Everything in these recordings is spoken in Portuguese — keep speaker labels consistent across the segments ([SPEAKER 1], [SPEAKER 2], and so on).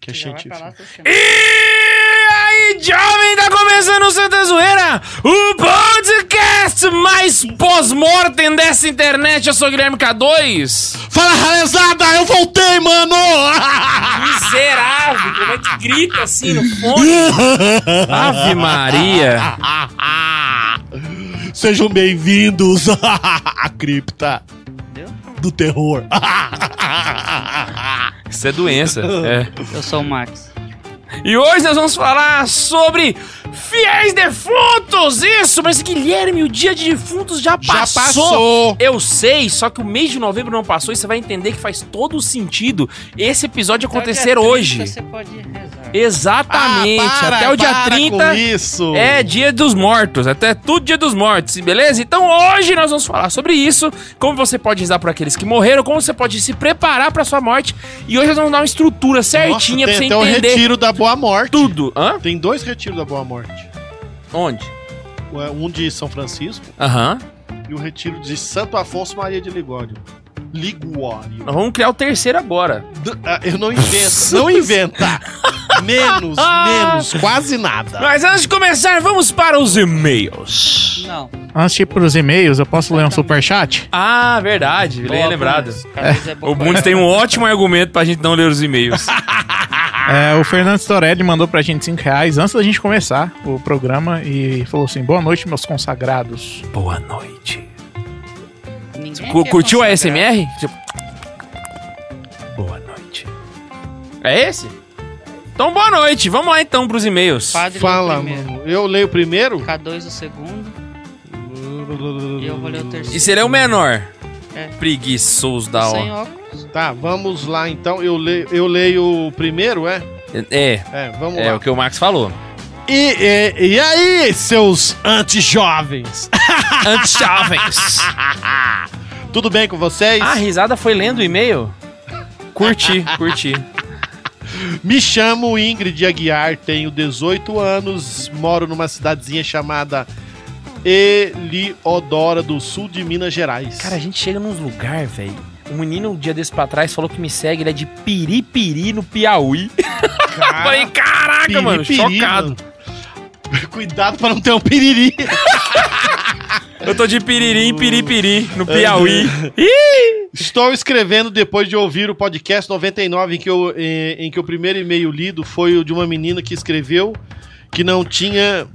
[SPEAKER 1] que é
[SPEAKER 2] Já vai pra
[SPEAKER 1] científico.
[SPEAKER 2] lá, você chama.
[SPEAKER 3] E aí, jovem, tá começando o Santa Zoeira, o podcast mais pós-mortem dessa internet. Eu sou o Guilherme K2.
[SPEAKER 1] Fala, ralezada, eu voltei, mano!
[SPEAKER 3] Miserável, como é que grita assim no fone? Ave Maria.
[SPEAKER 1] Sejam bem-vindos à cripta
[SPEAKER 2] Entendeu?
[SPEAKER 1] do terror.
[SPEAKER 3] Isso é doença. é.
[SPEAKER 2] Eu sou o Max.
[SPEAKER 3] E hoje nós vamos falar sobre fiéis defuntos. Isso, mas Guilherme, o dia de defuntos já
[SPEAKER 1] Já
[SPEAKER 3] passou.
[SPEAKER 1] passou!
[SPEAKER 3] Eu sei, só que o mês de novembro não passou e você vai entender que faz todo sentido esse episódio acontecer
[SPEAKER 2] Até o dia
[SPEAKER 3] hoje.
[SPEAKER 2] 30 Você pode rezar.
[SPEAKER 3] Exatamente.
[SPEAKER 1] Ah, para,
[SPEAKER 3] Até o dia
[SPEAKER 1] para
[SPEAKER 3] 30
[SPEAKER 1] com isso!
[SPEAKER 3] é dia dos mortos. Até tudo dia dos mortos, beleza? Então hoje nós vamos falar sobre isso. Como você pode rezar por aqueles que morreram, como você pode se preparar pra sua morte. E hoje nós vamos dar uma estrutura certinha
[SPEAKER 1] Nossa, tem
[SPEAKER 3] pra
[SPEAKER 1] até
[SPEAKER 3] você
[SPEAKER 1] o
[SPEAKER 3] entender
[SPEAKER 1] retiro da boa morte.
[SPEAKER 3] tudo. Hã?
[SPEAKER 1] Tem dois retiros da boa morte.
[SPEAKER 3] Onde?
[SPEAKER 1] Ué, Um de São Francisco
[SPEAKER 3] Aham.
[SPEAKER 1] e o retiro de Santo Afonso Maria de Ligório. Liguório.
[SPEAKER 3] Nós vamos criar o terceiro agora.
[SPEAKER 1] D- ah, Eu não invento. não inventa. Menos,
[SPEAKER 3] Ah!
[SPEAKER 1] menos, quase nada.
[SPEAKER 3] Mas antes de começar, vamos para os e-mails.
[SPEAKER 2] Não.
[SPEAKER 4] Antes de ir pros e-mails, eu posso ler um superchat?
[SPEAKER 3] Ah, verdade. Bem
[SPEAKER 2] Boa,
[SPEAKER 3] lembrado.
[SPEAKER 2] Bundes. Cabeça é boa
[SPEAKER 3] O
[SPEAKER 2] pra
[SPEAKER 3] Bundes tem
[SPEAKER 2] caralho.
[SPEAKER 3] um ótimo argumento pra gente não ler os e-mails.
[SPEAKER 4] É, o
[SPEAKER 3] Ah.
[SPEAKER 4] Fernando Storelli mandou pra gente 5 reais antes da gente começar o programa e falou assim: boa noite, meus consagrados.
[SPEAKER 3] Boa noite.
[SPEAKER 2] Ninguém
[SPEAKER 3] Cu-
[SPEAKER 2] quer né?
[SPEAKER 3] curtiu a
[SPEAKER 2] consagrar.
[SPEAKER 3] SMR? Boa noite. É esse? Então, boa noite. Vamos lá então pros e-mails.
[SPEAKER 2] Padre
[SPEAKER 1] Fala,
[SPEAKER 2] Fala, primeiro.
[SPEAKER 1] mano. Eu leio o primeiro?
[SPEAKER 2] K2 o segundo. E eu vou ler o terceiro.
[SPEAKER 3] E será o menor?
[SPEAKER 2] É.
[SPEAKER 3] Preguiçoso é da
[SPEAKER 2] Sem
[SPEAKER 3] hora.
[SPEAKER 2] óculos.
[SPEAKER 1] Tá, vamos lá então. Eu leio, eu leio o primeiro, é?
[SPEAKER 3] É,
[SPEAKER 1] É, vamos
[SPEAKER 3] é
[SPEAKER 1] lá.
[SPEAKER 3] o que o Max falou.
[SPEAKER 1] E, e, e aí, seus antijovens?
[SPEAKER 3] Antes jovens.
[SPEAKER 1] Tudo bem com vocês?
[SPEAKER 3] Ah, a risada foi lendo o e-mail? Curti, curti.
[SPEAKER 1] Me chamo Ingrid Aguiar, tenho 18 anos, moro numa cidadezinha chamada Eliodora do Sul de Minas Gerais.
[SPEAKER 3] Cara, a gente chega num lugar, velho. Um menino, um dia desse pra trás, falou que me segue, ele é de Piripiri, no Piauí.
[SPEAKER 1] Cara,
[SPEAKER 3] Falei, caraca, mano,
[SPEAKER 1] piripiri,
[SPEAKER 3] chocado.
[SPEAKER 1] mano. Cuidado pra não ter um piriri.
[SPEAKER 3] Eu tô de Piriri em Piripiri, no Piauí. Ih!
[SPEAKER 1] Estou escrevendo depois de ouvir o podcast 99, em que, eu, eh, em que o primeiro e-mail lido foi o de uma menina que escreveu que não tinha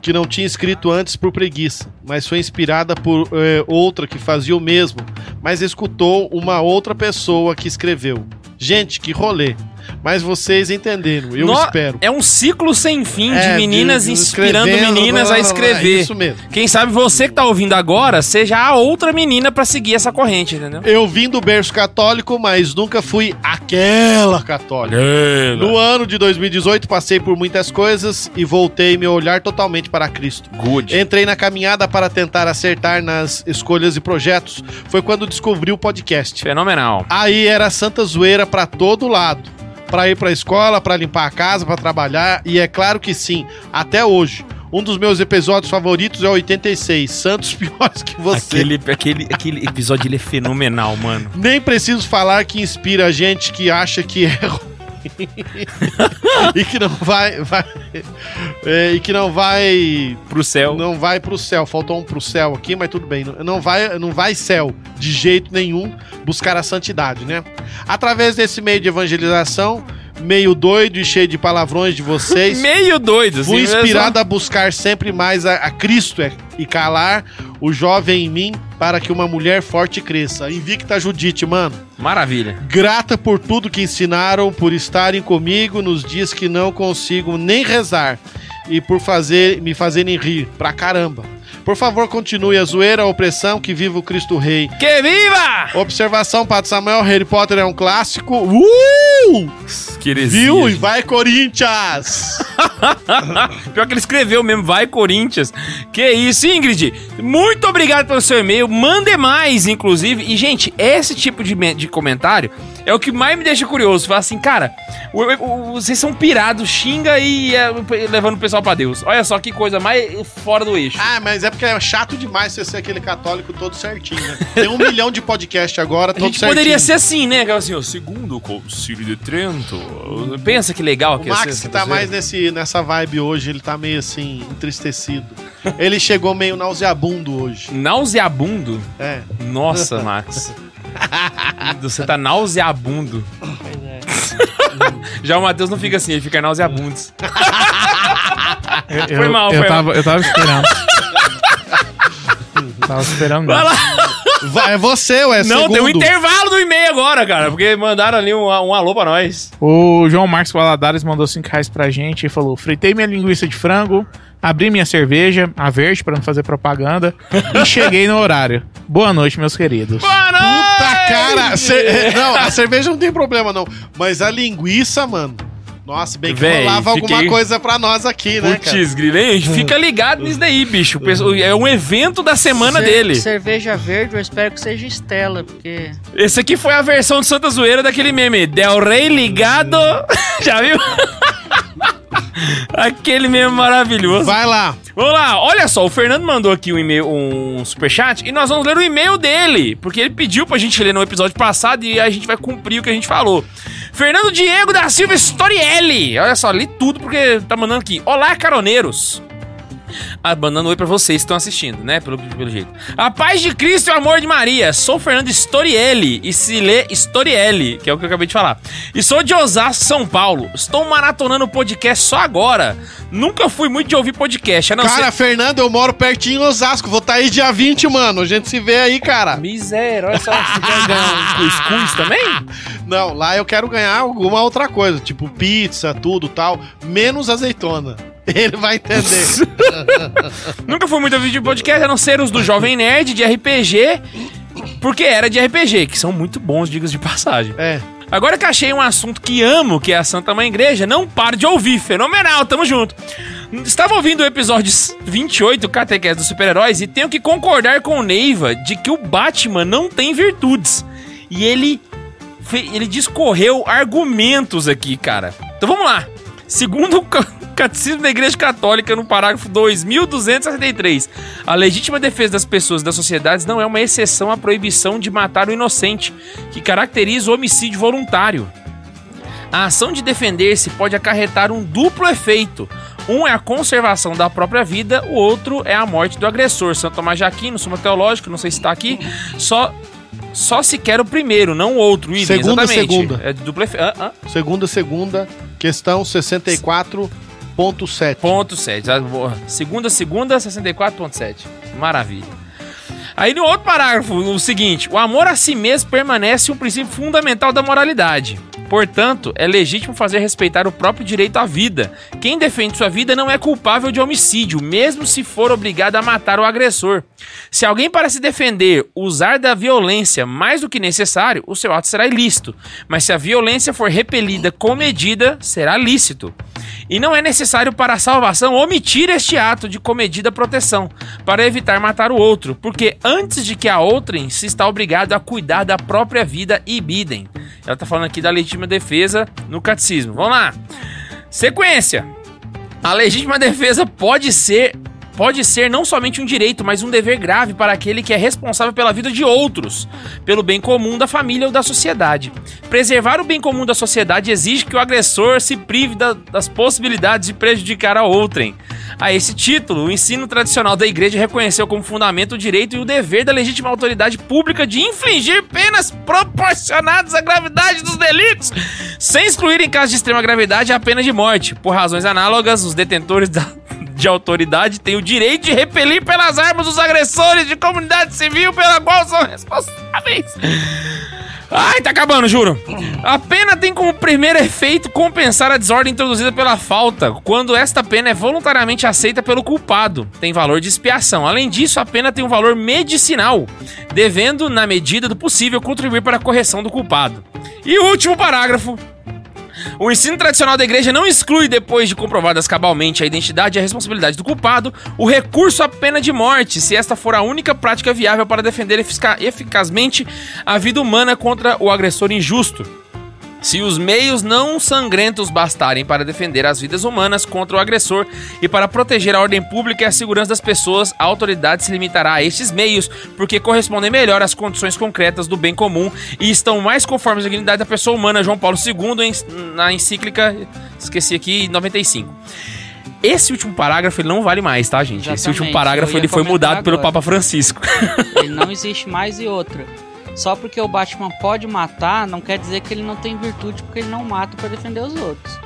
[SPEAKER 1] que não tinha escrito antes por preguiça, mas foi inspirada por eh, outra que fazia o mesmo, mas escutou uma outra pessoa que escreveu. Gente, que rolê. Mas vocês entenderam, eu
[SPEAKER 3] No-
[SPEAKER 1] espero.
[SPEAKER 3] É um ciclo sem fim de
[SPEAKER 1] É,
[SPEAKER 3] meninas
[SPEAKER 1] de- de
[SPEAKER 3] inspirando
[SPEAKER 1] escrevendo,
[SPEAKER 3] meninas
[SPEAKER 1] blá,
[SPEAKER 3] a
[SPEAKER 1] blá, blá,
[SPEAKER 3] escrever.
[SPEAKER 1] Isso mesmo.
[SPEAKER 3] Quem sabe você que tá ouvindo agora seja a outra menina pra seguir essa corrente, entendeu?
[SPEAKER 1] Eu vim do berço católico, mas nunca fui aquela católica. No ano de 2018, passei por muitas coisas e voltei meu olhar totalmente para Cristo.
[SPEAKER 3] Good.
[SPEAKER 1] Entrei na caminhada para tentar acertar nas escolhas e projetos. Foi quando descobri o podcast.
[SPEAKER 3] é Fenomenal.
[SPEAKER 1] Aí era santa zoeira para todo lado. Para ir para a escola, para limpar a casa, para trabalhar e é claro que sim, até hoje. Um dos meus episódios favoritos é o 86, Santos piores que você.
[SPEAKER 3] Aquele, aquele, aquele episódio ele é fenomenal, mano.
[SPEAKER 1] Nem preciso falar que inspira a gente que acha que é ruim. e que não vai, vai é, e que não vai
[SPEAKER 3] Pro céu.
[SPEAKER 1] não vai pro céu. Faltou um pro céu aqui, mas tudo bem. Não- Não vai, não vai céu de jeito nenhum buscar a santidade, né? Através desse meio de evangelização, meio doido e cheio de palavrões de vocês,
[SPEAKER 3] Meio doido,
[SPEAKER 1] Fui
[SPEAKER 3] assim,
[SPEAKER 1] inspirado a buscar sempre mais a, a Cristo é- e calar o jovem em mim para que uma mulher forte cresça. Invicta Judite, mano.
[SPEAKER 3] mas- Maravilha.
[SPEAKER 1] Grata por tudo que ensinaram, por estarem comigo nos dias que não consigo nem rezar e por fazer me fazerem rir pra caramba. Por favor, continue a zoeira, a opressão, que viva o Cristo Rei.
[SPEAKER 3] Que viva!
[SPEAKER 1] Observação, Pato Samuel, Harry Potter é um clássico. Uh!
[SPEAKER 3] Que heresia,
[SPEAKER 1] Viu? E
[SPEAKER 3] gente.
[SPEAKER 1] vai, Corinthians!
[SPEAKER 3] Pior que ele escreveu mesmo, vai Corinthians. Que isso, Ingrid. Muito obrigado pelo seu e-mail. Mande mais, inclusive. E, gente, esse tipo de, me- de comentário É o que mais me deixa curioso. Fala assim, cara, o- o- o- vocês são pirados, xinga e é, p- levando o pessoal pra Deus. Olha só que coisa mais fora do eixo.
[SPEAKER 1] Ah, mas é porque é chato demais você ser aquele católico todo certinho, né? Tem um milhão de podcast agora,
[SPEAKER 3] A
[SPEAKER 1] todo
[SPEAKER 3] gente
[SPEAKER 1] certinho.
[SPEAKER 3] poderia ser assim, né? Aquela Assim, ó, segundo o Concílio de Trento. Pensa que legal
[SPEAKER 1] Hum. O
[SPEAKER 3] que ia ser
[SPEAKER 1] Max
[SPEAKER 3] essa
[SPEAKER 1] que tá
[SPEAKER 3] coisa.
[SPEAKER 1] mais nesse, nessa vibe hoje, ele tá meio assim, entristecido. Ele chegou meio nauseabundo hoje.
[SPEAKER 3] Nauseabundo?
[SPEAKER 1] É.
[SPEAKER 3] Nossa, Max. Você tá nauseabundo.
[SPEAKER 2] Pois é.
[SPEAKER 3] Já o Matheus não fica assim, ele fica nauseabundo.
[SPEAKER 4] Eu,
[SPEAKER 3] Ah, Foi mal,
[SPEAKER 4] eu
[SPEAKER 3] foi mal.
[SPEAKER 4] tava, Eu tava esperando. tava esperando.
[SPEAKER 3] Vai
[SPEAKER 4] mesmo.
[SPEAKER 3] lá.
[SPEAKER 1] Vai, é você, ué,
[SPEAKER 3] Não,
[SPEAKER 1] segundo.
[SPEAKER 3] tem um intervalo do e-mail agora, cara, porque mandaram ali um, um alô pra nós.
[SPEAKER 4] O João Marcos Valadares mandou 5 reais pra gente e falou: fritei minha linguiça de frango, abri minha cerveja, a verde, pra não fazer propaganda, e cheguei no horário. Boa noite, meus queridos.
[SPEAKER 3] Boa noite!
[SPEAKER 1] Puta cara! ce- Não, a cerveja não tem problema, não. Mas a linguiça, mano. Nossa, bem que
[SPEAKER 3] Véi,
[SPEAKER 1] falava alguma
[SPEAKER 3] fiquei-
[SPEAKER 1] coisa pra nós aqui, né, cara?
[SPEAKER 3] Putz, grilo, hein? Fica ligado nisso daí, bicho. O pessoal- É um evento da semana
[SPEAKER 2] Cer-
[SPEAKER 3] dele.
[SPEAKER 2] Cerveja verde, eu espero que seja Estela, porque.
[SPEAKER 3] Esse aqui foi a versão de Santa Zoeira daquele meme. Del Rey ligado.
[SPEAKER 1] Hum.
[SPEAKER 3] Já viu? Aquele meme maravilhoso.
[SPEAKER 1] Vai lá.
[SPEAKER 3] Vamos lá, olha só, o Fernando mandou aqui um e-mail, um superchat, e nós vamos ler o e-mail dele, porque ele pediu pra gente ler no episódio passado e a gente vai cumprir o que a gente falou. Fernando Diego da Silva Storielli, olha só, li tudo porque tá mandando aqui. Olá, caroneiros. Ah, mandando um oi pra vocês que estão assistindo, né? Pelo, pelo jeito. A paz de Cristo e o amor de Maria. Sou Fernando Storielli e se lê Storielli, que é o que eu acabei de falar. E sou de Osasco, São Paulo. Estou maratonando o podcast só agora. Nunca fui muito de ouvir podcast, a não ser...
[SPEAKER 1] cara, Fernando, eu moro pertinho em Osasco. Vou estar aí dia 20, mano. A gente se vê aí, cara.
[SPEAKER 3] Miséria, olha só, você quer ganhar um cuscuz também?
[SPEAKER 1] Não, lá eu quero ganhar alguma outra coisa, tipo pizza, tudo tal, menos azeitona. Ele vai entender.
[SPEAKER 3] Nunca fui muito a vídeo de podcast, a não ser os do Jovem Nerd, de RPG, porque era de RPG, que são muito bons, digas de passagem.
[SPEAKER 1] é.
[SPEAKER 3] Agora que achei um assunto que amo, que é a Santa Mãe Igreja, não paro de ouvir. Fenomenal, tamo junto. Estava ouvindo o episódio 28, Catequese dos Super-Heróis, e tenho que concordar com o Neiva de que o Batman não tem virtudes. E ele, fe- ele discorreu argumentos aqui, cara. Então vamos lá. Segundo o ca- Catecismo da Igreja Católica, no parágrafo 2263, a legítima defesa das pessoas e das sociedades não é uma exceção à proibição de matar o inocente, que caracteriza o homicídio voluntário. A ação de defender-se pode acarretar um duplo efeito. Um é a conservação da própria vida, o outro é a morte do agressor. Santo Tomás de Aquino, Suma Teológico, não sei se está aqui, só só se quer o primeiro, não o outro. Idem,
[SPEAKER 1] Segunda,
[SPEAKER 3] exatamente.
[SPEAKER 1] segunda.
[SPEAKER 3] É de duplo efeito. Ah, ah.
[SPEAKER 1] Segunda, segunda, questão 64.7.
[SPEAKER 3] Ponto 7. Ah, boa. Segunda, segunda, 64.7. Maravilha. Aí no outro parágrafo, o seguinte: o amor a si mesmo permanece um princípio fundamental da moralidade. Portanto, é legítimo fazer respeitar o próprio direito à vida. Quem defende sua vida não é culpável de homicídio, mesmo se for obrigado a matar o agressor. Se alguém, para se defender, usar da violência mais do que necessário, o seu ato será ilícito. Mas se a violência for repelida com medida, será lícito. E não é necessário para a salvação omitir este ato de comedida proteção, para evitar matar o outro, porque antes de que a outrem se está obrigado a cuidar da própria vida e bidem. Ela tá falando aqui da legítima defesa no catecismo. Vamos lá. Sequência. A legítima defesa pode ser pode ser não somente um direito, mas um dever grave para aquele que é responsável pela vida de outros, pelo bem comum da família ou da sociedade. Preservar o bem comum da sociedade exige que o agressor se prive da- das possibilidades de prejudicar a outrem. A esse título, o ensino tradicional da igreja reconheceu como fundamento o direito e o dever da legítima autoridade pública de infligir penas proporcionadas à gravidade dos delitos, sem excluir em caso de extrema gravidade a pena de morte. Por razões análogas, os detentores da- de autoridade têm o direito de repelir pelas armas os agressores de comunidade civil pela qual são responsáveis. Ai, tá acabando, juro. A pena tem como primeiro efeito compensar a desordem introduzida pela falta, quando esta pena é voluntariamente aceita pelo culpado. Tem valor de expiação. Além disso, a pena tem um valor medicinal, devendo, na medida do possível, contribuir para a correção do culpado. E o último parágrafo. O ensino tradicional da igreja não exclui, depois de comprovadas cabalmente a identidade e a responsabilidade do culpado, o recurso à pena de morte, se esta for a única prática viável para defender efica- eficazmente a vida humana contra o agressor injusto. Se os meios não sangrentos bastarem para defender as vidas humanas contra o agressor e para proteger a ordem pública e a segurança das pessoas, a autoridade se limitará a estes meios, porque correspondem melhor às condições concretas do bem comum e estão mais conformes à dignidade da pessoa humana, João Paulo II, em- na encíclica, esqueci aqui, 95. Esse último parágrafo ele não vale mais, tá, gente? Esse último
[SPEAKER 2] Exatamente,
[SPEAKER 3] parágrafo
[SPEAKER 2] eu ia
[SPEAKER 3] ele foi
[SPEAKER 2] comentar
[SPEAKER 3] mudado pelo
[SPEAKER 2] agora.
[SPEAKER 3] Papa Francisco.
[SPEAKER 2] Ele não existe mais e outra. Só porque o Batman pode matar, não quer dizer que ele não tem virtude, porque ele não mata pra defender os outros.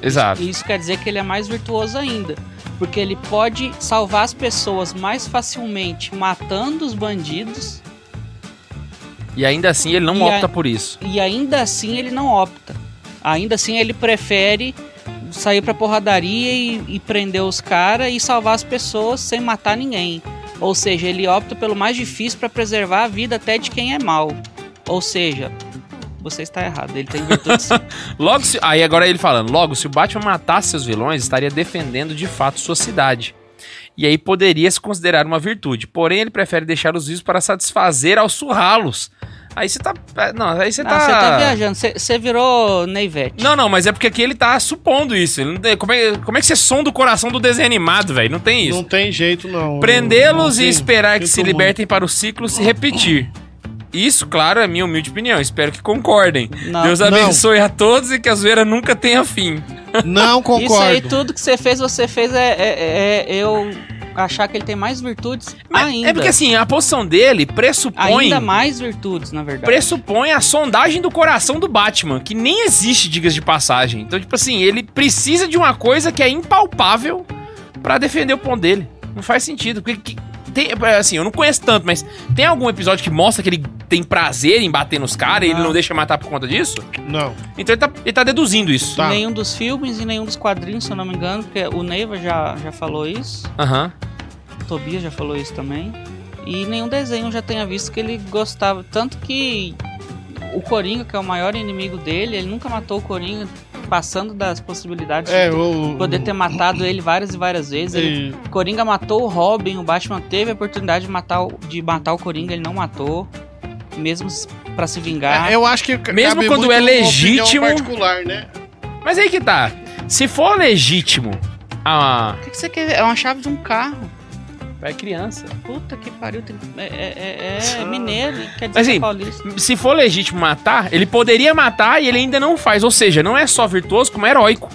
[SPEAKER 3] Exato.
[SPEAKER 2] E isso quer dizer que ele é mais virtuoso ainda. Porque ele pode salvar as pessoas mais facilmente matando os bandidos,
[SPEAKER 3] E ainda assim ele não
[SPEAKER 2] E a-
[SPEAKER 3] opta por isso.
[SPEAKER 2] e ainda assim ele não opta. Ainda assim ele prefere sair pra porradaria e, e prender os caras e salvar as pessoas sem matar ninguém. Ou seja, ele opta pelo mais difícil pra preservar a vida até de quem é mal. Ou seja, você está errado. Ele tem virtudes.
[SPEAKER 3] Logo se- aí agora ele falando, logo se o Batman matasse seus vilões, estaria defendendo de fato sua cidade. E aí poderia se considerar uma virtude. Porém, ele prefere deixar os vivos para satisfazer aos surralos. Aí você tá, não, aí você
[SPEAKER 2] Não,
[SPEAKER 3] tá
[SPEAKER 2] Você tá viajando. Você- Você virou Neivete.
[SPEAKER 3] Não, não, mas é porque aqui ele tá supondo isso. Ele não tem- como, é, como é que você sonda o coração do desenho animado, velho? Não tem isso.
[SPEAKER 1] Não tem jeito, não.
[SPEAKER 3] Prendê-los
[SPEAKER 1] Não
[SPEAKER 3] e
[SPEAKER 1] tem-
[SPEAKER 3] esperar que
[SPEAKER 1] sinto
[SPEAKER 3] se
[SPEAKER 1] muito.
[SPEAKER 3] libertem para o ciclo se repetir. Isso, claro, é minha humilde opinião. Espero que concordem.
[SPEAKER 2] Não.
[SPEAKER 3] Deus
[SPEAKER 1] Ah, Não.
[SPEAKER 3] abençoe a todos e que a zoeira nunca tenha fim.
[SPEAKER 1] Não
[SPEAKER 2] Isso aí,
[SPEAKER 1] concordo.
[SPEAKER 2] tudo que você fez, você fez é, é- é eu achar que ele tem mais virtudes
[SPEAKER 3] Mas
[SPEAKER 2] ainda.
[SPEAKER 3] É porque assim, a posição dele pressupõe.
[SPEAKER 2] ainda mais virtudes, na verdade.
[SPEAKER 3] Pressupõe a sondagem do coração do Batman, que nem existe, digas de passagem. Então, tipo assim, ele precisa de uma coisa que é impalpável pra defender o ponto dele. Não faz sentido. Porque, que- tem, é, assim, eu não conheço tanto, mas tem algum episódio que mostra que ele tem prazer em bater nos caras e ele
[SPEAKER 2] Não.
[SPEAKER 3] não deixa matar por conta disso?
[SPEAKER 1] Não.
[SPEAKER 3] Então ele tá, ele tá deduzindo isso.
[SPEAKER 1] Tá.
[SPEAKER 2] Em nenhum dos filmes e nenhum dos quadrinhos, se eu não me engano, porque o Neiva já, já falou isso,
[SPEAKER 3] Aham.
[SPEAKER 2] o Tobias já falou isso também. E nenhum desenho eu já tenha visto que ele gostava. Tanto que o Coringa, que é o maior inimigo dele, ele nunca matou o Coringa, passando das possibilidades
[SPEAKER 1] É,
[SPEAKER 2] de
[SPEAKER 1] o.
[SPEAKER 2] poder ter um matado ele várias e várias vezes. Ele-
[SPEAKER 1] e-
[SPEAKER 2] o Coringa matou o Robin, o Batman teve a oportunidade de matar o, de matar o Coringa, ele não matou, mesmo s- pra se vingar.
[SPEAKER 1] É, eu acho que. ca-
[SPEAKER 3] Tá. Mesmo
[SPEAKER 1] cabe
[SPEAKER 3] quando
[SPEAKER 1] muito
[SPEAKER 3] é
[SPEAKER 1] uma opinião
[SPEAKER 3] legítimo-
[SPEAKER 1] particular, né?
[SPEAKER 3] Mas aí que tá. Se for legítimo. Ah.
[SPEAKER 2] O que, que você quer? É uma chave de um carro.
[SPEAKER 3] É criança.
[SPEAKER 2] Puta que pariu, tem- é, é- é- é mineiro, e quer dizer
[SPEAKER 3] Mas,
[SPEAKER 2] que é
[SPEAKER 3] assim,
[SPEAKER 2] paulista.
[SPEAKER 3] se for legítimo matar, ele poderia matar e ele ainda não faz. Ou seja, não é só virtuoso, como é heróico.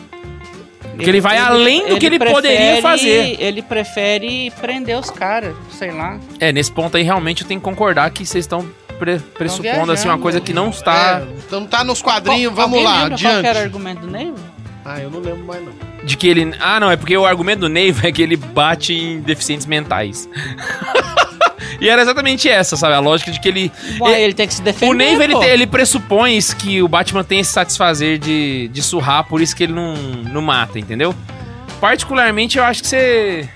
[SPEAKER 3] ele vai além do que ele poderia fazer.
[SPEAKER 2] Ele prefere prender os caras, sei lá.
[SPEAKER 3] É, nesse ponto aí realmente eu tenho que concordar que vocês estão pre- pressupondo
[SPEAKER 2] viajando.
[SPEAKER 3] assim, uma coisa que não está.
[SPEAKER 1] É, então tá nos quadrinhos,
[SPEAKER 2] Qual-
[SPEAKER 1] vamos
[SPEAKER 2] alguém
[SPEAKER 1] lá,
[SPEAKER 2] lembra Qual que era o
[SPEAKER 1] adiante.
[SPEAKER 2] argumento do Neiva?
[SPEAKER 1] Ah, eu não lembro mais, não.
[SPEAKER 3] De que ele. Ah, não, é porque o argumento do Neiva é que ele bate em deficientes mentais. e era exatamente essa, sabe? A lógica de que ele.
[SPEAKER 2] Bom,
[SPEAKER 3] É,
[SPEAKER 2] ele tem que se defender.
[SPEAKER 3] o Neiva ele,
[SPEAKER 2] pô.
[SPEAKER 3] tem- ele pressupõe isso que o Batman tem esse satisfazer de, de surrar, por isso que ele não, não mata, entendeu? Particularmente eu acho que você.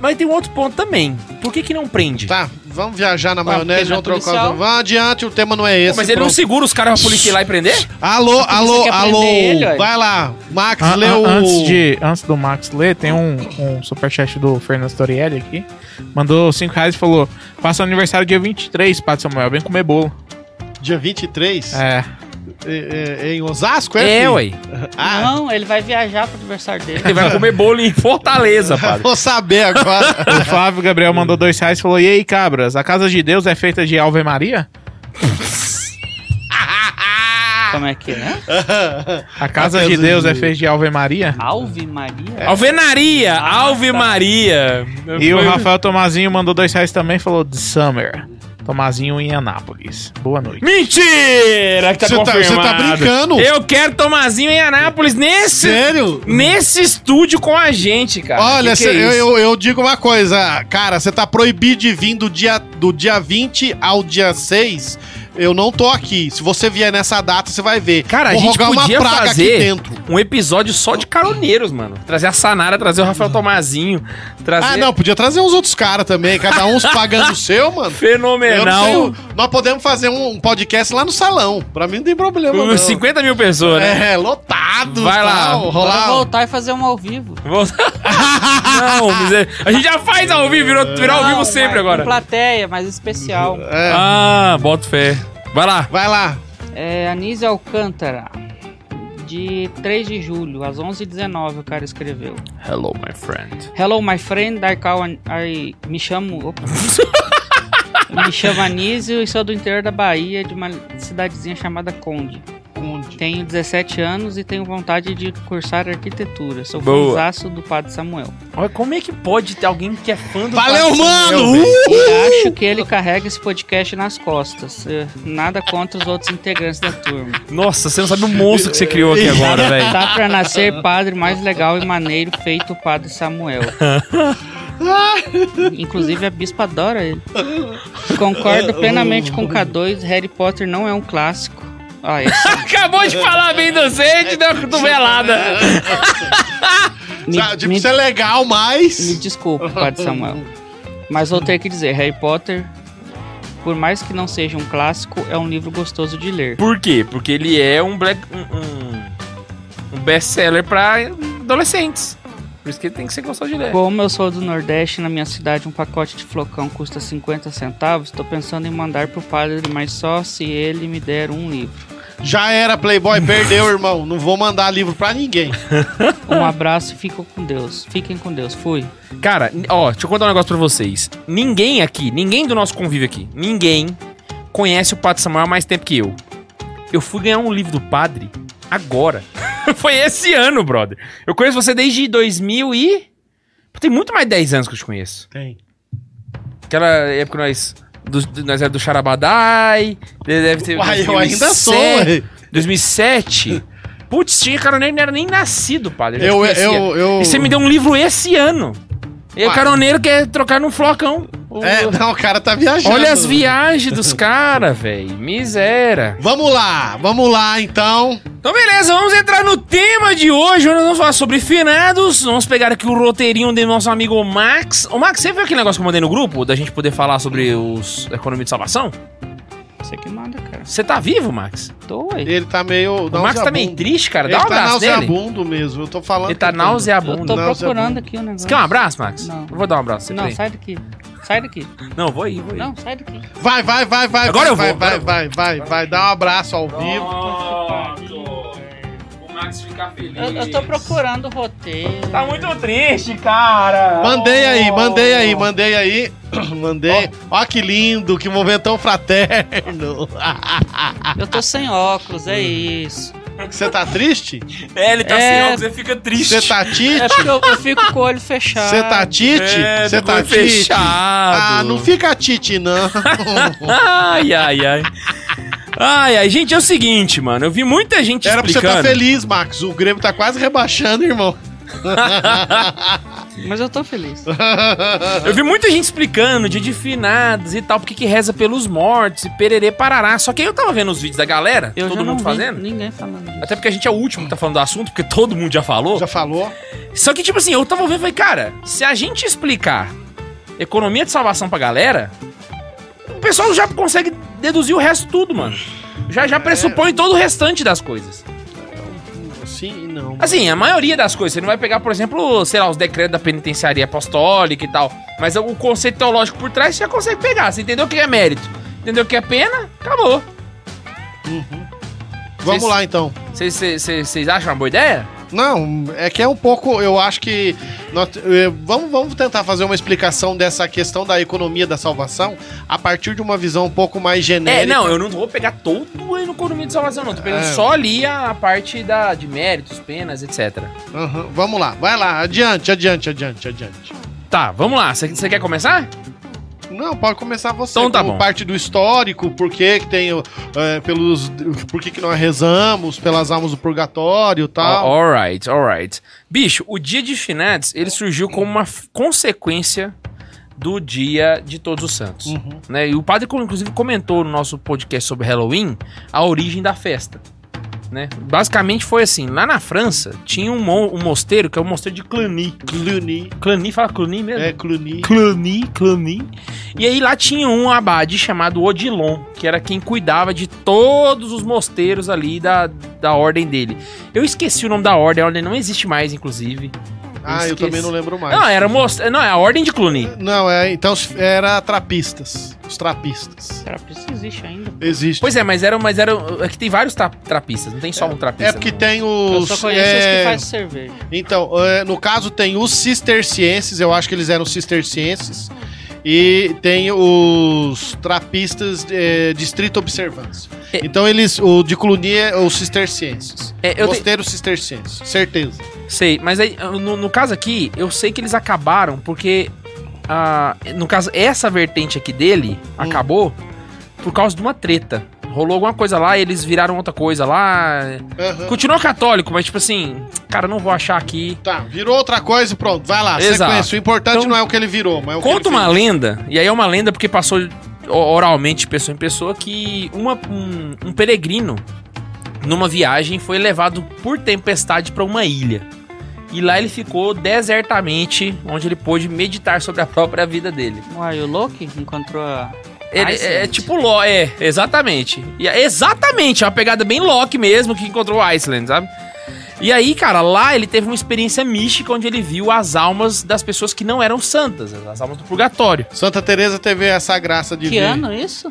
[SPEAKER 3] Mas tem um outro ponto também. Por que, que não prende?
[SPEAKER 1] Tá, vamos viajar na
[SPEAKER 2] Vai,
[SPEAKER 1] maionese,
[SPEAKER 2] porque na
[SPEAKER 1] vamos trocar
[SPEAKER 2] policial-
[SPEAKER 1] os- Vamos adiante, o tema não é
[SPEAKER 3] Pô,
[SPEAKER 1] esse.
[SPEAKER 3] mas ele não
[SPEAKER 1] pronto.
[SPEAKER 3] segura os caras pra polícia ir lá e prender?
[SPEAKER 1] Alô,
[SPEAKER 2] polícia
[SPEAKER 1] alô,
[SPEAKER 2] quer prender
[SPEAKER 1] alô.
[SPEAKER 2] ele, ué.
[SPEAKER 1] Vai lá, Max,
[SPEAKER 4] An-
[SPEAKER 1] lê
[SPEAKER 4] an-
[SPEAKER 1] o.
[SPEAKER 4] Ah, antes, de, antes do Max ler, tem um, um superchat do Fernando Torielli aqui. Mandou 5 reais e falou: Faça aniversário dia 23, Padre Samuel, vem comer bolo.
[SPEAKER 1] Dia 23? É.
[SPEAKER 4] É.
[SPEAKER 1] É, é em Osasco, é?
[SPEAKER 3] É,
[SPEAKER 1] filho?
[SPEAKER 3] ué.
[SPEAKER 1] Ah,
[SPEAKER 2] Não, ele vai viajar pro aniversário dele.
[SPEAKER 3] Ele vai comer bolo em Fortaleza, padre.
[SPEAKER 1] vou saber agora.
[SPEAKER 4] O Flávio Gabriel mandou 2 reais e falou: E aí, cabras, a casa de Deus é feita de Ave Maria?
[SPEAKER 1] Ah.
[SPEAKER 2] Como é que é?
[SPEAKER 4] A casa de Deus é feita de Ave Maria?
[SPEAKER 2] Alve
[SPEAKER 1] É.
[SPEAKER 2] Maria?
[SPEAKER 3] Alvenaria,
[SPEAKER 2] Ah,
[SPEAKER 3] Alve
[SPEAKER 2] tá.
[SPEAKER 3] Maria.
[SPEAKER 4] E o
[SPEAKER 3] Foi-
[SPEAKER 4] Rafael Tomazinho mandou 2 reais também e falou: The Summer. Tomazinho em Anápolis. Boa noite.
[SPEAKER 3] Mentira! Que tá
[SPEAKER 1] Você tá-
[SPEAKER 3] confirmado.
[SPEAKER 1] você tá brincando.
[SPEAKER 3] Eu quero Tomazinho em Anápolis nesse...
[SPEAKER 1] Sério?
[SPEAKER 3] nesse estúdio com a gente, cara.
[SPEAKER 1] Olha,
[SPEAKER 3] Que que é
[SPEAKER 1] cê- eu,
[SPEAKER 3] isso?
[SPEAKER 1] eu, eu digo uma coisa, cara, você tá proibido de vir do dia, do dia 20 ao dia 6 Eu não tô aqui. Se você vier nessa data, você vai ver.
[SPEAKER 3] Cara, a
[SPEAKER 1] Vou
[SPEAKER 3] gente
[SPEAKER 1] rogar
[SPEAKER 3] podia
[SPEAKER 1] uma praga
[SPEAKER 3] fazer
[SPEAKER 1] aqui dentro.
[SPEAKER 3] um episódio só de caroneiros, mano. Trazer a Sanara, trazer o Rafael Tomazinho, trazer...
[SPEAKER 1] Ah, não, podia trazer uns outros caras também, cada um pagando o seu, mano. Eu não sei,
[SPEAKER 3] Fenomenal.
[SPEAKER 1] o- nós podemos fazer um, um podcast lá no salão. Pra mim não tem problema, não.
[SPEAKER 3] Uns 50 mil pessoas, né?
[SPEAKER 1] É, lotado.
[SPEAKER 3] Vai lá.
[SPEAKER 1] tal,
[SPEAKER 2] Bora
[SPEAKER 1] Rolar.
[SPEAKER 2] voltar e fazer um ao vivo.
[SPEAKER 3] Vamos- não, miser- a gente já faz ao vivo, virou, virou ao
[SPEAKER 2] Não,
[SPEAKER 3] vivo
[SPEAKER 2] mas
[SPEAKER 3] sempre
[SPEAKER 2] com
[SPEAKER 3] agora.
[SPEAKER 2] plateia, mas especial.
[SPEAKER 1] É,
[SPEAKER 3] Ah, boto fé. Vai lá.
[SPEAKER 1] Vai lá.
[SPEAKER 2] É, Anísio Alcântara, de 3 de julho, às 11h19, o cara escreveu.
[SPEAKER 3] Hello, my friend.
[SPEAKER 2] Hello, my friend, I, call an- I- me chamo... Opa. me chamo Anísio e sou do interior da Bahia, de uma cidadezinha chamada Conde. Tenho 17 anos e tenho vontade de cursar arquitetura. Sou
[SPEAKER 3] Boa.
[SPEAKER 2] fãzaço do Padre Samuel.
[SPEAKER 3] Olha, como é que pode ter alguém que é fã do
[SPEAKER 1] Valeu,
[SPEAKER 3] Padre Samuel,
[SPEAKER 1] mano!
[SPEAKER 3] velho?
[SPEAKER 2] E acho que ele carrega esse podcast nas costas. Eh, Nada contra os outros integrantes da turma.
[SPEAKER 3] Nossa, você não sabe o monstro que você criou aqui agora, velho.
[SPEAKER 2] Tá pra nascer padre mais legal e maneiro feito o padre Samuel. Inclusive a bispa adora ele. Concordo plenamente com o K2, Harry Potter não é um clássico. Ah, esse.
[SPEAKER 3] Acabou de falar bem docente, deu uma cotovelada.
[SPEAKER 2] Me,
[SPEAKER 1] Sabe, tipo,
[SPEAKER 2] me-
[SPEAKER 1] isso é legal,
[SPEAKER 2] me
[SPEAKER 1] mas.
[SPEAKER 2] desculpa, padre Samuel. Mas vou ter que dizer, Harry Potter, por mais que não seja um clássico, é um livro gostoso de ler.
[SPEAKER 3] Por quê? Porque ele é um black. um, um- um best-seller pra adolescentes. Por isso que ele tem que ser gostoso de ler.
[SPEAKER 2] Como eu sou do Nordeste, na minha cidade um pacote de flocão custa 50 centavos, tô pensando em mandar pro padre, mas só se ele me der um livro.
[SPEAKER 1] Já era, Playboy, perdeu, irmão. Não vou mandar livro pra ninguém.
[SPEAKER 2] Um abraço e fico com Deus. Fiquem com Deus. Fui.
[SPEAKER 3] Cara, n- ó, deixa eu contar um negócio pra vocês. Ninguém aqui, ninguém do nosso convívio aqui, ninguém conhece o Padre Samuel há mais tempo que eu. Eu fui ganhar um livro do Padre agora. Foi esse ano, brother. Eu conheço você desde 2000 e... Pô, Tem muito mais de 10 anos que eu te conheço.
[SPEAKER 1] Tem.
[SPEAKER 3] Aquela época que nós... do- do- nós era do Charabadai, deve ter...
[SPEAKER 1] Uai, eu ainda sou,
[SPEAKER 3] 2007,
[SPEAKER 1] ué.
[SPEAKER 3] 2007. Putz, tinha caroneiro, não era nem nascido, padre. já te
[SPEAKER 1] Eu, eu,
[SPEAKER 3] conhecia.
[SPEAKER 1] eu, eu.
[SPEAKER 3] E você me deu um livro esse ano. E o
[SPEAKER 1] Uai.
[SPEAKER 3] caroneiro quer trocar num flocão. O-
[SPEAKER 1] É, não, o cara tá viajando.
[SPEAKER 3] Olha as viagens dos caras, velho. Miséria.
[SPEAKER 1] Vamos lá, vamos lá então.
[SPEAKER 3] Então, beleza, vamos entrar no tema de hoje. Hoje nós vamos falar sobre finados. Vamos pegar aqui o roteirinho do nosso amigo Max. Ô, Max, você viu aquele negócio que eu mandei no grupo da gente poder falar sobre os economia de salvação?
[SPEAKER 2] Você que manda, cara.
[SPEAKER 3] Você tá vivo, Max?
[SPEAKER 2] Tô aí.
[SPEAKER 1] Ele tá meio.
[SPEAKER 3] O Max tá meio
[SPEAKER 1] nauseabundo.
[SPEAKER 3] triste, cara.
[SPEAKER 1] Ele
[SPEAKER 3] Dá um
[SPEAKER 1] tá
[SPEAKER 3] abraço dele.
[SPEAKER 1] nauseabundo mesmo, eu tô falando.
[SPEAKER 3] Ele tá
[SPEAKER 1] que eu tô-
[SPEAKER 2] Eu
[SPEAKER 3] nauseabundo.
[SPEAKER 2] tô
[SPEAKER 1] Não, você é
[SPEAKER 2] procurando
[SPEAKER 1] bom.
[SPEAKER 2] aqui o
[SPEAKER 3] Você
[SPEAKER 2] negócio.
[SPEAKER 3] quer um abraço, Max?
[SPEAKER 2] Não.
[SPEAKER 3] Eu vou dar um abraço. pra
[SPEAKER 2] Não,
[SPEAKER 3] você.
[SPEAKER 2] sai daqui. Sai daqui.
[SPEAKER 3] Não, vou ir, vou ir.
[SPEAKER 2] Não, sai daqui.
[SPEAKER 1] Vai, vai, vai, vai.
[SPEAKER 3] Agora eu
[SPEAKER 1] vai,
[SPEAKER 3] vou,
[SPEAKER 1] Vai,
[SPEAKER 3] agora
[SPEAKER 1] vai, vai, vai, vai. Dá um abraço ao vivo.
[SPEAKER 3] Pronto. O Max fica feliz.
[SPEAKER 2] Eu, eu tô procurando o roteiro.
[SPEAKER 3] Tá muito triste, cara.
[SPEAKER 1] Mandei aí,
[SPEAKER 3] Oh.
[SPEAKER 1] mandei aí, mandei aí. Mandei. Ó, que lindo, que momentão fraterno.
[SPEAKER 3] Ah.
[SPEAKER 2] Eu tô sem óculos, é isso.
[SPEAKER 1] Você tá triste?
[SPEAKER 3] É, ele tá sem
[SPEAKER 2] É.
[SPEAKER 3] óculos, ele fica triste.
[SPEAKER 1] Você tá
[SPEAKER 2] É
[SPEAKER 1] tite?
[SPEAKER 2] porque eu, eu fico com o olho fechado.
[SPEAKER 1] Você tá tite?
[SPEAKER 3] É,
[SPEAKER 1] Você
[SPEAKER 3] do
[SPEAKER 1] tá
[SPEAKER 3] olho
[SPEAKER 1] tite?
[SPEAKER 3] fechado.
[SPEAKER 1] Ah, não fica tite, não.
[SPEAKER 3] Ai, ai, ai. Ai, ai, gente, é o seguinte, mano. Eu vi muita gente
[SPEAKER 1] Era pra você
[SPEAKER 3] explicando.
[SPEAKER 1] estar feliz, Max. O Grêmio tá quase rebaixando, irmão.
[SPEAKER 2] Mas eu tô feliz.
[SPEAKER 3] Tá Eu vi muita gente explicando dia de finados e tal, porque que reza pelos mortos e pererê parará. Só que aí eu tava vendo os vídeos da galera,
[SPEAKER 2] Eu
[SPEAKER 3] todo
[SPEAKER 2] já não
[SPEAKER 3] mundo
[SPEAKER 2] vi
[SPEAKER 3] fazendo.
[SPEAKER 2] ninguém falando disso.
[SPEAKER 3] Até porque a gente é o último que tá falando do assunto, porque todo mundo já falou.
[SPEAKER 1] Já falou?
[SPEAKER 3] Só que, tipo assim, eu tava ouvindo e falei, cara, se a gente explicar economia de salvação pra galera, o pessoal já consegue deduzir o resto tudo, mano. Já, já pressupõe todo o restante das coisas.
[SPEAKER 1] Sim e não.
[SPEAKER 3] Assim, a maioria das coisas. Você não vai pegar, por exemplo, sei lá, os decretos da penitenciaria apostólica e tal. Mas o conceito teológico por trás você já consegue pegar. Você entendeu o que é mérito? Entendeu o que é pena? Acabou.
[SPEAKER 1] Vamos
[SPEAKER 3] vocês-
[SPEAKER 1] lá, então.
[SPEAKER 3] Vocês- Vocês vocês- vocês acham uma boa ideia?
[SPEAKER 1] Não, é que é um pouco. Eu acho que. nós- eh, vamos, vamos tentar fazer uma explicação dessa questão da economia da salvação a partir de uma visão um pouco mais genérica.
[SPEAKER 3] É, não, eu não vou pegar todo o economia de salvação, não. Tô pegando
[SPEAKER 1] É.
[SPEAKER 3] só ali a parte da, de méritos, penas, etc.
[SPEAKER 1] Aham, vamos lá, vai lá, adiante, adiante, adiante, adiante.
[SPEAKER 3] Tá, vamos lá. Você quer começar?
[SPEAKER 1] Não, pode começar você.
[SPEAKER 3] Então tá
[SPEAKER 1] como
[SPEAKER 3] bom.
[SPEAKER 1] Parte do histórico, por que que tem. o- eh, pelos, por que que nós rezamos, pelas almas do purgatório e tal.
[SPEAKER 3] Al- Alright, alright. Bicho, o dia de finados, ele surgiu como uma f- consequência do dia de Todos os Santos.
[SPEAKER 1] Uhum.
[SPEAKER 3] né? E o padre, co- inclusive, comentou no nosso podcast sobre Halloween a origem da festa. Né? Basicamente foi assim: lá na França tinha um, mo- um mosteiro que é o mosteiro de Cluny.
[SPEAKER 1] Cluny.
[SPEAKER 3] Cluny, fala Cluny mesmo?
[SPEAKER 1] É, Cluny.
[SPEAKER 3] Cluny, Cluny. E aí lá tinha um abade chamado Odilon, que era quem cuidava de todos os mosteiros ali da, da ordem dele. Eu esqueci o nome da ordem, a ordem não existe mais, inclusive.
[SPEAKER 1] Ah, eu
[SPEAKER 3] esqueci.
[SPEAKER 1] também não lembro mais.
[SPEAKER 3] Não, era most... não, é a ordem de Cluny.
[SPEAKER 1] Não, é, então os- era trapistas. Os trapistas.
[SPEAKER 2] Será que isso existe ainda?
[SPEAKER 1] Existe.
[SPEAKER 3] Pois é, mas era, mas era é que tem vários tra- trapistas, não tem só um trapista.
[SPEAKER 1] é porque tem
[SPEAKER 2] Eu
[SPEAKER 1] os.
[SPEAKER 2] só conheço os
[SPEAKER 1] é,
[SPEAKER 2] que fazem cerveja.
[SPEAKER 1] Então, é, no caso tem os cistercienses, eu acho que eles eram cistercienses. E tem os trapistas é, de estrita observância.
[SPEAKER 3] É.
[SPEAKER 1] Então eles, o de Cluny é os cistercienses.
[SPEAKER 3] É, eu te-
[SPEAKER 1] Mosteiro cisterciense, certeza.
[SPEAKER 3] sei, mas aí, no, no caso aqui, eu sei que eles acabaram porque ah, no caso essa vertente aqui dele acabou por causa de uma treta. Rolou alguma coisa lá, eles viraram outra coisa lá.
[SPEAKER 1] Aham.
[SPEAKER 3] Continuou católico, mas tipo assim, cara, não vou achar aqui.
[SPEAKER 1] Tá, virou outra coisa e pronto, vai lá,
[SPEAKER 3] Exato.
[SPEAKER 1] sequência. O importante
[SPEAKER 3] Então,
[SPEAKER 1] não é o que ele virou, mas é o que
[SPEAKER 3] Conta
[SPEAKER 1] ele
[SPEAKER 3] uma
[SPEAKER 1] fez.
[SPEAKER 3] lenda, e aí é uma lenda porque passou o- oralmente de pessoa em pessoa, que uma- um, um peregrino, numa viagem, foi levado por tempestade para uma ilha. E lá ele ficou desertamente, onde ele pôde meditar sobre a própria vida dele.
[SPEAKER 2] Uai, o Loki encontrou a.
[SPEAKER 3] Ele- é,
[SPEAKER 2] Ai,
[SPEAKER 3] é
[SPEAKER 2] gente.
[SPEAKER 3] tipo Ló, é, exatamente. E é exatamente, é uma pegada bem Loki mesmo que encontrou o Iceland, sabe? E aí, cara, lá ele teve uma experiência mística onde ele viu as almas das pessoas que não eram santas, as almas do purgatório.
[SPEAKER 1] Santa Teresa teve essa graça de
[SPEAKER 2] Que
[SPEAKER 1] ver.
[SPEAKER 2] ano isso?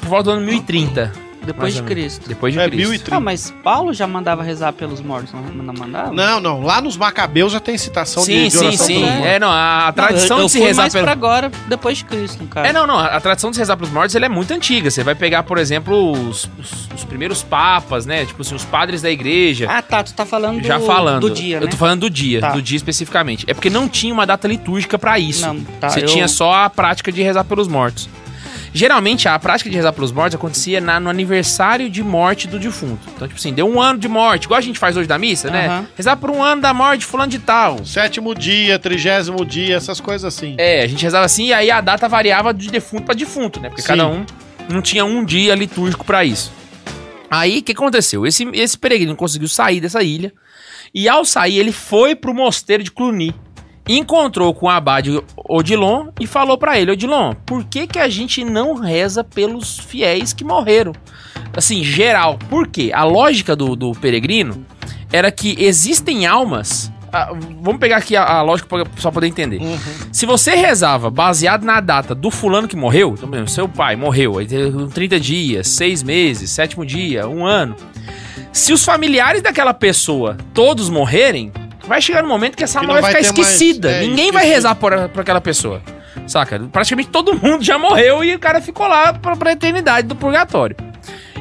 [SPEAKER 3] Por volta do ano 1030.
[SPEAKER 2] Depois
[SPEAKER 3] Mais
[SPEAKER 2] de
[SPEAKER 3] ou menos.
[SPEAKER 2] Cristo.
[SPEAKER 3] Depois de
[SPEAKER 1] É,
[SPEAKER 3] Cristo.
[SPEAKER 1] 1030.
[SPEAKER 2] Ah, mas Paulo já mandava rezar pelos mortos, não não mandava?
[SPEAKER 1] Não, não, lá nos Macabeus já tem citação
[SPEAKER 3] Sim,
[SPEAKER 1] de, de
[SPEAKER 3] sim,
[SPEAKER 1] oração
[SPEAKER 3] sim.
[SPEAKER 1] pelo
[SPEAKER 2] mundo.
[SPEAKER 3] É, não, a a tradição
[SPEAKER 2] eu, eu
[SPEAKER 3] de se
[SPEAKER 2] fui
[SPEAKER 3] rezar
[SPEAKER 2] mais
[SPEAKER 3] pelo...
[SPEAKER 2] pra agora, depois de Cristo, no caso.
[SPEAKER 3] É, não, não. A a tradição de se rezar pelos mortos ela é muito antiga. Você vai pegar, por exemplo, os, os- os primeiros papas, né? Tipo assim, os padres da igreja.
[SPEAKER 2] Ah, tá, tu tá falando
[SPEAKER 3] já falando.
[SPEAKER 2] do dia, né?
[SPEAKER 3] Eu tô falando do dia,
[SPEAKER 2] Tá.
[SPEAKER 3] do dia especificamente. É porque não tinha uma data litúrgica pra isso.
[SPEAKER 2] Não, tá,
[SPEAKER 3] Você
[SPEAKER 2] eu-
[SPEAKER 3] tinha só a prática de rezar pelos mortos. Geralmente, a prática de rezar pelos mortos acontecia na- no aniversário de morte do defunto. Então, tipo assim, deu um ano de morte, igual a gente faz hoje da missa, né?
[SPEAKER 2] Aham.
[SPEAKER 3] Rezar por um ano da morte de fulano de tal.
[SPEAKER 1] Sétimo dia, trigésimo dia, essas coisas assim.
[SPEAKER 3] É, a gente rezava assim e aí a data variava de defunto pra defunto, né? Porque
[SPEAKER 1] Sim.
[SPEAKER 3] cada um não tinha um dia litúrgico pra isso. Aí o que aconteceu? Esse, esse peregrino conseguiu sair dessa ilha e ao sair ele foi pro mosteiro de Cluny. Encontrou com o abade Odilon e falou pra ele: Odilon, por que que a gente não reza pelos fiéis que morreram? Assim, geral. Por quê? A lógica do, do peregrino era que existem almas. ah, vamos pegar aqui a, a lógica pra só poder entender.
[SPEAKER 1] Uhum.
[SPEAKER 3] Se você rezava baseado na data do fulano que morreu, então, por exemplo, seu pai morreu, aí teve 30 dias, 6 meses, sétimo dia, um ano. Se os familiares daquela pessoa todos morrerem, vai chegar no momento que essa
[SPEAKER 1] Que
[SPEAKER 3] alma
[SPEAKER 1] não
[SPEAKER 3] vai,
[SPEAKER 1] vai
[SPEAKER 3] ficar
[SPEAKER 1] ter mais,
[SPEAKER 3] esquecida.
[SPEAKER 1] é,
[SPEAKER 3] Ninguém vai
[SPEAKER 1] esquecida.
[SPEAKER 3] rezar por, por aquela pessoa. Saca? Praticamente todo mundo já morreu e o cara ficou lá pra, pra eternidade do purgatório.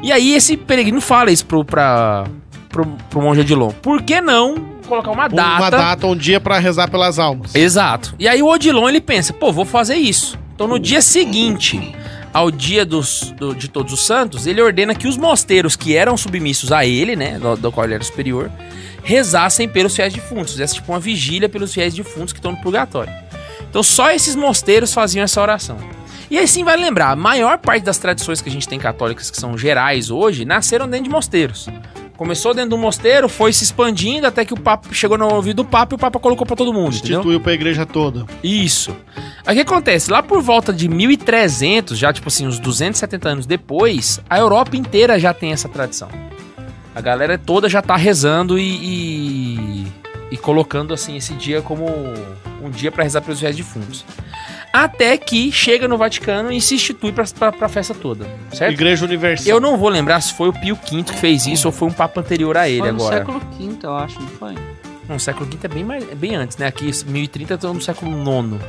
[SPEAKER 3] E aí esse peregrino fala isso pro, pra, pro, pro monge Odilon. Por que não colocar uma data?
[SPEAKER 1] Uma data, um dia pra rezar pelas almas.
[SPEAKER 3] Exato. E aí o Odilon ele pensa, pô, vou fazer isso. Então no dia seguinte ao dia dos, do- de Todos os Santos, ele ordena que os mosteiros que eram submissos a ele, né, do, do qual ele era superior, rezassem pelos fiéis defuntos. Essa tipo uma vigília pelos fiéis defuntos que estão no purgatório. Então só esses mosteiros faziam essa oração. E aí sim vai lembrar, a maior parte das tradições que a gente tem católicas que são gerais hoje, nasceram dentro de mosteiros. Começou dentro do mosteiro, foi se expandindo até que o papo chegou no ouvido do papa e o papa colocou pra todo mundo, entendeu?
[SPEAKER 1] Instituiu pra igreja toda.
[SPEAKER 3] Isso. Aí o que acontece? Lá por volta de 1300, já tipo assim, uns 270 anos depois, a Europa inteira já tem essa tradição. A galera toda já tá rezando e, e, e colocando assim esse dia como um dia pra rezar pelos fiéis defuntos. Até que chega no Vaticano e se institui pra, pra, pra festa toda, certo?
[SPEAKER 1] Igreja Universal.
[SPEAKER 3] Eu não vou lembrar se foi o Pio V que fez isso ou foi um papa anterior a ele
[SPEAKER 2] foi
[SPEAKER 3] agora.
[SPEAKER 2] no século V, eu acho, não foi?
[SPEAKER 3] Não, o século V é bem, mais, é bem antes, né? Aqui 1030 estamos no século IX,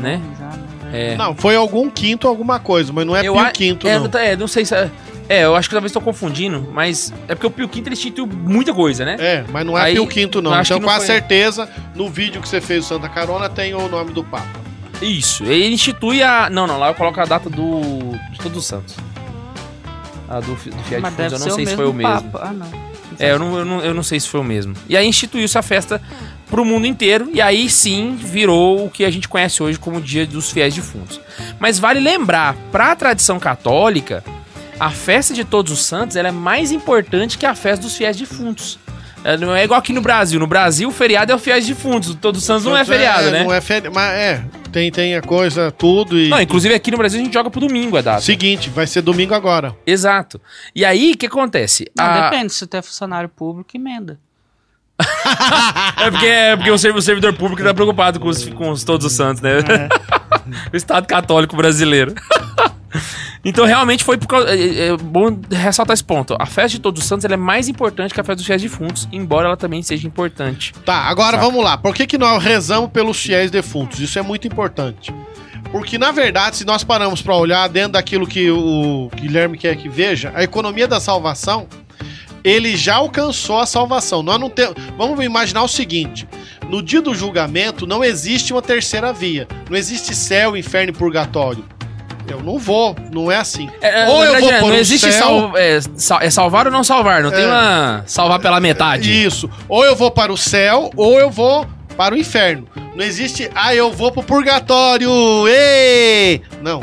[SPEAKER 3] né?
[SPEAKER 2] Não, já, não.
[SPEAKER 3] É.
[SPEAKER 1] Não, foi algum quinto alguma coisa, mas não é
[SPEAKER 3] Eu
[SPEAKER 1] Pio
[SPEAKER 3] a-
[SPEAKER 1] Quinto,
[SPEAKER 3] É,
[SPEAKER 1] não.
[SPEAKER 3] tá- é, não sei se. É, é, eu acho que talvez estou confundindo, mas é porque o Pio Quinto ele instituiu muita coisa, né?
[SPEAKER 1] É, mas não é
[SPEAKER 3] Aí,
[SPEAKER 1] Pio Quinto,
[SPEAKER 3] eu
[SPEAKER 1] não.
[SPEAKER 3] acho
[SPEAKER 1] Então,
[SPEAKER 3] que
[SPEAKER 1] com
[SPEAKER 3] não
[SPEAKER 1] a
[SPEAKER 3] foi.
[SPEAKER 1] certeza, no vídeo que você fez do Santa Carona tem o nome do Papa.
[SPEAKER 3] Isso. Ele institui a. Não, não, lá eu coloco a data do. de Todos os Santos. A do, fi- do Fiat
[SPEAKER 2] Mas
[SPEAKER 3] Fundos, É,
[SPEAKER 2] deve
[SPEAKER 3] eu
[SPEAKER 2] ser
[SPEAKER 3] não sei
[SPEAKER 2] o
[SPEAKER 3] se
[SPEAKER 2] mesmo
[SPEAKER 3] foi o mesmo.
[SPEAKER 2] Papa. Ah, não.
[SPEAKER 3] É, eu não, eu, não, eu não sei se foi o mesmo. E aí instituiu-se a festa pro mundo inteiro, e aí sim virou o que a gente conhece hoje como Dia dos Fiéis Defuntos. Mas vale lembrar, para a tradição católica, a festa de Todos os Santos ela é mais importante que a festa dos Fiéis Defuntos. Ela Não é igual aqui no Brasil. No Brasil, o feriado é o Fiéis Defuntos. o Todos os Santos não é é feriado, né?
[SPEAKER 1] Não é feriado, mas é. Tem, tem a coisa, tudo e.
[SPEAKER 3] Não, inclusive aqui no Brasil a gente joga pro domingo a data.
[SPEAKER 1] Seguinte, vai ser domingo agora.
[SPEAKER 3] Exato. E aí, o que acontece?
[SPEAKER 2] Não,
[SPEAKER 3] A-
[SPEAKER 2] depende, se tu é funcionário público, emenda.
[SPEAKER 3] É porque, é porque o servi- o servidor público tá preocupado com, os, com os todos os santos, né? o Estado Católico Brasileiro. então, realmente, foi por causa... É, é bom ressaltar esse ponto. A festa de todos os santos ela é mais importante que a festa dos fiéis defuntos, embora ela também seja importante.
[SPEAKER 1] Tá, agora
[SPEAKER 3] Saca.
[SPEAKER 1] vamos lá. Por que, que nós rezamos pelos fiéis defuntos? Isso é muito importante. Porque, na verdade, se nós paramos pra olhar dentro daquilo que o Guilherme quer que veja, a economia da salvação, ele já alcançou a salvação. Nós não temos. Vamos imaginar o seguinte: no dia do julgamento não existe uma terceira via. Não existe céu, inferno e purgatório. Eu não vou, não é assim.
[SPEAKER 3] É, é,
[SPEAKER 1] Ou
[SPEAKER 3] na
[SPEAKER 1] eu
[SPEAKER 3] verdade,
[SPEAKER 1] vou
[SPEAKER 3] é,
[SPEAKER 1] pôr
[SPEAKER 3] não
[SPEAKER 1] no
[SPEAKER 3] existe
[SPEAKER 1] céu.
[SPEAKER 3] sal, é, sal- é salvar ou não salvar. Não tem
[SPEAKER 1] É.
[SPEAKER 3] uma salvar pela metade.
[SPEAKER 1] Isso. Ou eu vou para o céu, ou eu vou para o inferno. Não existe, ah, eu vou pro purgatório. Ê! Não.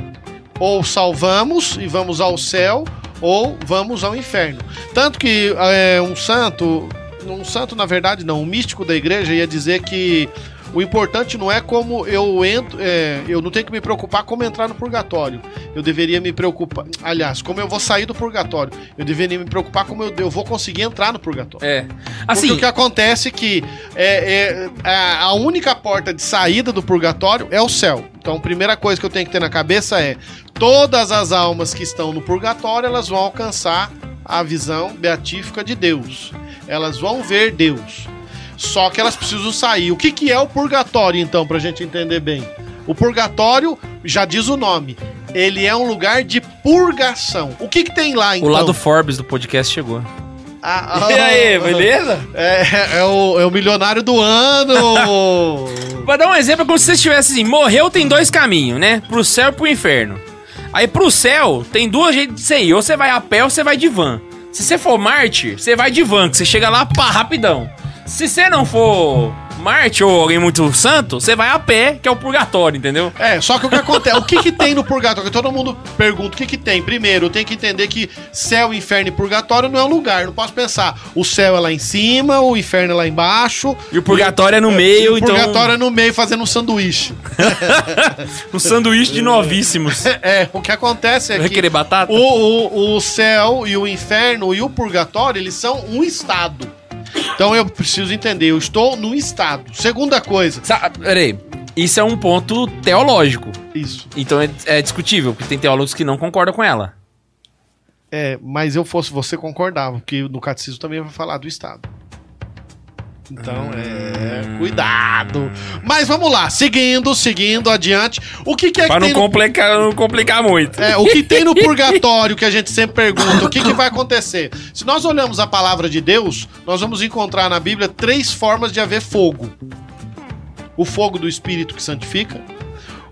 [SPEAKER 1] Ou salvamos e vamos ao céu, ou vamos ao inferno. Tanto que é, um santo, um santo na verdade não, um místico da igreja ia dizer que o importante não é como eu entro, é, eu não tenho que me preocupar como entrar no purgatório. Eu deveria me preocupar, aliás, como eu vou sair do purgatório. Eu deveria me preocupar como eu, eu vou conseguir entrar no purgatório.
[SPEAKER 3] É.
[SPEAKER 1] Porque
[SPEAKER 3] Assim,
[SPEAKER 1] o que acontece é que é, é, a a única porta de saída do purgatório é o céu. Então, a primeira coisa que eu tenho que ter na cabeça é: todas as almas que estão no purgatório elas vão alcançar a visão beatífica de Deus. Elas vão ver Deus. Só que elas precisam sair. O que, que é o purgatório, então, pra gente entender bem? O purgatório, já diz o nome, ele é um lugar de purgação. O que, que tem lá, então?
[SPEAKER 3] o lado Forbes do podcast chegou.
[SPEAKER 1] Ah, ah,
[SPEAKER 3] E aí, beleza?
[SPEAKER 1] é, é o, é o milionário do ano!
[SPEAKER 3] Pra dar um exemplo, é como se você estivesse assim: morreu tem dois caminhos, né? Pro céu e pro inferno. Aí pro céu tem duas jeitos de você ir: ou você vai a pé ou você vai de van. Se você for Marte, você vai de van, que você chega lá, pá, rapidão. Se você não for Marte ou alguém muito santo, você vai a pé, que é o purgatório, entendeu?
[SPEAKER 1] é, só que o que acontece? O que, que tem no purgatório? Todo mundo pergunta o que, que tem. Primeiro, eu tenho que entender que céu, inferno e purgatório não é um lugar. Não posso pensar. O céu é lá em cima, o inferno é lá embaixo.
[SPEAKER 3] E o purgatório é no meio,
[SPEAKER 1] e o
[SPEAKER 3] então.
[SPEAKER 1] purgatório é no meio fazendo um sanduíche.
[SPEAKER 3] Um sanduíche de novíssimos.
[SPEAKER 1] É, o que acontece é
[SPEAKER 3] Vai
[SPEAKER 1] que
[SPEAKER 3] querer batata?
[SPEAKER 1] o, o, o céu e o inferno e o purgatório, eles são um estado. Então eu preciso entender, eu estou no estado. Segunda coisa,
[SPEAKER 3] Sa- Peraí, isso é um ponto teológico.
[SPEAKER 1] isso.
[SPEAKER 3] Então é, é discutível, porque tem teólogos que não concordam com ela.
[SPEAKER 1] É, mas eu fosse você concordava, porque no catecismo também vai falar do Estado. Então,
[SPEAKER 3] Ah.
[SPEAKER 1] é. Cuidado! Mas vamos lá, seguindo, seguindo adiante. O que, que é
[SPEAKER 3] Pra
[SPEAKER 1] que
[SPEAKER 3] não
[SPEAKER 1] tem no,
[SPEAKER 3] complicar, não complicar muito.
[SPEAKER 1] é, o que tem no purgatório que a gente sempre pergunta? O que, que vai acontecer? Se nós olhamos a palavra de Deus, nós vamos encontrar na Bíblia três formas de haver fogo: o fogo do Espírito que santifica,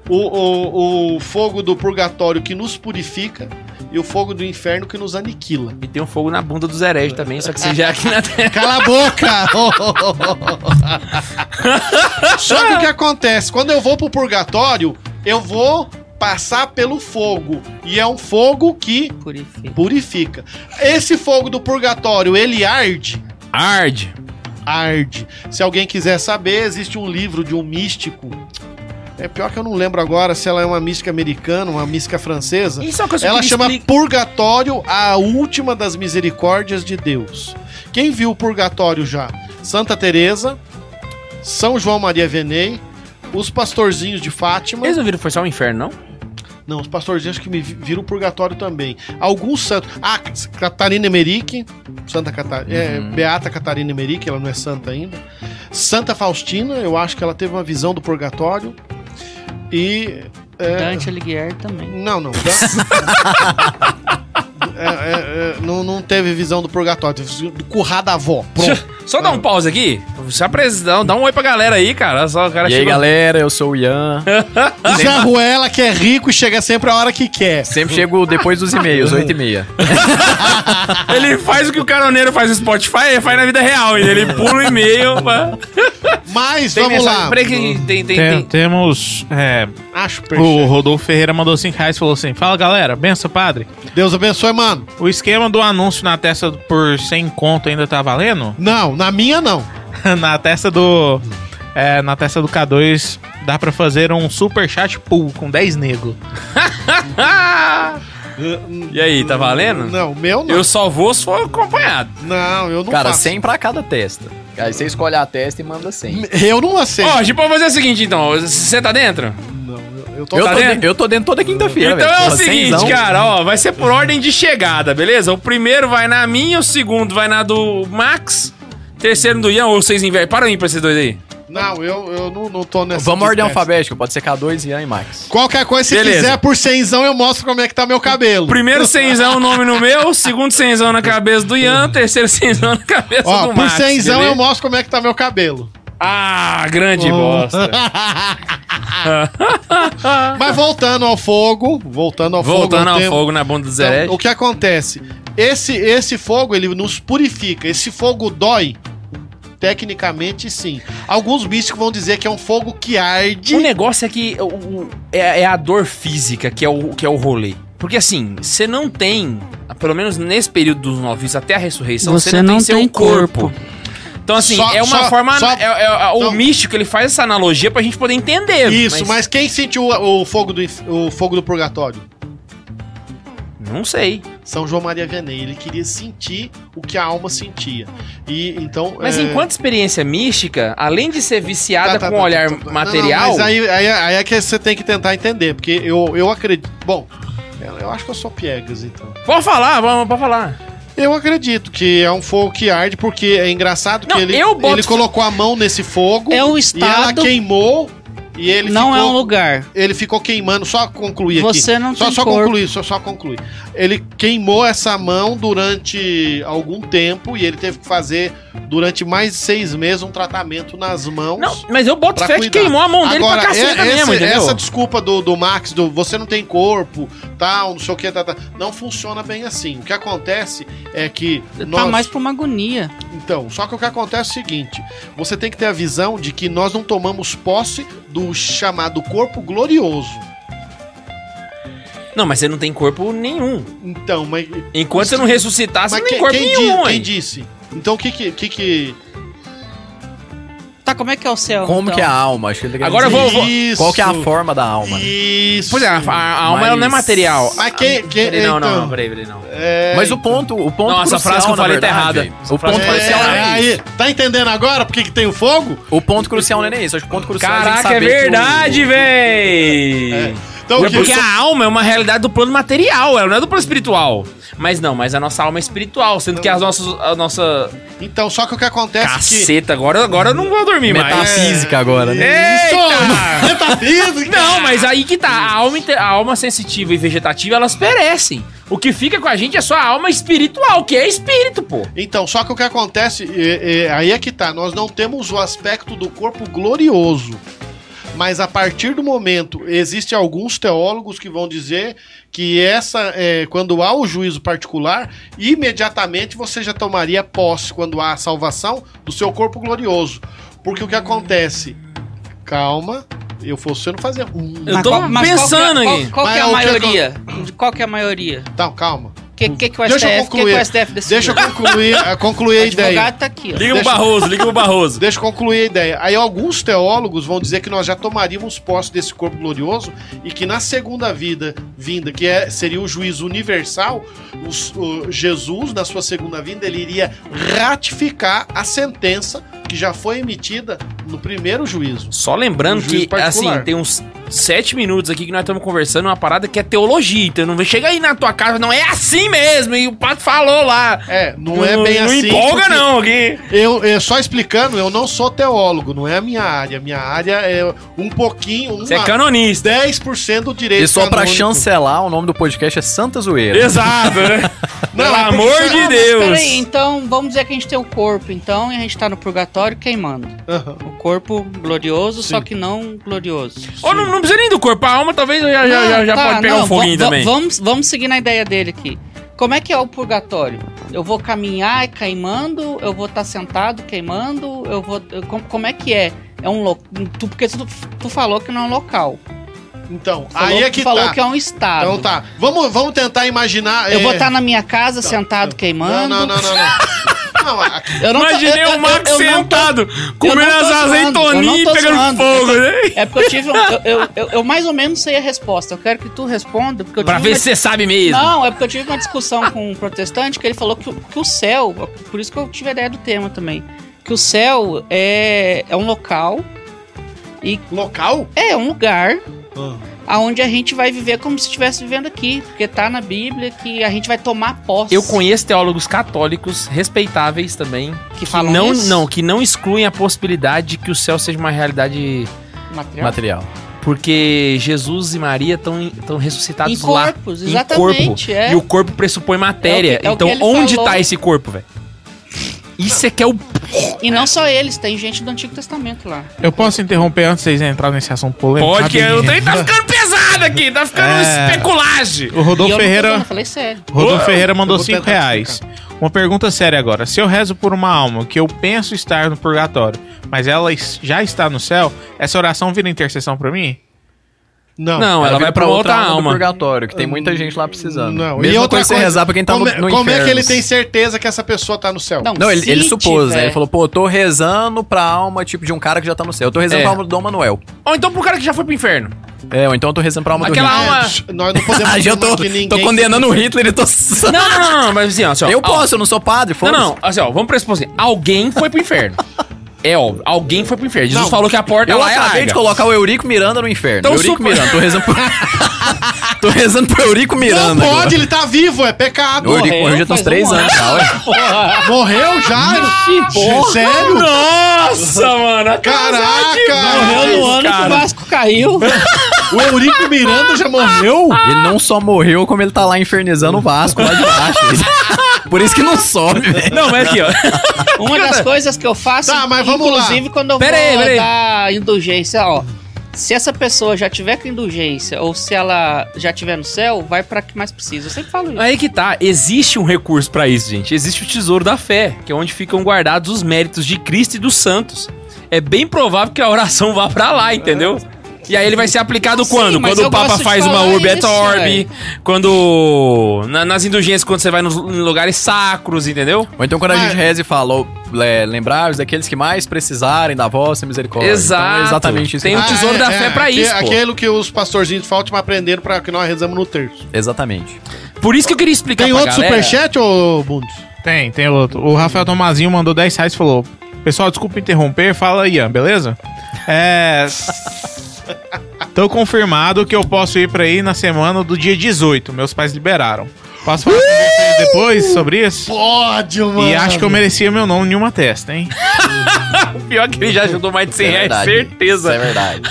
[SPEAKER 1] o, o- o fogo do purgatório que nos purifica e o fogo do inferno que nos aniquila.
[SPEAKER 3] E tem um fogo na bunda dos hereges também, só que você já é aqui na terra.
[SPEAKER 1] Cala a boca! Só que o que acontece? Quando eu vou pro purgatório, eu vou passar pelo fogo. E é um fogo que
[SPEAKER 2] Purifica.
[SPEAKER 1] purifica. Esse fogo do purgatório, ele arde?
[SPEAKER 3] Arde.
[SPEAKER 1] Arde. Se alguém quiser saber, existe um livro de um místico. É pior que eu não lembro agora se ela é uma mística americana, uma mística francesa.
[SPEAKER 3] Isso é uma coisa
[SPEAKER 1] Ela
[SPEAKER 3] que
[SPEAKER 1] chama
[SPEAKER 3] explica-
[SPEAKER 1] Purgatório, a última das misericórdias de Deus. Quem viu o Purgatório já? Santa Teresa, São João Maria Venei, os pastorzinhos de Fátima.
[SPEAKER 3] Eles não viram que foi só um inferno, não?
[SPEAKER 1] Não, os pastorzinhos que me vi- viram o Purgatório também. Alguns santos. Ah, Catarina Emerick, Santa Catarina,
[SPEAKER 3] Uhum.
[SPEAKER 1] Beata Catarina Emerick, ela não é santa ainda. Santa Faustina, eu acho que ela teve uma visão do Purgatório. E É.
[SPEAKER 2] Dante Alighieri também.
[SPEAKER 1] não, não. Dan- é, é, não, não teve visão do purgatório, teve visão do currar da avó. Pronto.
[SPEAKER 3] Só dá um pause aqui. Se apresenta, dá um oi pra galera aí, cara. Só o cara
[SPEAKER 5] E aí,
[SPEAKER 3] chegou-
[SPEAKER 5] galera, eu sou o Ian.
[SPEAKER 1] Zé Ruela, que é rico e chega sempre a hora que quer.
[SPEAKER 5] Sempre chego depois dos e-mails, 8 e meia.
[SPEAKER 3] Ele faz o que o caroneiro faz no Spotify, ele faz na vida real. Ele pula o e-mail. pra-
[SPEAKER 1] Mas,
[SPEAKER 3] Tem
[SPEAKER 1] vamos
[SPEAKER 3] mensagem-
[SPEAKER 1] lá.
[SPEAKER 3] Peraí que tem, tem,
[SPEAKER 4] Tem-
[SPEAKER 3] tem.
[SPEAKER 4] temos. é,
[SPEAKER 1] Acho
[SPEAKER 4] o
[SPEAKER 1] perfeito.
[SPEAKER 4] Rodolfo Ferreira mandou 5 reais e falou assim: Fala galera, benção, padre.
[SPEAKER 3] Oh.
[SPEAKER 1] Deus abençoe, mano.
[SPEAKER 4] O esquema do anúncio na testa por 100 conto ainda tá valendo?
[SPEAKER 1] Não, na minha não.
[SPEAKER 4] na testa do. é, na testa do K2 dá pra fazer um super chat pool com 10 nego.
[SPEAKER 3] Ah! E aí, tá valendo?
[SPEAKER 1] Não, o meu não.
[SPEAKER 3] Eu só vou se for acompanhado.
[SPEAKER 1] Não, eu não
[SPEAKER 5] Cara,
[SPEAKER 1] faço.
[SPEAKER 5] 100 pra cada testa. Aí você escolhe a testa e manda 100.
[SPEAKER 1] Eu não aceito.
[SPEAKER 3] Ó, tipo, vamos fazer o seguinte então. Você tá dentro?
[SPEAKER 1] Não, eu, eu tô...
[SPEAKER 5] Eu tô,
[SPEAKER 3] Tá
[SPEAKER 5] de-
[SPEAKER 3] dentro?
[SPEAKER 5] eu tô dentro toda quinta-feira.
[SPEAKER 3] Então
[SPEAKER 5] velho.
[SPEAKER 3] é o
[SPEAKER 5] Porra,
[SPEAKER 3] seguinte,
[SPEAKER 5] cenzão.
[SPEAKER 3] cara, ó, vai ser por ordem de chegada, beleza? O primeiro vai na minha, o segundo vai na do Max, terceiro do Ian, ou vocês invertem. Para mim pra esses dois aí.
[SPEAKER 1] Não, eu, eu não, não tô nessa.
[SPEAKER 5] Vamos à ordem
[SPEAKER 1] espécie.
[SPEAKER 5] alfabética, pode ser K2, Ian e Max.
[SPEAKER 1] Qualquer coisa, se
[SPEAKER 3] um Beleza.
[SPEAKER 1] quiser, por cenzão eu mostro como é que tá meu cabelo.
[SPEAKER 3] Primeiro cenzão, o nome no meu, segundo cenzão na cabeça do Ian, terceiro cenzão na cabeça
[SPEAKER 1] Ó,
[SPEAKER 3] do
[SPEAKER 1] por
[SPEAKER 3] Max.
[SPEAKER 1] cenzão
[SPEAKER 3] beleza?
[SPEAKER 1] eu mostro como é que tá meu cabelo.
[SPEAKER 3] Ah, grande bosta.
[SPEAKER 1] Mas voltando ao fogo, voltando ao
[SPEAKER 3] Voltando
[SPEAKER 1] fogo.
[SPEAKER 3] ao
[SPEAKER 1] eu tenho-
[SPEAKER 3] fogo na bunda do
[SPEAKER 1] Então,
[SPEAKER 3] Zerete.
[SPEAKER 1] o que acontece? Esse, esse fogo, ele nos purifica. Esse fogo dói? Tecnicamente, sim. Alguns místicos vão dizer que é um fogo que arde.
[SPEAKER 3] O negócio é que o- o- é, é a dor física que é o, que é o rolê. Porque assim, você não tem, pelo menos nesse período dos noviços até a ressurreição, você, não, tem seu corpo. Então assim,
[SPEAKER 1] Só-
[SPEAKER 3] é uma
[SPEAKER 1] só-
[SPEAKER 3] forma...
[SPEAKER 1] só-
[SPEAKER 3] é- é- é- o
[SPEAKER 1] Não.
[SPEAKER 3] místico, ele faz essa analogia pra gente poder entender.
[SPEAKER 1] Isso, mas... quem sentiu o, o fogo do, inf- o fogo do purgatório?
[SPEAKER 3] Não sei.
[SPEAKER 1] São João Maria Vianney. Ele queria sentir o que a alma sentia. E então.
[SPEAKER 3] Mas
[SPEAKER 1] é,
[SPEAKER 3] enquanto experiência mística, além de ser viciada
[SPEAKER 1] tá, tá,
[SPEAKER 3] com
[SPEAKER 1] tá,
[SPEAKER 3] o olhar
[SPEAKER 1] tá, tá. Não,
[SPEAKER 3] material...
[SPEAKER 1] mas aí, aí, aí é que você tem que tentar entender, porque eu, eu acredito. Bom, eu, eu acho que eu sou piegas, então.
[SPEAKER 3] Pode falar, vamos, pode falar.
[SPEAKER 1] Eu acredito que é um fogo que arde, porque é engraçado
[SPEAKER 3] Não,
[SPEAKER 1] que ele,
[SPEAKER 3] eu boto
[SPEAKER 1] ele
[SPEAKER 3] fo-
[SPEAKER 1] colocou a mão nesse fogo.
[SPEAKER 2] É o
[SPEAKER 1] E ela
[SPEAKER 2] estado,
[SPEAKER 1] queimou. E ele
[SPEAKER 2] não é
[SPEAKER 1] ficou,
[SPEAKER 2] um lugar.
[SPEAKER 1] Ele ficou queimando. Só concluir aqui.
[SPEAKER 2] Você não
[SPEAKER 1] Só,
[SPEAKER 2] tem
[SPEAKER 1] só
[SPEAKER 2] corpo.
[SPEAKER 1] concluir, só, só concluir. Ele queimou essa mão durante algum tempo e ele teve que fazer, durante mais de seis meses, um tratamento nas mãos.
[SPEAKER 3] Não, mas eu boto
[SPEAKER 1] Pra
[SPEAKER 3] fé que
[SPEAKER 1] cuidar.
[SPEAKER 3] queimou a mão dele pra
[SPEAKER 1] é-
[SPEAKER 3] caceta
[SPEAKER 1] esse-
[SPEAKER 3] mesmo, entendeu?
[SPEAKER 1] essa desculpa do, do Max, do você não tem corpo, tal, não sei o que, tá, tá, não funciona bem assim. O que acontece é que.
[SPEAKER 2] Tá
[SPEAKER 1] nós-
[SPEAKER 2] mais pra uma agonia.
[SPEAKER 1] Então, só que o que acontece é o seguinte: você tem que ter a visão de que nós não tomamos posse do chamado corpo glorioso.
[SPEAKER 3] Não, mas você não tem corpo nenhum.
[SPEAKER 1] Então, mas
[SPEAKER 3] Assim Enquanto você não ressuscitar, você
[SPEAKER 1] Mas
[SPEAKER 3] não tem
[SPEAKER 1] quem,
[SPEAKER 3] corpo
[SPEAKER 1] quem di-
[SPEAKER 3] nenhum,
[SPEAKER 1] quem
[SPEAKER 3] hein?
[SPEAKER 1] disse? Então o que que, que que-
[SPEAKER 2] Tá, como é que é o céu?
[SPEAKER 5] Como
[SPEAKER 2] então?
[SPEAKER 5] que é a alma? Acho que ele tá querendo
[SPEAKER 3] Agora eu
[SPEAKER 5] dizer
[SPEAKER 3] vou- vou-
[SPEAKER 1] Isso,
[SPEAKER 5] Qual que é a forma da alma?
[SPEAKER 1] Isso.
[SPEAKER 3] Pois é, a, a alma ela não é
[SPEAKER 5] Mas-
[SPEAKER 3] material.
[SPEAKER 1] Mas quem- quem-
[SPEAKER 3] Peraí, não, não,
[SPEAKER 1] então-
[SPEAKER 3] não, peraí, peraí, não.
[SPEAKER 1] É,
[SPEAKER 5] Mas o ponto, o ponto
[SPEAKER 3] Não, essa
[SPEAKER 5] crucial,
[SPEAKER 3] então. frase que eu
[SPEAKER 5] na
[SPEAKER 3] falei tá
[SPEAKER 5] verdade,
[SPEAKER 3] errada. Essa
[SPEAKER 5] O
[SPEAKER 3] frase
[SPEAKER 5] ponto
[SPEAKER 3] tá
[SPEAKER 5] crucial não
[SPEAKER 1] é,
[SPEAKER 5] é
[SPEAKER 1] aí,
[SPEAKER 5] isso.
[SPEAKER 1] tá entendendo agora por que que tem o fogo?
[SPEAKER 5] O ponto crucial não é nem isso. Acho que o ponto crucial a gente
[SPEAKER 3] Caraca, é
[SPEAKER 5] saber que o-
[SPEAKER 3] verdade, véi!
[SPEAKER 1] É. Então
[SPEAKER 3] É
[SPEAKER 1] o que
[SPEAKER 3] porque a alma é uma realidade do plano material, ela não é do plano espiritual. Mas não, mas a nossa alma é espiritual, sendo que as nossas, a nossa
[SPEAKER 1] Então só que o que acontece é que
[SPEAKER 3] caceta agora, agora eu não vou dormir mais.
[SPEAKER 5] Metafísica agora, né?
[SPEAKER 3] É, Eita!
[SPEAKER 1] tá Metafísica.
[SPEAKER 3] Não, mas aí que tá, a alma, inte- a alma sensitiva e vegetativa, elas perecem. O que fica com a gente é só a alma espiritual, que é espírito, pô.
[SPEAKER 1] Então, só que o que acontece, é, é, aí é que tá, nós não temos o aspecto do corpo glorioso. Mas a partir do momento, existem alguns teólogos que vão dizer que essa, é, quando há o juízo particular, imediatamente você já tomaria posse, quando há a salvação, do seu corpo glorioso. Porque o que acontece? Calma, eu fosse eu não fazia. Hum,
[SPEAKER 3] Eu tô
[SPEAKER 2] qual- qual
[SPEAKER 3] pensando
[SPEAKER 2] que é-
[SPEAKER 3] aqui.
[SPEAKER 2] Qual, qual que é a
[SPEAKER 1] Mas o que
[SPEAKER 2] maioria? De qual que é a maioria?
[SPEAKER 1] Então, calma.
[SPEAKER 2] Que, que, que o
[SPEAKER 1] Deixa eu
[SPEAKER 2] STF, que que
[SPEAKER 1] concluir.
[SPEAKER 2] o STF decidiu?
[SPEAKER 1] Deixa eu concluir, eh, concluir a
[SPEAKER 2] O advogado
[SPEAKER 1] ideia.
[SPEAKER 2] tá aqui, ó.
[SPEAKER 3] Liga
[SPEAKER 1] Deixa-
[SPEAKER 3] pro Barroso, liga pro Barroso.
[SPEAKER 1] Deixa eu concluir a ideia. Aí alguns teólogos vão dizer que nós já tomaríamos posse desse corpo glorioso e que na segunda vida vinda, que é, seria o juízo universal, os- o Jesus, na sua segunda vinda, ele iria ratificar a sentença que já foi emitida no primeiro juízo.
[SPEAKER 3] Só lembrando
[SPEAKER 1] Um juízo
[SPEAKER 3] que,
[SPEAKER 1] particular.
[SPEAKER 3] assim, tem uns sete minutos aqui que nós estamos conversando uma parada que é teologia. Então não vem- chega aí na tua casa, não é assim mesmo. E o Pato falou lá.
[SPEAKER 1] É, não, é bem
[SPEAKER 3] não
[SPEAKER 1] assim.
[SPEAKER 3] empolga,
[SPEAKER 1] porque
[SPEAKER 3] não, aqui.
[SPEAKER 1] Eu, eu- só explicando, eu não sou teólogo, não é a minha área. Minha área é um pouquinho, uma,
[SPEAKER 3] Você
[SPEAKER 2] Ah.
[SPEAKER 3] é canonista.
[SPEAKER 1] 10% do direito
[SPEAKER 5] E só pra
[SPEAKER 1] canônico.
[SPEAKER 5] chancelar, o nome do podcast é Santa Zoeira.
[SPEAKER 3] Exato, né? Pelo
[SPEAKER 1] é porque
[SPEAKER 3] amor
[SPEAKER 1] isso é-
[SPEAKER 3] de
[SPEAKER 2] mas
[SPEAKER 3] Deus.
[SPEAKER 2] peraí, então vamos dizer que a gente tem o corpo, então, e a gente tá no purgatório queimando.
[SPEAKER 1] Aham.
[SPEAKER 2] O corpo glorioso,
[SPEAKER 1] Sim.
[SPEAKER 2] só que não glorioso.
[SPEAKER 3] Ou não, não precisa nem do corpo, a alma talvez já, já,
[SPEAKER 2] Não,
[SPEAKER 3] já, já
[SPEAKER 2] tá,
[SPEAKER 3] pode pegar
[SPEAKER 2] não,
[SPEAKER 3] um foguinho
[SPEAKER 2] va- va-
[SPEAKER 3] também.
[SPEAKER 2] Vamos, vamos seguir na ideia dele aqui. Como é que é o purgatório? Eu vou caminhar queimando, eu vou estar sentado queimando, eu vou. eu- como, como é que é? É um local. Tu, porque tu, tu falou que não é um local.
[SPEAKER 1] Então,
[SPEAKER 2] Falou,
[SPEAKER 1] aí é que
[SPEAKER 2] tu falou
[SPEAKER 1] tá.
[SPEAKER 2] que é um estado.
[SPEAKER 1] Então tá. Vamos, vamos tentar imaginar.
[SPEAKER 2] Eu
[SPEAKER 1] é,
[SPEAKER 2] vou estar na minha casa,
[SPEAKER 1] Tá.
[SPEAKER 2] sentado,
[SPEAKER 1] Não,
[SPEAKER 2] queimando.
[SPEAKER 1] não, não, não. não. não aqui-
[SPEAKER 2] Eu não tô-
[SPEAKER 3] Imaginei um
[SPEAKER 2] eu-
[SPEAKER 3] o
[SPEAKER 2] eu-
[SPEAKER 3] Max
[SPEAKER 2] eu não tô-
[SPEAKER 3] sentado, comendo
[SPEAKER 2] não tô
[SPEAKER 3] as
[SPEAKER 2] zoando, eu não tô
[SPEAKER 3] azeitoninhas e pegando
[SPEAKER 2] zoando.
[SPEAKER 3] fogo, né?
[SPEAKER 2] É porque eu tive. um- eu, eu- eu- eu mais ou menos sei a resposta. Eu quero que tu responda, porque eu
[SPEAKER 3] Pra
[SPEAKER 2] tive
[SPEAKER 3] ver
[SPEAKER 2] uma
[SPEAKER 3] se você sabe mesmo.
[SPEAKER 2] Não, é porque eu tive uma discussão com um protestante que ele falou que, o- que o céu, por isso que eu tive a ideia do tema também, que o céu é, é um local,
[SPEAKER 1] Local?
[SPEAKER 2] é um lugar
[SPEAKER 1] Ah.
[SPEAKER 2] aonde a gente vai viver como se estivesse vivendo aqui, porque tá na Bíblia que a gente vai tomar posse.
[SPEAKER 3] Eu conheço teólogos católicos respeitáveis também,
[SPEAKER 2] que falam
[SPEAKER 3] não,
[SPEAKER 2] isso,
[SPEAKER 3] não, que não excluem a possibilidade de que o céu seja uma realidade,
[SPEAKER 2] material.
[SPEAKER 5] Material.
[SPEAKER 3] porque Jesus e Maria estão
[SPEAKER 2] Em
[SPEAKER 3] ressuscitados lá.
[SPEAKER 2] corpos,
[SPEAKER 3] tá em
[SPEAKER 2] exatamente, é.
[SPEAKER 3] E o corpo pressupõe matéria.
[SPEAKER 2] É o que- é o
[SPEAKER 3] então,
[SPEAKER 2] que ele
[SPEAKER 3] onde
[SPEAKER 2] falou.
[SPEAKER 3] tá esse corpo, velho? Isso é que é o.
[SPEAKER 2] E não só eles, tem gente do Antigo Testamento lá.
[SPEAKER 4] Eu posso interromper antes de vocês entrarem nesse assunto polêmico?
[SPEAKER 3] Pode, que eu
[SPEAKER 4] rapidinho?
[SPEAKER 3] tenho, tá ficando pesado aqui, tá ficando
[SPEAKER 4] É.
[SPEAKER 3] especulagem.
[SPEAKER 4] O
[SPEAKER 2] E eu
[SPEAKER 4] Rodolfo
[SPEAKER 2] não tô
[SPEAKER 4] Ferreira,
[SPEAKER 2] zoando, eu falei sério.
[SPEAKER 4] Rodolfo Ferreira mandou
[SPEAKER 1] Eu vou
[SPEAKER 4] 5
[SPEAKER 1] tentar
[SPEAKER 4] reais. Uma pergunta séria agora. Se eu rezo por uma alma que eu penso estar no purgatório, mas ela es- já está no céu, essa oração vira intercessão pra mim?
[SPEAKER 1] Não.
[SPEAKER 3] Não, ela, vai pra outra,
[SPEAKER 5] do
[SPEAKER 3] alma.
[SPEAKER 5] purgatório, que tem muita gente lá precisando.
[SPEAKER 1] Hum, Não.
[SPEAKER 5] Mesma coisa que você rezar pra quem tá
[SPEAKER 1] como,
[SPEAKER 5] no, no
[SPEAKER 1] como é que
[SPEAKER 5] inferno. assim.
[SPEAKER 1] ele tem certeza que essa pessoa tá no céu?
[SPEAKER 5] Não, ele,
[SPEAKER 2] Então, se
[SPEAKER 5] ele supôs, né?
[SPEAKER 2] tiver-
[SPEAKER 5] Ele falou, pô, eu tô rezando pra alma, tipo, de um cara que já tá no céu. Eu tô rezando
[SPEAKER 3] É.
[SPEAKER 5] pra alma do Dom Manuel.
[SPEAKER 3] Ou então pro cara que já foi pro inferno.
[SPEAKER 5] É, ou então eu tô rezando pra alma
[SPEAKER 3] Aquela
[SPEAKER 5] do Hitler.
[SPEAKER 3] alma-
[SPEAKER 1] É, nós não podemos
[SPEAKER 5] Ah, já tô,
[SPEAKER 1] afirmar que ninguém-
[SPEAKER 5] tô condenando o Hitler e tô...
[SPEAKER 3] Não, não, não, não, mas assim, ó, assim, ó,
[SPEAKER 5] Eu
[SPEAKER 3] ó,
[SPEAKER 5] posso, eu não sou padre,
[SPEAKER 3] Não,
[SPEAKER 5] foda-se.
[SPEAKER 3] não, assim, ó, vamos pressupor assim. Alguém foi pro inferno. É óbvio, alguém foi pro inferno. Jesus
[SPEAKER 1] Não,
[SPEAKER 3] falou que a porta
[SPEAKER 5] Eu
[SPEAKER 3] lá é
[SPEAKER 5] acabei
[SPEAKER 3] larga.
[SPEAKER 5] de colocar o Eurico Miranda no inferno.
[SPEAKER 3] Então,
[SPEAKER 5] Eurico
[SPEAKER 3] supo-
[SPEAKER 5] Miranda, tô rezando por... tô rezando pro Eurico Miranda.
[SPEAKER 1] Não
[SPEAKER 5] agora.
[SPEAKER 1] pode, ele tá vivo, é pecado.
[SPEAKER 5] O Eurico morreu já tem
[SPEAKER 2] faz
[SPEAKER 5] uns três
[SPEAKER 2] um
[SPEAKER 5] anos já, ué.
[SPEAKER 1] Morreu já? Sério?
[SPEAKER 3] Nossa, mano.
[SPEAKER 1] Caraca!
[SPEAKER 2] Morreu no ano que o
[SPEAKER 3] Cara.
[SPEAKER 2] Vasco caiu.
[SPEAKER 1] O Eurico Miranda já morreu?
[SPEAKER 5] Ele não só morreu, como ele tá lá infernizando o Vasco lá de baixo. Por isso que não né? sobe, velho.
[SPEAKER 3] Não, mas aqui, ó.
[SPEAKER 2] Uma das coisas que eu faço,
[SPEAKER 1] Tá, mas vamos lá.
[SPEAKER 2] inclusive quando eu
[SPEAKER 3] Pera
[SPEAKER 2] vou
[SPEAKER 3] aí, pera aí.
[SPEAKER 2] dar indulgência, ó. Se essa pessoa já tiver com indulgência ou se ela já tiver no céu, vai pra que mais precisa. Eu sempre falo
[SPEAKER 1] É,
[SPEAKER 2] isso.
[SPEAKER 3] Aí que tá, existe um recurso pra isso, gente. Existe o tesouro da fé, que é onde ficam guardados os méritos de Cristo e dos santos. É bem provável que a oração vá pra lá, entendeu? E aí ele vai ser aplicado
[SPEAKER 2] Sim,
[SPEAKER 3] quando?
[SPEAKER 2] mas
[SPEAKER 3] Quando
[SPEAKER 2] eu
[SPEAKER 3] o Papa
[SPEAKER 2] gosto de
[SPEAKER 3] faz uma
[SPEAKER 2] falar
[SPEAKER 3] urbe et
[SPEAKER 2] isso, é.
[SPEAKER 3] orbe, quando na- nas indulgências quando você vai nos em lugares sacros, entendeu?
[SPEAKER 5] Ou então quando a
[SPEAKER 1] Mas-
[SPEAKER 5] gente reza e fala, ó, é, lembrar-os daqueles que mais precisarem da vossa misericórdia.
[SPEAKER 3] Exato.
[SPEAKER 5] Então, é exatamente isso.
[SPEAKER 3] Tem
[SPEAKER 5] que
[SPEAKER 3] um
[SPEAKER 5] eu-
[SPEAKER 3] tesouro da fé pra
[SPEAKER 1] aque-
[SPEAKER 3] isso, pô.
[SPEAKER 1] Aquilo Ah, é, que os pastorzinhos de Fátima aprenderam pra que nós rezamos no terço.
[SPEAKER 5] Exatamente.
[SPEAKER 3] Por isso que eu queria explicar
[SPEAKER 1] Tem
[SPEAKER 3] pra
[SPEAKER 1] outro
[SPEAKER 3] galera.
[SPEAKER 1] superchat, ô Bundes?
[SPEAKER 4] Tem, tem outro. O Rafael Tomazinho mandou 10 reais e falou: Pessoal, desculpa interromper, fala Ian, beleza? É. Tô confirmado que eu posso ir pra aí na semana do dia 18. Meus pais liberaram. Posso falar com vocês depois sobre isso?
[SPEAKER 1] Pode, mano.
[SPEAKER 4] E acho que eu merecia meu nome em uma testa, hein?
[SPEAKER 3] Pior que ele já ajudou mais de 100
[SPEAKER 5] É
[SPEAKER 3] reais,
[SPEAKER 5] verdade.
[SPEAKER 3] certeza.
[SPEAKER 5] Isso é verdade.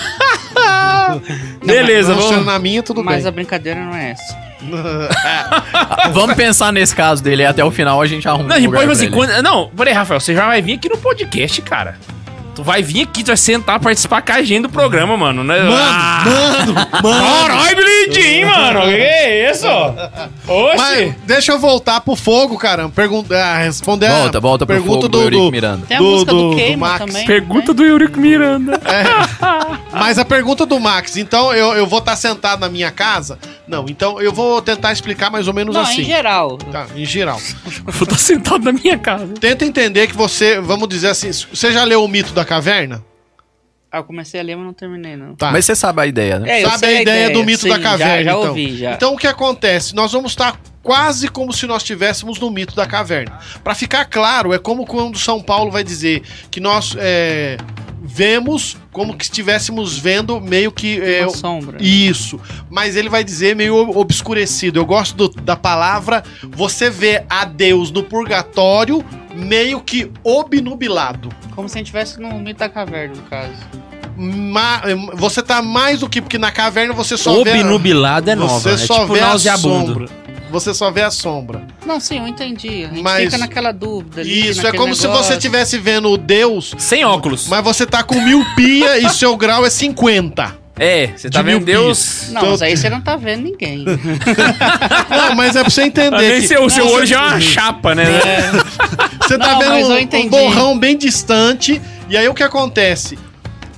[SPEAKER 3] Beleza,
[SPEAKER 1] Não, se
[SPEAKER 3] vamos.
[SPEAKER 1] Na minha, tudo
[SPEAKER 2] Mas a
[SPEAKER 1] bem.
[SPEAKER 2] brincadeira não é essa.
[SPEAKER 5] Ah, Vamos pensar nesse caso dele e até o final a gente arruma
[SPEAKER 3] Não,
[SPEAKER 5] um
[SPEAKER 3] a gente
[SPEAKER 5] lugar
[SPEAKER 3] pode
[SPEAKER 5] pra
[SPEAKER 1] assim,
[SPEAKER 3] fazer
[SPEAKER 5] ele.
[SPEAKER 3] quando. Não, peraí, Rafael, você já vai vir aqui no podcast, cara. Tu vai vir aqui, tu vai sentar, participar com a gente do programa, mano. Né?
[SPEAKER 1] Mano,
[SPEAKER 3] Ah,
[SPEAKER 1] mano, mano.
[SPEAKER 3] Caralho, bilhetinho, mano. Que que é isso? Oxe.
[SPEAKER 1] Mas deixa eu voltar pro fogo, caramba. Pergunta, ah, responder
[SPEAKER 5] Volta, volta pro
[SPEAKER 1] pergunta
[SPEAKER 5] fogo do, Eurico Miranda.
[SPEAKER 2] Tem a
[SPEAKER 1] Do-
[SPEAKER 2] música
[SPEAKER 1] do-
[SPEAKER 2] do,
[SPEAKER 1] do
[SPEAKER 2] Queima
[SPEAKER 1] Max.
[SPEAKER 2] também. né?
[SPEAKER 3] Pergunta do Eurico Miranda.
[SPEAKER 1] Mas a pergunta do Max, então eu, eu vou estar sentado na minha casa? Não, então eu vou tentar explicar mais ou menos
[SPEAKER 2] Não,
[SPEAKER 1] assim.
[SPEAKER 2] em geral.
[SPEAKER 1] Tá, em geral.
[SPEAKER 3] Eu vou estar sentado na minha casa.
[SPEAKER 1] Tenta entender que você, vamos dizer assim, você já leu o mito da caverna?
[SPEAKER 2] Ah, eu comecei a ler, mas não terminei, não.
[SPEAKER 1] Tá.
[SPEAKER 5] Mas você sabe a ideia, né?
[SPEAKER 2] É, eu
[SPEAKER 1] Sabe
[SPEAKER 2] sei
[SPEAKER 1] a ideia do mito
[SPEAKER 2] sim,
[SPEAKER 1] da caverna,
[SPEAKER 2] Já, já
[SPEAKER 1] então.
[SPEAKER 2] ouvi,
[SPEAKER 3] É.
[SPEAKER 2] já.
[SPEAKER 1] Então o que acontece? Nós vamos estar quase como se nós estivéssemos no mito da caverna. Pra ficar claro, é como quando São Paulo vai dizer que nós é, vemos como que estivéssemos vendo meio que é,
[SPEAKER 2] Uma sombra.
[SPEAKER 1] isso, mas ele vai dizer meio ob- obscurecido. Eu gosto do- da palavra. Você vê a Deus no purgatório meio que obnubilado.
[SPEAKER 2] Como se a gente estivesse no mito da caverna, no caso.
[SPEAKER 1] Ma- você tá mais do que porque na caverna você só vê a-
[SPEAKER 3] Obnubilado é nova.
[SPEAKER 1] você
[SPEAKER 3] é
[SPEAKER 1] só
[SPEAKER 3] tipo
[SPEAKER 1] vê a
[SPEAKER 3] nauseabundo.
[SPEAKER 1] sombra. Você só vê a sombra.
[SPEAKER 2] Não, sim, eu entendi. A gente
[SPEAKER 1] Mas-
[SPEAKER 2] fica naquela dúvida. ali,
[SPEAKER 1] Isso, é
[SPEAKER 2] naquele
[SPEAKER 1] como se
[SPEAKER 2] negócio.
[SPEAKER 1] você estivesse vendo o Deus,
[SPEAKER 3] Sem óculos.
[SPEAKER 1] mas você tá com miopia e seu grau é 50.
[SPEAKER 3] É, você tá
[SPEAKER 1] De
[SPEAKER 3] vendo
[SPEAKER 1] miopia.
[SPEAKER 3] Deus.
[SPEAKER 2] Não, mas
[SPEAKER 1] Então,
[SPEAKER 2] aí você não tá vendo ninguém.
[SPEAKER 1] Não, mas é pra você entender.
[SPEAKER 3] Ah, Nem
[SPEAKER 1] que
[SPEAKER 3] seu, seu olho já é uma chapa, né?
[SPEAKER 1] É. Você tá
[SPEAKER 2] Não, mas
[SPEAKER 1] vendo
[SPEAKER 2] eu
[SPEAKER 1] um- um,
[SPEAKER 2] entendi.
[SPEAKER 1] borrão bem distante. E aí o que acontece?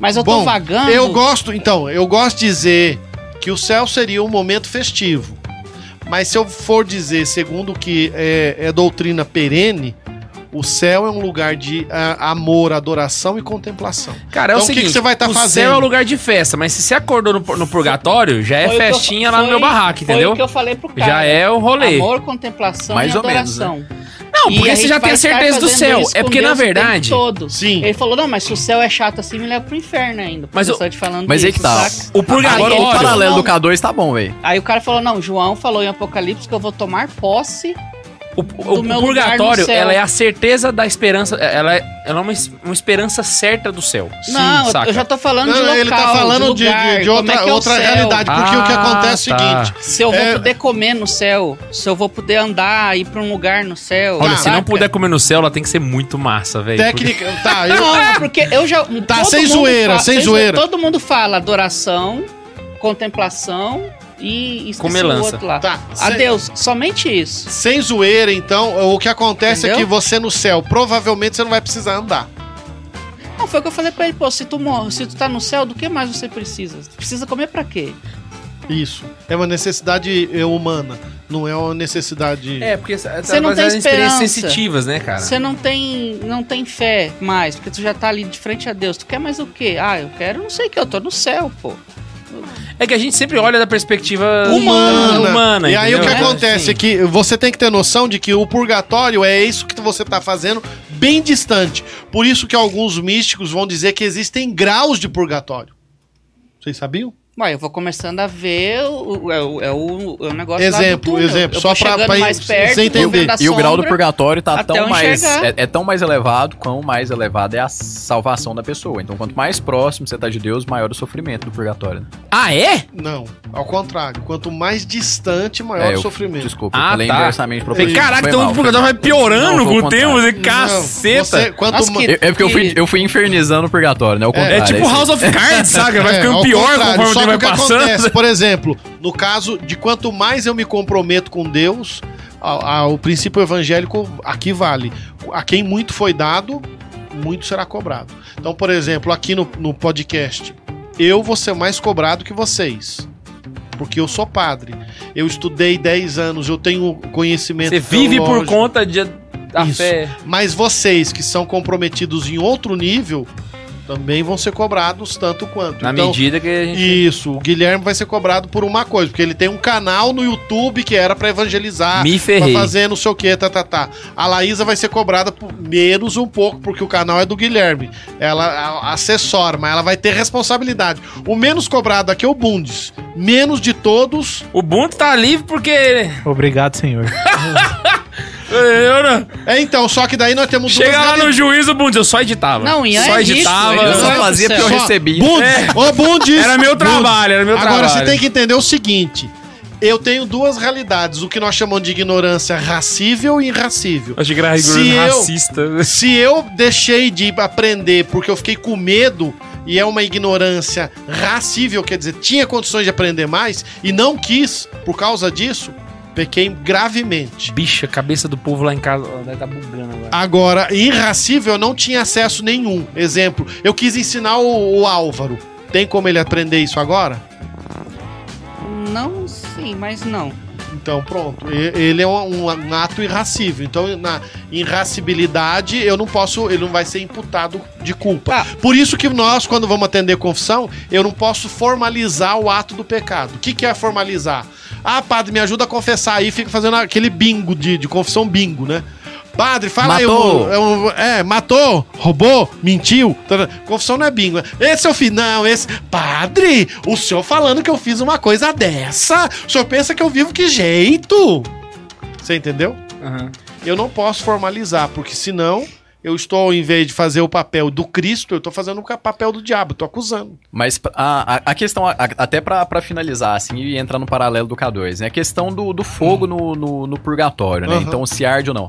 [SPEAKER 2] Mas eu tô
[SPEAKER 1] Bom,
[SPEAKER 2] vagando.
[SPEAKER 1] Eu gosto, então, eu gosto de dizer que o céu seria um momento festivo. Mas se eu for dizer, segundo o que é, é doutrina perene, o céu é um lugar de ah, amor, adoração e contemplação.
[SPEAKER 3] Cara, é
[SPEAKER 1] Então,
[SPEAKER 3] o
[SPEAKER 1] o que
[SPEAKER 3] seguinte,
[SPEAKER 1] que você vai tá
[SPEAKER 3] o
[SPEAKER 1] fazendo?
[SPEAKER 3] céu é um lugar de festa, mas se você acordou no, no purgatório, já é
[SPEAKER 2] Foi o que eu-
[SPEAKER 3] festinha lá no
[SPEAKER 2] foi-
[SPEAKER 3] meu barraco,
[SPEAKER 2] Foi
[SPEAKER 3] entendeu?
[SPEAKER 2] o que eu falei pro cara.
[SPEAKER 3] Já é o rolê.
[SPEAKER 2] Amor, contemplação
[SPEAKER 5] Mais
[SPEAKER 2] e
[SPEAKER 5] ou menos,
[SPEAKER 2] adoração.
[SPEAKER 3] né? Não,
[SPEAKER 2] E
[SPEAKER 3] porque
[SPEAKER 2] a
[SPEAKER 3] você
[SPEAKER 2] gente
[SPEAKER 3] já
[SPEAKER 2] vai
[SPEAKER 3] tem a
[SPEAKER 2] estar
[SPEAKER 3] certeza do
[SPEAKER 2] fazendo
[SPEAKER 3] céu.
[SPEAKER 2] isso
[SPEAKER 3] É
[SPEAKER 2] com
[SPEAKER 3] porque,
[SPEAKER 2] Deus
[SPEAKER 3] na
[SPEAKER 2] o tempo
[SPEAKER 3] verdade,
[SPEAKER 2] todo.
[SPEAKER 1] Sim.
[SPEAKER 2] Ele falou, não, mas se o céu é chato assim, me leva pro inferno ainda.
[SPEAKER 3] Mas
[SPEAKER 2] Mas
[SPEAKER 3] o-
[SPEAKER 2] eu te falando
[SPEAKER 5] Mas aí
[SPEAKER 2] disso,
[SPEAKER 5] que tá.
[SPEAKER 2] saca?
[SPEAKER 3] o
[SPEAKER 5] Agora
[SPEAKER 3] purgatório.
[SPEAKER 5] o
[SPEAKER 2] Agora,
[SPEAKER 5] paralelo
[SPEAKER 2] não.
[SPEAKER 5] do K2 tá bom, velho.
[SPEAKER 2] Aí o cara falou, não, João falou em Apocalipse que eu vou tomar posse.
[SPEAKER 3] O, o- o
[SPEAKER 2] meu lugar
[SPEAKER 3] purgatório,
[SPEAKER 2] no céu.
[SPEAKER 3] ela é a certeza da esperança. Ela é, ela é uma, es- uma esperança certa do céu.
[SPEAKER 2] não, eu- eu já tô falando de
[SPEAKER 1] Não,
[SPEAKER 2] local,
[SPEAKER 1] ele tá falando de,
[SPEAKER 2] de, lugar,
[SPEAKER 1] de- de
[SPEAKER 2] como
[SPEAKER 1] outra,
[SPEAKER 2] é que é o
[SPEAKER 1] outra
[SPEAKER 2] céu.
[SPEAKER 1] realidade. Porque o que
[SPEAKER 3] Ah,
[SPEAKER 1] acontece é o
[SPEAKER 3] tá.
[SPEAKER 1] seguinte:
[SPEAKER 2] Se eu vou
[SPEAKER 1] É.
[SPEAKER 2] poder comer no céu, se eu vou poder andar, ir pra um lugar no céu.
[SPEAKER 3] Olha, se
[SPEAKER 2] saca?
[SPEAKER 3] não puder comer no céu, ela tem que ser muito massa, velho.
[SPEAKER 1] técnica. Tá, eu,
[SPEAKER 2] Não, é porque eu já.
[SPEAKER 1] Tá,
[SPEAKER 2] todo
[SPEAKER 1] sem
[SPEAKER 2] mundo
[SPEAKER 1] zoeira, sem zoeira.
[SPEAKER 2] Todo mundo fala adoração, contemplação e esqueci
[SPEAKER 3] Comelança.
[SPEAKER 2] o outro lá.
[SPEAKER 1] tá. sem-
[SPEAKER 2] Adeus, somente isso.
[SPEAKER 1] Sem zoeira, então, o que acontece é
[SPEAKER 2] Entendeu?
[SPEAKER 1] que você no céu, provavelmente você não vai precisar andar.
[SPEAKER 2] Não, foi o que eu falei pra ele, pô, se tu morre, se tu tá no céu, do que mais você precisa? Tu Precisa comer pra quê?
[SPEAKER 1] Isso. É uma necessidade é, humana, não é uma necessidade.
[SPEAKER 3] É, porque
[SPEAKER 2] Você não tem
[SPEAKER 3] baseado em experiências
[SPEAKER 2] esperança.
[SPEAKER 3] sensitivas, né, cara?
[SPEAKER 2] Você não tem, não tem fé mais, porque tu já tá ali de frente a Deus. Tu quer mais o quê? Ah, eu quero, não sei o que, eu tô no céu, pô.
[SPEAKER 3] É que a gente sempre olha da perspectiva
[SPEAKER 1] Humana.
[SPEAKER 3] humana,
[SPEAKER 1] E aí o que
[SPEAKER 3] entendeu?
[SPEAKER 2] É,
[SPEAKER 1] acontece
[SPEAKER 3] Sim.
[SPEAKER 1] é que você tem que ter noção de que o purgatório é isso que você está fazendo bem distante. Por isso que alguns místicos vão dizer que existem graus de purgatório. Vocês sabiam?
[SPEAKER 2] Ué, eu vou começando a ver o, o- é, o, é, o, é o negócio lá do
[SPEAKER 1] Exemplo,
[SPEAKER 2] túnel.
[SPEAKER 1] exemplo,
[SPEAKER 2] Eu
[SPEAKER 1] só
[SPEAKER 2] vou
[SPEAKER 1] pra-
[SPEAKER 2] chegando
[SPEAKER 1] pra
[SPEAKER 2] mais
[SPEAKER 1] você
[SPEAKER 2] perto, vou
[SPEAKER 1] entender.
[SPEAKER 2] vendo a
[SPEAKER 5] E o grau do
[SPEAKER 2] sombra.
[SPEAKER 5] purgatório tá
[SPEAKER 2] até
[SPEAKER 5] tão
[SPEAKER 2] eu
[SPEAKER 5] mais. É,
[SPEAKER 2] enxergar.
[SPEAKER 5] é tão mais elevado, quão mais elevada é a salvação da pessoa. Então, quanto mais próximo você tá de Deus, maior o sofrimento do purgatório. né?
[SPEAKER 3] Ah, é?
[SPEAKER 1] Não. Ao contrário, quanto mais distante, maior
[SPEAKER 5] É,
[SPEAKER 1] o
[SPEAKER 5] eu-
[SPEAKER 1] sofrimento.
[SPEAKER 5] Desculpa,
[SPEAKER 3] Ah,
[SPEAKER 5] eu falei
[SPEAKER 3] tá.
[SPEAKER 5] inversamente pro
[SPEAKER 1] Falei,
[SPEAKER 3] Caraca,
[SPEAKER 5] Foi
[SPEAKER 3] então
[SPEAKER 5] mal,
[SPEAKER 3] o
[SPEAKER 5] foi
[SPEAKER 3] purgatório vai
[SPEAKER 5] mal.
[SPEAKER 3] piorando
[SPEAKER 5] Não, foi
[SPEAKER 3] com o
[SPEAKER 5] ao
[SPEAKER 3] tempo.
[SPEAKER 5] contrário.
[SPEAKER 3] né? Caceta.
[SPEAKER 1] Não, você- quanto
[SPEAKER 2] Nossa,
[SPEAKER 1] ma-
[SPEAKER 2] que-
[SPEAKER 5] É, é porque eu fui, eu fui infernizando o purgatório, né? O contrário,
[SPEAKER 3] É tipo
[SPEAKER 5] esse-
[SPEAKER 3] House of Cards, saca? Vai
[SPEAKER 1] É,
[SPEAKER 3] ficando
[SPEAKER 1] ao
[SPEAKER 3] pior
[SPEAKER 1] contrário,
[SPEAKER 3] conforme o
[SPEAKER 1] só
[SPEAKER 3] tempo
[SPEAKER 1] que
[SPEAKER 3] vai
[SPEAKER 1] o que acontece,
[SPEAKER 3] passando.
[SPEAKER 1] por exemplo, no caso de quanto mais eu me comprometo com Deus, a- a- o princípio evangélico aqui vale. A quem muito foi dado, muito será cobrado. Então, por exemplo, aqui no, no podcast, eu vou ser mais cobrado que vocês. Porque eu sou padre. Eu estudei 10 anos, eu tenho conhecimento.
[SPEAKER 3] Você vive por
[SPEAKER 1] teológico.
[SPEAKER 3] conta de, da
[SPEAKER 1] Isso.
[SPEAKER 3] fé.
[SPEAKER 1] Mas vocês que são comprometidos em outro nível também vão ser cobrados tanto quanto.
[SPEAKER 3] Na
[SPEAKER 1] Então,
[SPEAKER 3] medida que a gente.
[SPEAKER 1] isso, o Guilherme vai ser cobrado por uma coisa, porque ele tem um canal no YouTube que era pra evangelizar,
[SPEAKER 3] Me
[SPEAKER 1] pra
[SPEAKER 3] ferrei.
[SPEAKER 1] fazer não sei o que, tá, tá, tá. A Laísa vai ser cobrada por menos um pouco, porque o canal é do Guilherme. Ela a- assessora, mas ela vai ter responsabilidade. O menos cobrado aqui é o Bundes. Menos de todos.
[SPEAKER 3] O Ubuntu tá livre porque.
[SPEAKER 4] Obrigado, senhor.
[SPEAKER 3] Eu não-
[SPEAKER 1] É, então, só que daí nós temos
[SPEAKER 3] Chega lá no juiz, o Ubuntu, eu só editava.
[SPEAKER 2] Não, Ian
[SPEAKER 3] Só
[SPEAKER 2] é rico,
[SPEAKER 3] editava.
[SPEAKER 2] ele
[SPEAKER 5] Eu só
[SPEAKER 2] Vai pro
[SPEAKER 5] fazia porque eu
[SPEAKER 1] céu.
[SPEAKER 5] recebia.
[SPEAKER 1] Bundes! Ô, Bundes!
[SPEAKER 3] É. Era meu trabalho, era meu trabalho.
[SPEAKER 1] Agora você tem que entender o seguinte: eu tenho duas realidades, o que nós chamamos de ignorância racível e irracível.
[SPEAKER 3] Acho que era
[SPEAKER 1] Se
[SPEAKER 3] rigoroso
[SPEAKER 1] eu-
[SPEAKER 3] racista.
[SPEAKER 1] Se eu deixei de aprender porque eu fiquei com medo e é uma ignorância racível, quer dizer, tinha condições de aprender mais e não quis por causa disso, pequei gravemente.
[SPEAKER 3] Bicha, a cabeça do povo lá em casa. ó, Deve tá bugando agora.
[SPEAKER 1] Agora, irracível, eu não tinha acesso nenhum. Exemplo, eu quis ensinar o, o Álvaro. Tem como ele aprender isso agora?
[SPEAKER 2] Não, sim, mas não.
[SPEAKER 1] Então, pronto. E- Ele é um, um ato irracível. Então, na irracibilidade, eu não posso. Ele não vai ser imputado de culpa.
[SPEAKER 2] Ah.
[SPEAKER 1] Por isso que nós, quando vamos atender confissão, eu não posso formalizar o ato do pecado. O que, que é formalizar? Ah, padre, me ajuda a confessar aí. Fica fazendo aquele bingo de, de confissão bingo, né? Padre, fala
[SPEAKER 5] Matou.
[SPEAKER 1] aí. É, um, é, matou, roubou, mentiu. tá, tá. Confissão não é bingo. Esse eu fiz. Não, esse. Padre, o senhor falando que eu fiz uma coisa dessa? O senhor pensa que eu vivo que jeito? Você entendeu?
[SPEAKER 3] Aham.
[SPEAKER 1] Eu não posso formalizar, porque senão eu estou, ao invés de fazer o papel do Cristo, eu estou fazendo o ca- papel do diabo, estou acusando.
[SPEAKER 5] Mas pra- a, a- a questão, a- até pra pra finalizar, assim, e entrar no paralelo do K2, né? A questão do, do fogo
[SPEAKER 3] Uhum.
[SPEAKER 5] no, no, no purgatório, né?
[SPEAKER 1] Aham.
[SPEAKER 5] Então, se arde ou não.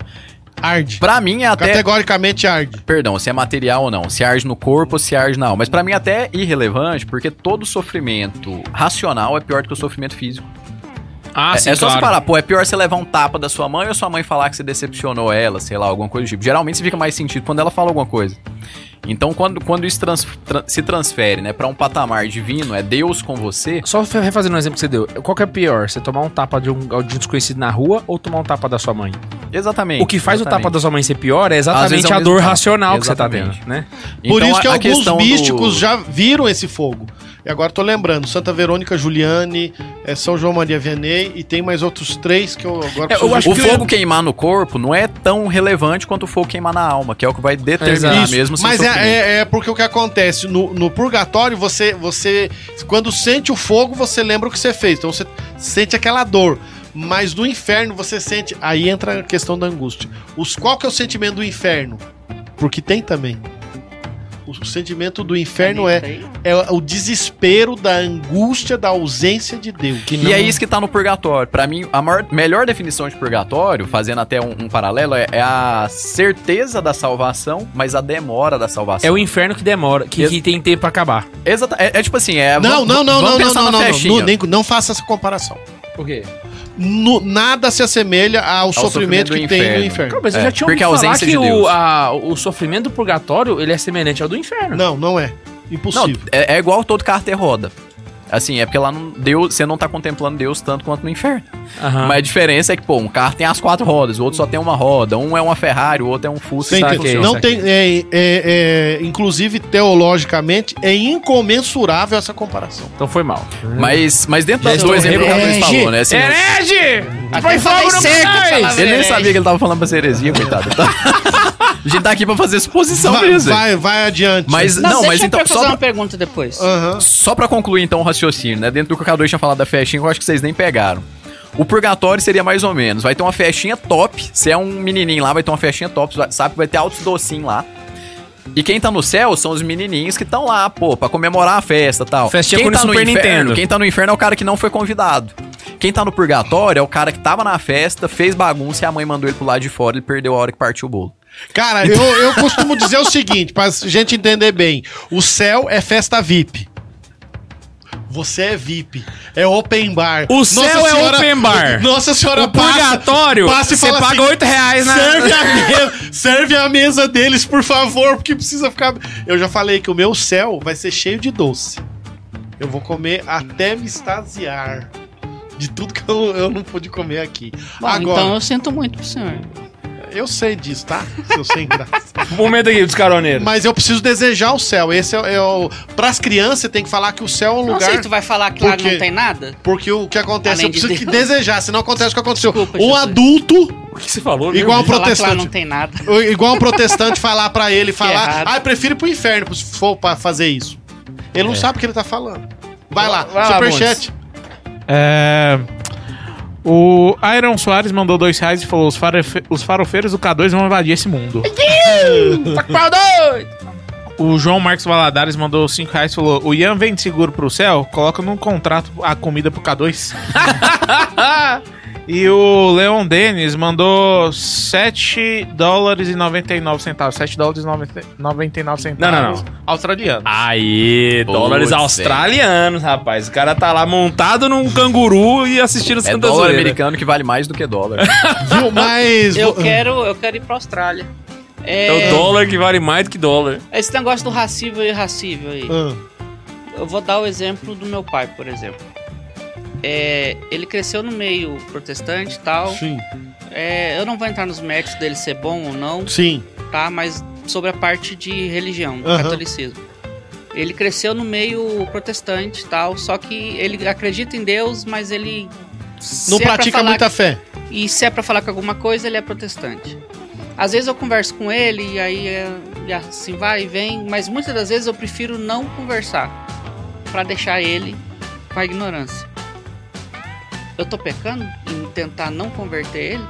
[SPEAKER 1] Arde.
[SPEAKER 5] Pra mim, é até.
[SPEAKER 1] Categoricamente arde.
[SPEAKER 5] Perdão, se é material ou não, se arde no corpo ou se arde na alma. Mas pra mim é até irrelevante, porque todo sofrimento racional é pior do que o sofrimento físico.
[SPEAKER 3] Ah,
[SPEAKER 5] é,
[SPEAKER 3] sim,
[SPEAKER 5] é só
[SPEAKER 3] claro.
[SPEAKER 5] você parar, pô, é pior você levar um tapa da sua mãe ou sua mãe falar que você decepcionou ela, sei lá, alguma coisa do tipo. Geralmente você fica mais sentido quando ela fala alguma coisa. Então, quando, quando isso trans- tra- se transfere, né, pra um patamar divino, é Deus com você,
[SPEAKER 3] Só fe- refazendo um exemplo que você deu. Qual que é pior? Você tomar um tapa de um, de um desconhecido na rua ou tomar um tapa da sua mãe?
[SPEAKER 5] exatamente.
[SPEAKER 3] O que faz o
[SPEAKER 5] exatamente.
[SPEAKER 3] tapa da sua mãe ser pior é
[SPEAKER 5] Às vezes
[SPEAKER 3] exatamente
[SPEAKER 5] é o
[SPEAKER 3] a
[SPEAKER 5] mesmo
[SPEAKER 3] dor
[SPEAKER 5] tapa.
[SPEAKER 3] racional que você tá
[SPEAKER 5] Exatamente.
[SPEAKER 3] tendo, né?
[SPEAKER 1] Por
[SPEAKER 5] Então,
[SPEAKER 1] isso que
[SPEAKER 5] a- a
[SPEAKER 1] alguns
[SPEAKER 5] questão do-
[SPEAKER 1] místicos já viram esse fogo. E agora tô lembrando, Santa Verônica, Juliane, eh, São João Maria Vianney e tem mais outros três que eu agora
[SPEAKER 3] É, eu acho
[SPEAKER 5] o
[SPEAKER 3] que
[SPEAKER 5] fogo queimar no corpo não é tão relevante quanto o fogo queimar na alma, que é o que vai determinar
[SPEAKER 3] Exato.
[SPEAKER 5] mesmo o seu
[SPEAKER 1] Mas é,
[SPEAKER 5] sofrimento.
[SPEAKER 1] é- é porque o que acontece no, no purgatório, você, você quando sente o fogo, você lembra o que você fez. Então você sente aquela dor. Mas no inferno você sente. Aí entra a questão da angústia. Os, qual que é o sentimento do inferno? Porque tem também. O, o sentimento do inferno é, é o desespero da angústia da ausência de Deus.
[SPEAKER 3] Que
[SPEAKER 5] E é isso que tá no purgatório. Pra mim, a maior- melhor definição de purgatório, fazendo até um, um paralelo, é, é a certeza da salvação, mas a demora da salvação.
[SPEAKER 3] É o inferno que demora, que, que tem tempo pra acabar.
[SPEAKER 5] Exata, é, é tipo assim, é.
[SPEAKER 1] não,
[SPEAKER 5] vamos-
[SPEAKER 1] não, não,
[SPEAKER 5] vamos
[SPEAKER 1] não, não,
[SPEAKER 5] pensar
[SPEAKER 1] não,
[SPEAKER 5] na
[SPEAKER 1] não, não,
[SPEAKER 5] festinha.
[SPEAKER 1] não, nem- não faça essa comparação.
[SPEAKER 3] Por quê?
[SPEAKER 1] No- nada se assemelha ao,
[SPEAKER 5] sofrimento
[SPEAKER 1] sofrimento,
[SPEAKER 5] do
[SPEAKER 1] que tem
[SPEAKER 5] inferno.
[SPEAKER 1] no inferno.
[SPEAKER 3] Cara, mas eu
[SPEAKER 5] É,
[SPEAKER 3] já tinha
[SPEAKER 5] porque
[SPEAKER 3] ouvido
[SPEAKER 5] a
[SPEAKER 3] falar
[SPEAKER 5] ausência
[SPEAKER 3] que
[SPEAKER 5] de
[SPEAKER 3] o,
[SPEAKER 5] Deus.
[SPEAKER 3] a- o sofrimento do purgatório ele é semelhante ao do inferno.
[SPEAKER 1] Não, não é.
[SPEAKER 5] Não,
[SPEAKER 1] Impossível.
[SPEAKER 5] é, é igual todo carro ter roda. Assim, é porque lá não, Deus, você não tá contemplando Deus tanto quanto no inferno.
[SPEAKER 3] Aham.
[SPEAKER 5] Mas a diferença é que, pô, um carro tem as quatro rodas, o outro só tem uma roda, um é uma Ferrari, o outro é um Fusca.
[SPEAKER 1] Você
[SPEAKER 5] sabe?
[SPEAKER 1] entende?
[SPEAKER 3] saquei,
[SPEAKER 1] não
[SPEAKER 3] saquei.
[SPEAKER 1] tem, é, é, é, inclusive teologicamente é incomensurável essa comparação.
[SPEAKER 3] Então foi mal.
[SPEAKER 5] Mas, mas dentro
[SPEAKER 3] Já
[SPEAKER 5] das
[SPEAKER 3] estou
[SPEAKER 5] duas exemplo que o K2
[SPEAKER 1] herege.
[SPEAKER 5] falou, né? Assim,
[SPEAKER 3] É, Herege! Foi fogo no
[SPEAKER 5] Ele nem sabia que ele tava falando pra ser heresia, coitado. Tá- a gente tá aqui pra fazer suposição
[SPEAKER 1] vai,
[SPEAKER 5] mesmo.
[SPEAKER 1] vai, vai adiante.
[SPEAKER 5] Mas,
[SPEAKER 2] Não,
[SPEAKER 5] não, mas
[SPEAKER 2] deixa
[SPEAKER 5] então,
[SPEAKER 2] eu fazer
[SPEAKER 5] só
[SPEAKER 2] uma
[SPEAKER 5] pra,
[SPEAKER 2] pergunta depois.
[SPEAKER 1] Aham.
[SPEAKER 5] só pra concluir então o raciocínio, né? Dentro do que o K2 tinha falado da festinha, eu acho que vocês nem pegaram. O purgatório seria mais ou menos. Vai ter uma festinha top. Se é um menininho lá, vai ter uma festinha top. vai- Sabe que vai ter altos docinhos lá. E quem tá no céu são os menininhos que estão lá, pô, pra comemorar a festa e tal.
[SPEAKER 3] Festinha
[SPEAKER 5] quem
[SPEAKER 3] com o
[SPEAKER 5] no
[SPEAKER 3] Super
[SPEAKER 5] inferno,
[SPEAKER 3] Nintendo.
[SPEAKER 5] Quem tá no inferno é o cara que não foi convidado. Quem tá no purgatório é o cara que tava na festa, fez bagunça e a mãe mandou ele pro lado de fora, ele perdeu a hora que partiu o bolo.
[SPEAKER 1] Cara, eu, eu costumo dizer o seguinte, pra gente entender bem. O céu é festa VIP. Você é VIP. É open bar.
[SPEAKER 3] O céu é open bar.
[SPEAKER 1] Nossa senhora
[SPEAKER 3] O purgatório,
[SPEAKER 1] passa e
[SPEAKER 3] você
[SPEAKER 1] fala
[SPEAKER 3] paga
[SPEAKER 1] assim,
[SPEAKER 3] oito reais na...
[SPEAKER 1] Serve a, mesa, serve a mesa deles, por favor, porque precisa ficar. Eu já falei que o meu céu vai ser cheio de doce. Eu vou comer até me extasiar de tudo que eu, eu não pude comer aqui.
[SPEAKER 2] Bom,
[SPEAKER 1] Agora,
[SPEAKER 2] Então eu sinto muito pro senhor.
[SPEAKER 1] eu sei disso, tá? Seu sem graça.
[SPEAKER 3] Momento aqui dos caroneiros.
[SPEAKER 1] Mas eu preciso desejar o céu. Esse é, é o. Para as crianças, tem que falar que o céu é um
[SPEAKER 2] Não
[SPEAKER 1] lugar.
[SPEAKER 2] sei, tu vai falar que lá
[SPEAKER 1] Por quê?
[SPEAKER 2] não tem nada?
[SPEAKER 1] Porque o que acontece,
[SPEAKER 2] Além
[SPEAKER 1] eu preciso
[SPEAKER 2] de
[SPEAKER 1] que
[SPEAKER 2] Deus.
[SPEAKER 1] desejar, senão acontece o que aconteceu.
[SPEAKER 2] Desculpa,
[SPEAKER 1] um
[SPEAKER 2] Jesus.
[SPEAKER 1] adulto
[SPEAKER 3] O que você falou? meu
[SPEAKER 1] Igual
[SPEAKER 3] Deus?
[SPEAKER 2] Falar que lá
[SPEAKER 1] protestante.
[SPEAKER 2] não tem nada.
[SPEAKER 1] Eu- Igual um protestante falar pra ele, falar,
[SPEAKER 2] errado.
[SPEAKER 1] ah, eu prefiro ir pro inferno se for pra fazer isso. Ele não sabe o que ele tá falando. Vai lá,
[SPEAKER 3] Vai lá,
[SPEAKER 1] superchat.
[SPEAKER 4] É, O Iron Soares mandou dois reais e falou: os, farofe- os farofeiros do K2 vão invadir esse mundo.
[SPEAKER 3] Tá com pau doido!
[SPEAKER 4] O João Marcos Valadares mandou cinco reais e falou: o Ian vende seguro pro céu, coloca num contrato a comida pro K2. E o Leon Denis mandou 7 dólares e 99 centavos. 7 dólares e 90 99 centavos.
[SPEAKER 3] Não, não,
[SPEAKER 4] Australiano.
[SPEAKER 3] Aí,
[SPEAKER 5] Putz,
[SPEAKER 3] dólares australianos, rapaz. O cara tá lá montado num canguru e assistindo
[SPEAKER 5] É
[SPEAKER 3] Santa
[SPEAKER 5] dólar
[SPEAKER 3] Zoeira.
[SPEAKER 5] americano que vale mais do que dólar.
[SPEAKER 1] Viu? Mas.
[SPEAKER 2] Eu
[SPEAKER 1] vo-
[SPEAKER 2] quero, eu quero ir pra Austrália.
[SPEAKER 3] É o dólar que vale mais do que dólar.
[SPEAKER 2] Esse negócio do racível e irracível aí.
[SPEAKER 1] Ah,
[SPEAKER 2] Eu vou dar o exemplo do meu pai, por exemplo. É, ele cresceu no meio protestante e tal.
[SPEAKER 1] um? sim.
[SPEAKER 2] É, eu não vou entrar nos méritos dele ser bom ou não,
[SPEAKER 1] Sim.
[SPEAKER 2] tá? Mas sobre a parte de religião, do
[SPEAKER 1] Aham.
[SPEAKER 2] catolicismo. Ele cresceu no meio protestante e tal, só que ele acredita em Deus, mas ele. se
[SPEAKER 1] Não
[SPEAKER 2] é pra
[SPEAKER 1] pratica
[SPEAKER 2] falar-
[SPEAKER 1] muita fé.
[SPEAKER 2] E se é pra falar com alguma coisa, ele é protestante. Às vezes eu converso com ele e aí é, e assim vai e vem, mas muitas das vezes eu prefiro não conversar Pra deixar ele com a ignorância. Eu tô pecando em tentar não converter ele?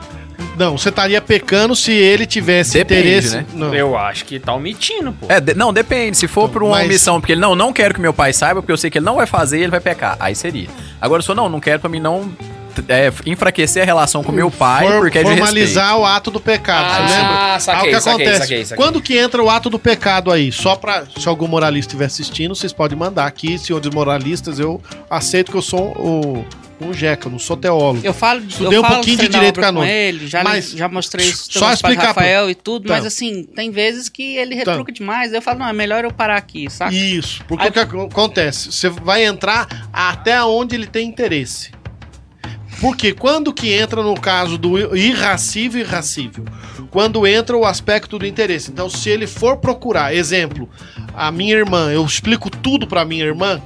[SPEAKER 1] Não, você estaria pecando se ele tivesse
[SPEAKER 5] Depende,
[SPEAKER 1] interesse.
[SPEAKER 5] né?
[SPEAKER 1] Não.
[SPEAKER 3] Eu acho que tá omitindo, pô.
[SPEAKER 5] É, de- não, depende. Se for
[SPEAKER 1] Então,
[SPEAKER 5] por uma
[SPEAKER 1] mas-
[SPEAKER 5] omissão, porque ele não, não quero que meu pai saiba, porque eu sei que ele não vai fazer e ele vai pecar. Aí seria. Agora, se for, não, não quero pra mim não t- é, enfraquecer a relação com meu pai,
[SPEAKER 1] For-
[SPEAKER 5] porque é de respeito.
[SPEAKER 1] formalizar o ato do pecado,
[SPEAKER 3] Ah,
[SPEAKER 1] você lembra? Ah, o
[SPEAKER 3] saquei,
[SPEAKER 1] que
[SPEAKER 3] saquei,
[SPEAKER 1] acontece?
[SPEAKER 3] saquei, saquei.
[SPEAKER 1] Quando que entra o ato do pecado aí? Só pra. Se algum moralista estiver assistindo, vocês podem mandar aqui, senhores moralistas, eu aceito que eu sou o, um jeca, eu não sou teólogo.
[SPEAKER 2] Eu falo, eu
[SPEAKER 1] Dei um
[SPEAKER 2] falo
[SPEAKER 1] pouquinho de
[SPEAKER 2] sobre a
[SPEAKER 1] direito
[SPEAKER 2] obra
[SPEAKER 1] canônico,
[SPEAKER 2] com ele, já,
[SPEAKER 1] mas
[SPEAKER 2] já mostrei isso
[SPEAKER 1] só
[SPEAKER 2] para
[SPEAKER 1] explicar, pô.
[SPEAKER 2] Rafael e tudo,
[SPEAKER 1] Tá.
[SPEAKER 2] mas assim, tem vezes que ele
[SPEAKER 1] Tá.
[SPEAKER 2] retruca demais, eu falo, não, é melhor eu parar aqui, saca?
[SPEAKER 1] Isso, porque
[SPEAKER 2] Aí-
[SPEAKER 1] o que ac- acontece? Você vai entrar até onde ele tem interesse. Porque quando que entra no caso do i- irracível e irracível? Quando entra o aspecto do interesse. Então, se ele for procurar, exemplo, a minha irmã, eu explico tudo pra minha irmã.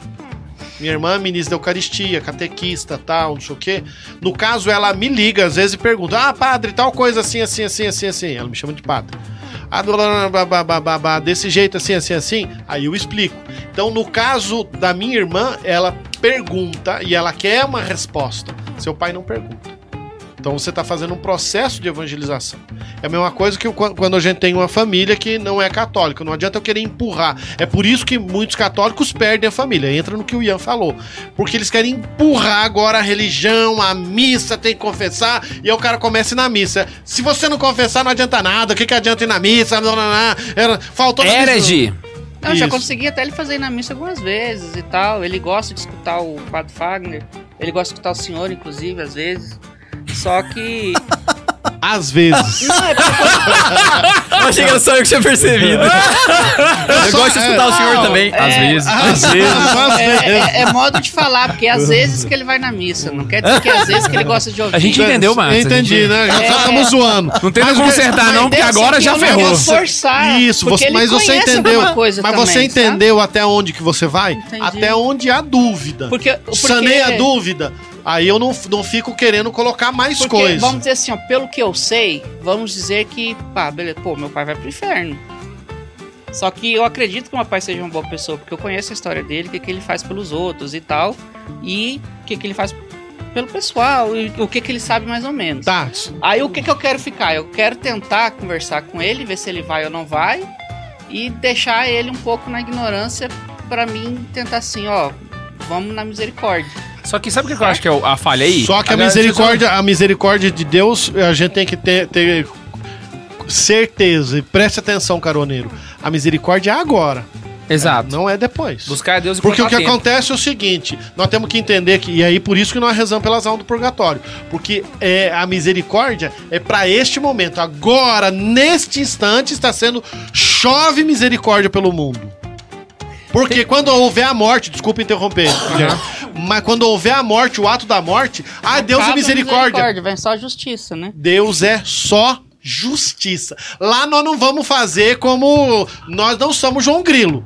[SPEAKER 1] Minha irmã é ministra da Eucaristia, catequista, tal, não sei o quê. No caso, ela me liga às vezes e pergunta: Ah, padre, tal coisa assim, assim, assim, assim, assim. Ela me chama de padre. Ah, blá, blá, blá, blá, blá, blá, blá, desse jeito, assim, assim, assim, aí eu explico. Então, no caso da minha irmã, ela pergunta e ela quer uma resposta. Seu pai não pergunta. Então, você está fazendo um processo de evangelização. É a mesma coisa que quan- quando a gente tem uma família que não é católica. Não adianta eu querer empurrar. É por isso que muitos católicos perdem a família. Entra no que o Ian falou. Porque eles querem empurrar agora a religião, a missa, tem que confessar. E aí o cara começa a ir na missa. Se você não confessar, não adianta nada. O que, que adianta ir na missa? Blá, blá, blá. Era- Faltou na missa.
[SPEAKER 3] Herege.
[SPEAKER 2] Não, eu já
[SPEAKER 1] Isso.
[SPEAKER 2] consegui até ele fazer ir na missa algumas vezes e tal. Ele gosta de escutar o Padre Fagner. Ele gosta de escutar o senhor, inclusive, às vezes. Só que.
[SPEAKER 1] Às vezes.
[SPEAKER 2] Não, é porque
[SPEAKER 5] Eu achei que era só eu que tinha percebido. eu
[SPEAKER 1] É, só- Ah,
[SPEAKER 5] gosto de escutar o senhor
[SPEAKER 2] Não,
[SPEAKER 5] também.
[SPEAKER 2] é-
[SPEAKER 5] Às vezes.
[SPEAKER 1] Às
[SPEAKER 2] quando-
[SPEAKER 1] vezes.
[SPEAKER 2] é, é- é modo de falar, porque é às vezes que ele vai na missa. Não quer dizer que é às vezes que ele gosta de ouvir.
[SPEAKER 3] A gente entendeu, Marcos. a
[SPEAKER 1] Entendi,
[SPEAKER 3] gente-
[SPEAKER 1] né? Já
[SPEAKER 2] É.
[SPEAKER 1] só estamos zoando.
[SPEAKER 3] Não tenta
[SPEAKER 1] Mas o que-
[SPEAKER 3] consertar, não, porque
[SPEAKER 2] Entendeu? Só
[SPEAKER 3] agora
[SPEAKER 2] que
[SPEAKER 3] já
[SPEAKER 2] eu não
[SPEAKER 3] ferrou.
[SPEAKER 2] vou forçar,
[SPEAKER 1] Isso,
[SPEAKER 2] Ah, porque
[SPEAKER 1] você-
[SPEAKER 2] ele
[SPEAKER 1] mas você
[SPEAKER 2] conhece
[SPEAKER 1] entendeu.
[SPEAKER 2] alguma coisa
[SPEAKER 1] mas
[SPEAKER 2] também,
[SPEAKER 1] você
[SPEAKER 2] sabe?
[SPEAKER 1] entendeu até onde que você vai?
[SPEAKER 2] Entendi.
[SPEAKER 1] Até onde há dúvida.
[SPEAKER 2] Porque, porque,
[SPEAKER 1] Sanei a dúvida, aí eu não, não fico querendo colocar mais
[SPEAKER 2] porque,
[SPEAKER 1] coisas.
[SPEAKER 2] Vamos dizer assim, ó, pelo que eu sei, vamos dizer que, pá, beleza, pô, meu pai vai pro inferno. Só que eu acredito que meu pai seja uma boa pessoa, porque eu conheço a história dele, o que, que ele faz pelos outros e tal, e o que, que ele faz pelo pessoal, e o que, que ele sabe mais ou menos.
[SPEAKER 1] Tá.
[SPEAKER 2] Aí o que, que eu quero ficar? Eu quero tentar conversar com ele, ver se ele vai ou não vai, e deixar ele um pouco na ignorância pra mim tentar assim, ó, vamos na misericórdia.
[SPEAKER 3] Só que sabe o que eu acho que é o- a falha aí?
[SPEAKER 1] Só que a
[SPEAKER 3] galera-
[SPEAKER 1] misericórdia, a misericórdia de Deus, a gente tem que ter, ter certeza. E preste atenção, caroneiro. A misericórdia é agora,
[SPEAKER 3] Exato.
[SPEAKER 1] não é depois.
[SPEAKER 3] Buscar a Deus e
[SPEAKER 1] Porque o que
[SPEAKER 3] contar tempo.
[SPEAKER 1] acontece é o seguinte, nós temos que entender que, e aí por isso que nós rezamos pelas almas do purgatório, porque é, a misericórdia é para este momento, agora, neste instante, está sendo chove misericórdia pelo mundo. Porque quando houver a morte, desculpa interromper, Guilherme, mas quando houver a morte, o ato da morte, ah, Deus é
[SPEAKER 2] Acaba a
[SPEAKER 1] misericórdia.
[SPEAKER 2] Vem só a justiça, né?
[SPEAKER 1] Deus é só justiça. Lá nós não vamos fazer como nós não somos João Grilo.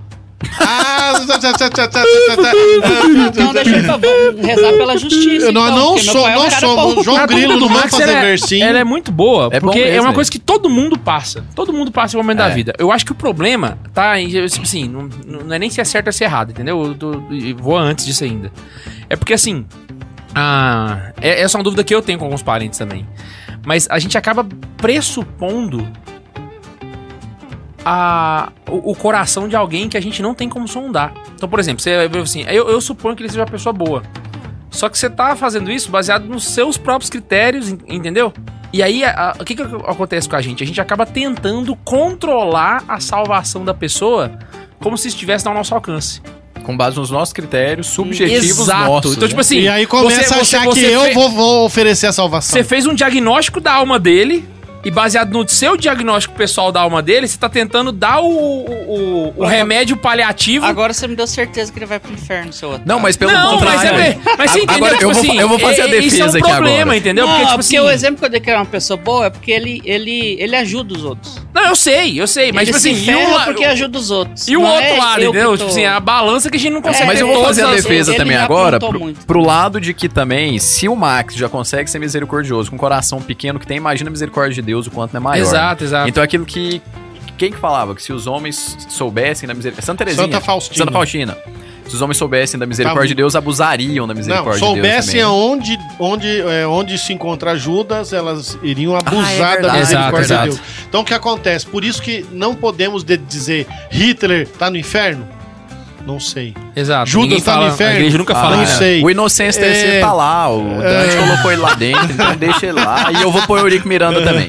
[SPEAKER 1] Ah, tchá, tchá, tchá, tchá, tchá, tchá, tchá.
[SPEAKER 2] Então deixa eu vamos rezar pela justiça.
[SPEAKER 1] Eu- Nós
[SPEAKER 2] então,
[SPEAKER 1] não
[SPEAKER 2] porque meu
[SPEAKER 1] somos,
[SPEAKER 2] pai é um
[SPEAKER 1] nós
[SPEAKER 2] cara
[SPEAKER 1] somos.
[SPEAKER 2] bom.
[SPEAKER 1] João
[SPEAKER 3] A culpa
[SPEAKER 1] Grilo
[SPEAKER 3] do
[SPEAKER 1] não vai
[SPEAKER 3] Max, ela
[SPEAKER 1] fazer
[SPEAKER 3] é- Ela é
[SPEAKER 1] versinho.
[SPEAKER 3] muito boa,
[SPEAKER 5] É bom
[SPEAKER 3] porque é
[SPEAKER 5] mesmo,
[SPEAKER 3] uma
[SPEAKER 5] é.
[SPEAKER 3] coisa que todo mundo passa. Todo mundo passa em um momento da
[SPEAKER 5] É.
[SPEAKER 3] vida. Eu acho que o problema tá em, tipo assim, não, não é nem se é certo ou se é errado, entendeu? Eu, tô- eu vou antes disso ainda. É porque assim, a, é, essa é uma dúvida que eu tenho com alguns parentes também. Mas a gente acaba pressupondo a, o, o coração de alguém que a gente não tem como sondar. Então, por exemplo, você vai assim, eu, eu suponho que ele seja uma pessoa boa. Só que você tá fazendo isso baseado nos seus próprios critérios, en- entendeu? E aí, a- a- o que, que acontece com a gente? A gente acaba tentando controlar a salvação da pessoa como se estivesse ao nosso alcance.
[SPEAKER 1] né?
[SPEAKER 5] Com base nos nossos critérios subjetivos nossos.
[SPEAKER 3] então, tipo
[SPEAKER 5] né?
[SPEAKER 3] assim,
[SPEAKER 1] e aí começa
[SPEAKER 3] você-
[SPEAKER 1] a
[SPEAKER 3] você-
[SPEAKER 1] achar
[SPEAKER 3] você
[SPEAKER 1] que eu
[SPEAKER 3] fe-
[SPEAKER 1] vou, vou oferecer a salvação.
[SPEAKER 3] Você fez um diagnóstico da alma dele. E baseado no seu diagnóstico pessoal da alma dele, você tá tentando dar o, o- o- o remédio paliativo.
[SPEAKER 2] Agora você me deu certeza que ele vai pro inferno, seu outro.
[SPEAKER 5] Não, mas pelo
[SPEAKER 3] não, mas,
[SPEAKER 5] contrário.
[SPEAKER 3] é, mas você entendeu?
[SPEAKER 5] Agora, eu vou fa- eu vou fazer a
[SPEAKER 3] é-
[SPEAKER 5] defesa
[SPEAKER 3] Isso é um
[SPEAKER 5] aqui
[SPEAKER 3] problema,
[SPEAKER 5] agora.
[SPEAKER 3] entendeu?
[SPEAKER 2] porque,
[SPEAKER 3] porque, tipo assim,
[SPEAKER 2] o exemplo que eu dei que ele é uma pessoa boa é porque ele, ele, ele ajuda os outros.
[SPEAKER 3] Não, eu sei, eu sei. Mas, tipo
[SPEAKER 2] ele
[SPEAKER 3] assim,
[SPEAKER 2] se
[SPEAKER 3] e o,
[SPEAKER 2] ferra
[SPEAKER 3] la-
[SPEAKER 2] porque ajuda os outros.
[SPEAKER 3] e o
[SPEAKER 2] Não
[SPEAKER 3] outro
[SPEAKER 2] é
[SPEAKER 3] lado,
[SPEAKER 2] eu que
[SPEAKER 3] entendeu?
[SPEAKER 2] tô-
[SPEAKER 3] Tipo assim, a balança que a gente não consegue.
[SPEAKER 2] É,
[SPEAKER 5] Mas eu
[SPEAKER 3] ter
[SPEAKER 5] vou
[SPEAKER 3] todas
[SPEAKER 5] fazer a
[SPEAKER 3] as-
[SPEAKER 5] defesa
[SPEAKER 2] ele
[SPEAKER 5] também
[SPEAKER 2] já
[SPEAKER 5] agora.
[SPEAKER 2] aprontou
[SPEAKER 5] Pro,
[SPEAKER 2] muito.
[SPEAKER 5] pro lado de que também, se o Max já consegue ser misericordioso com um coração pequeno que tem, imagina a misericórdia de Deus, o quanto é maior.
[SPEAKER 3] Exato, exato.
[SPEAKER 5] Então aquilo que. Quem que falava? Que se os homens soubessem da misericórdia. Santa Teresinha.
[SPEAKER 1] Santa Faustina.
[SPEAKER 5] Santa Faustina. Se os homens soubessem da misericórdia
[SPEAKER 1] Tá.
[SPEAKER 5] de Deus, abusariam da
[SPEAKER 1] Não,
[SPEAKER 5] misericórdia de Deus.
[SPEAKER 1] soubessem
[SPEAKER 5] também.
[SPEAKER 1] aonde, onde, é, onde se encontra Judas, elas iriam abusar da
[SPEAKER 5] verdade.
[SPEAKER 1] misericórdia
[SPEAKER 3] Exato,
[SPEAKER 1] de Deus. Então o que acontece? Por isso que não podemos de- dizer Hitler tá no inferno? Não sei.
[SPEAKER 3] Exato.
[SPEAKER 1] Judas
[SPEAKER 3] Ninguém
[SPEAKER 1] tá no
[SPEAKER 3] fala,
[SPEAKER 1] inferno?
[SPEAKER 3] A igreja nunca
[SPEAKER 5] Ah,
[SPEAKER 3] fala.
[SPEAKER 1] não
[SPEAKER 5] né?
[SPEAKER 3] isso.
[SPEAKER 1] sei.
[SPEAKER 5] O Inocêncio terceiro
[SPEAKER 1] É.
[SPEAKER 5] tá lá, o Dante colocou ele lá dentro, então deixa ele lá. E eu vou pôr o Eurico Miranda também.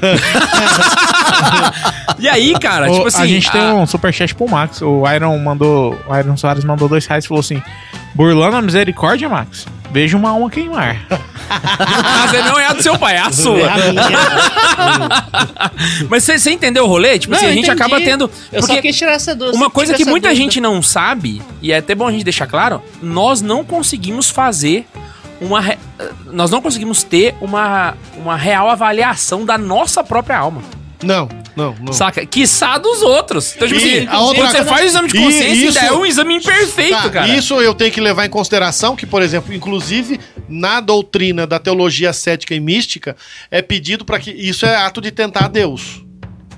[SPEAKER 3] E aí, cara,
[SPEAKER 4] Ô,
[SPEAKER 3] tipo assim.
[SPEAKER 4] a gente tem
[SPEAKER 3] ah,
[SPEAKER 4] um superchat pro Max. O Iron mandou. O Iron Soares mandou dois reais e falou assim: Burlando a misericórdia, Max. Veja uma alma queimar.
[SPEAKER 3] Mas é não é a do seu pai, é a sua. Mas você você entendeu o rolê? Tipo
[SPEAKER 2] Não,
[SPEAKER 3] assim, a
[SPEAKER 2] eu
[SPEAKER 3] gente
[SPEAKER 2] entendi.
[SPEAKER 3] acaba tendo.
[SPEAKER 2] Eu só quis assim, tirar essa dúvida.
[SPEAKER 3] Uma coisa
[SPEAKER 2] tirar
[SPEAKER 3] que
[SPEAKER 2] essa
[SPEAKER 3] muita
[SPEAKER 2] dúvida.
[SPEAKER 3] gente não sabe, e é até bom a gente deixar claro, nós não conseguimos fazer uma. re- Nós não conseguimos ter uma, uma real avaliação da nossa própria alma.
[SPEAKER 1] Não, não, não.
[SPEAKER 3] Saca? Quiçá dos outros. Então, tipo
[SPEAKER 1] E
[SPEAKER 3] assim,
[SPEAKER 1] a outra
[SPEAKER 3] quando você
[SPEAKER 1] coisa-
[SPEAKER 3] faz o exame de
[SPEAKER 1] E
[SPEAKER 3] consciência,
[SPEAKER 1] isso-
[SPEAKER 3] ainda é um exame imperfeito,
[SPEAKER 1] Tá,
[SPEAKER 3] cara.
[SPEAKER 1] Isso eu tenho que levar em consideração que, por exemplo, inclusive na doutrina da teologia cética e mística, é pedido para que. Isso é ato de tentar a Deus.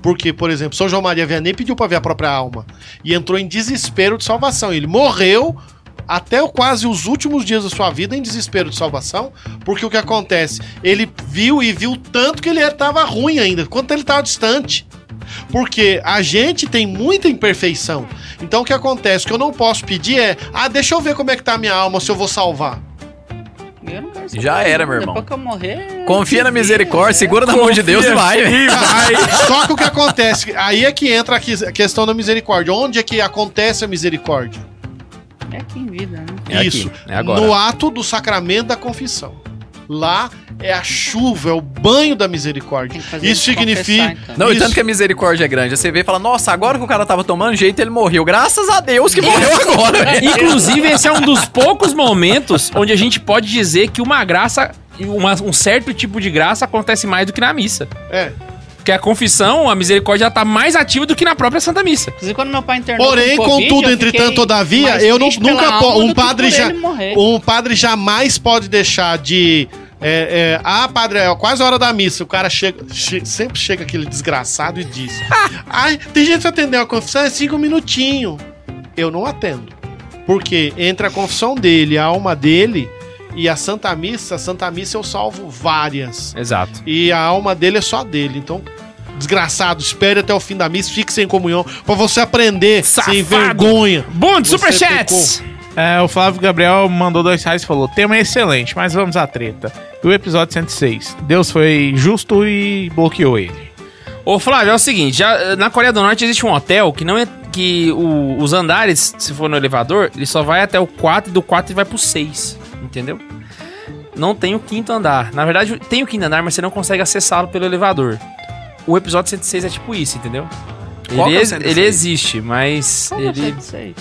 [SPEAKER 1] Porque, por exemplo, São João Maria Vianney pediu para ver a própria alma e entrou em desespero de salvação. Ele morreu até o- quase os últimos dias da sua vida em desespero de salvação, porque o que acontece? Ele viu e viu tanto que ele estava ruim ainda, quanto ele estava distante. Porque a gente tem muita imperfeição. Então o que acontece? O que eu não posso pedir é: ah, deixa eu ver como é que tá a minha alma, se eu vou salvar.
[SPEAKER 2] Eu não quero saber,
[SPEAKER 5] Já era,
[SPEAKER 2] não.
[SPEAKER 5] meu irmão.
[SPEAKER 2] Depois que eu morrer.
[SPEAKER 5] Confia na misericórdia, segura na mão de Deus e vai. né? velho.
[SPEAKER 1] Só que o que acontece? Aí é que entra a que- a questão da misericórdia. Onde é que acontece a misericórdia?
[SPEAKER 2] É aqui em vida, né?
[SPEAKER 5] É aqui,
[SPEAKER 1] Isso.
[SPEAKER 3] é agora.
[SPEAKER 1] No ato do sacramento da confissão. Lá é a chuva, é o banho da misericórdia.
[SPEAKER 2] Tem que fazer
[SPEAKER 1] Isso
[SPEAKER 2] ele confessar,
[SPEAKER 1] significa.
[SPEAKER 2] então.
[SPEAKER 5] Não, e
[SPEAKER 1] Isso.
[SPEAKER 5] tanto que a misericórdia é grande. Você vê e fala, nossa, agora que o cara tava tomando jeito, ele morreu. Graças a Deus que morreu agora. velho.
[SPEAKER 3] Inclusive, esse é um dos poucos momentos onde a gente pode dizer que uma graça, uma- um certo tipo de graça acontece mais do que na missa.
[SPEAKER 1] É.
[SPEAKER 3] Porque a confissão, a misericórdia, ela tá mais ativa do que na própria Santa Missa.
[SPEAKER 2] Inclusive, quando meu pai internou
[SPEAKER 1] Porém,
[SPEAKER 2] com Covid,
[SPEAKER 1] contudo,
[SPEAKER 2] eu
[SPEAKER 1] entretanto,
[SPEAKER 2] fiquei
[SPEAKER 1] todavia,
[SPEAKER 2] mais
[SPEAKER 1] eu não,
[SPEAKER 2] triste pela
[SPEAKER 1] nunca
[SPEAKER 2] alma
[SPEAKER 1] po-
[SPEAKER 2] do
[SPEAKER 1] um
[SPEAKER 2] que
[SPEAKER 1] padre
[SPEAKER 2] por
[SPEAKER 1] já,
[SPEAKER 2] ele morrer.
[SPEAKER 1] um padre jamais pode deixar de é, é, ah, padre, é quase a hora da missa. O cara chega, che- sempre chega aquele desgraçado e diz: Ai, tem gente que atender a confissão, é cinco minutinhos. Eu não atendo. Porque entre a confissão dele, a alma dele e a Santa Missa, a Santa Missa eu salvo várias.
[SPEAKER 3] Exato.
[SPEAKER 1] E a alma dele é só dele. Então, desgraçado, espere até o fim da missa, fique sem comunhão, pra você aprender sem
[SPEAKER 3] Safado.
[SPEAKER 1] vergonha.
[SPEAKER 3] Bom,
[SPEAKER 1] Você
[SPEAKER 3] superchats!
[SPEAKER 4] É, o Flávio Gabriel mandou dois reais e falou: Tema excelente, mas vamos à treta. E o episódio 106. Deus foi justo e bloqueou ele.
[SPEAKER 3] Ô Flávio, é o seguinte, já, eh, na Coreia do Norte existe um hotel que não é que o- os andares, se for no elevador, ele só vai até o 4 e do 4 ele vai pro 6, entendeu? Não tem o quinto andar. Na verdade, tem o quinto andar, mas você não consegue acessá-lo pelo elevador. O episódio 106 é tipo isso, entendeu?
[SPEAKER 5] Qual que
[SPEAKER 3] Ele,
[SPEAKER 5] é o
[SPEAKER 3] ex-
[SPEAKER 5] 106?
[SPEAKER 3] ele existe, mas
[SPEAKER 2] Como eu sei
[SPEAKER 3] ele
[SPEAKER 2] disso aí?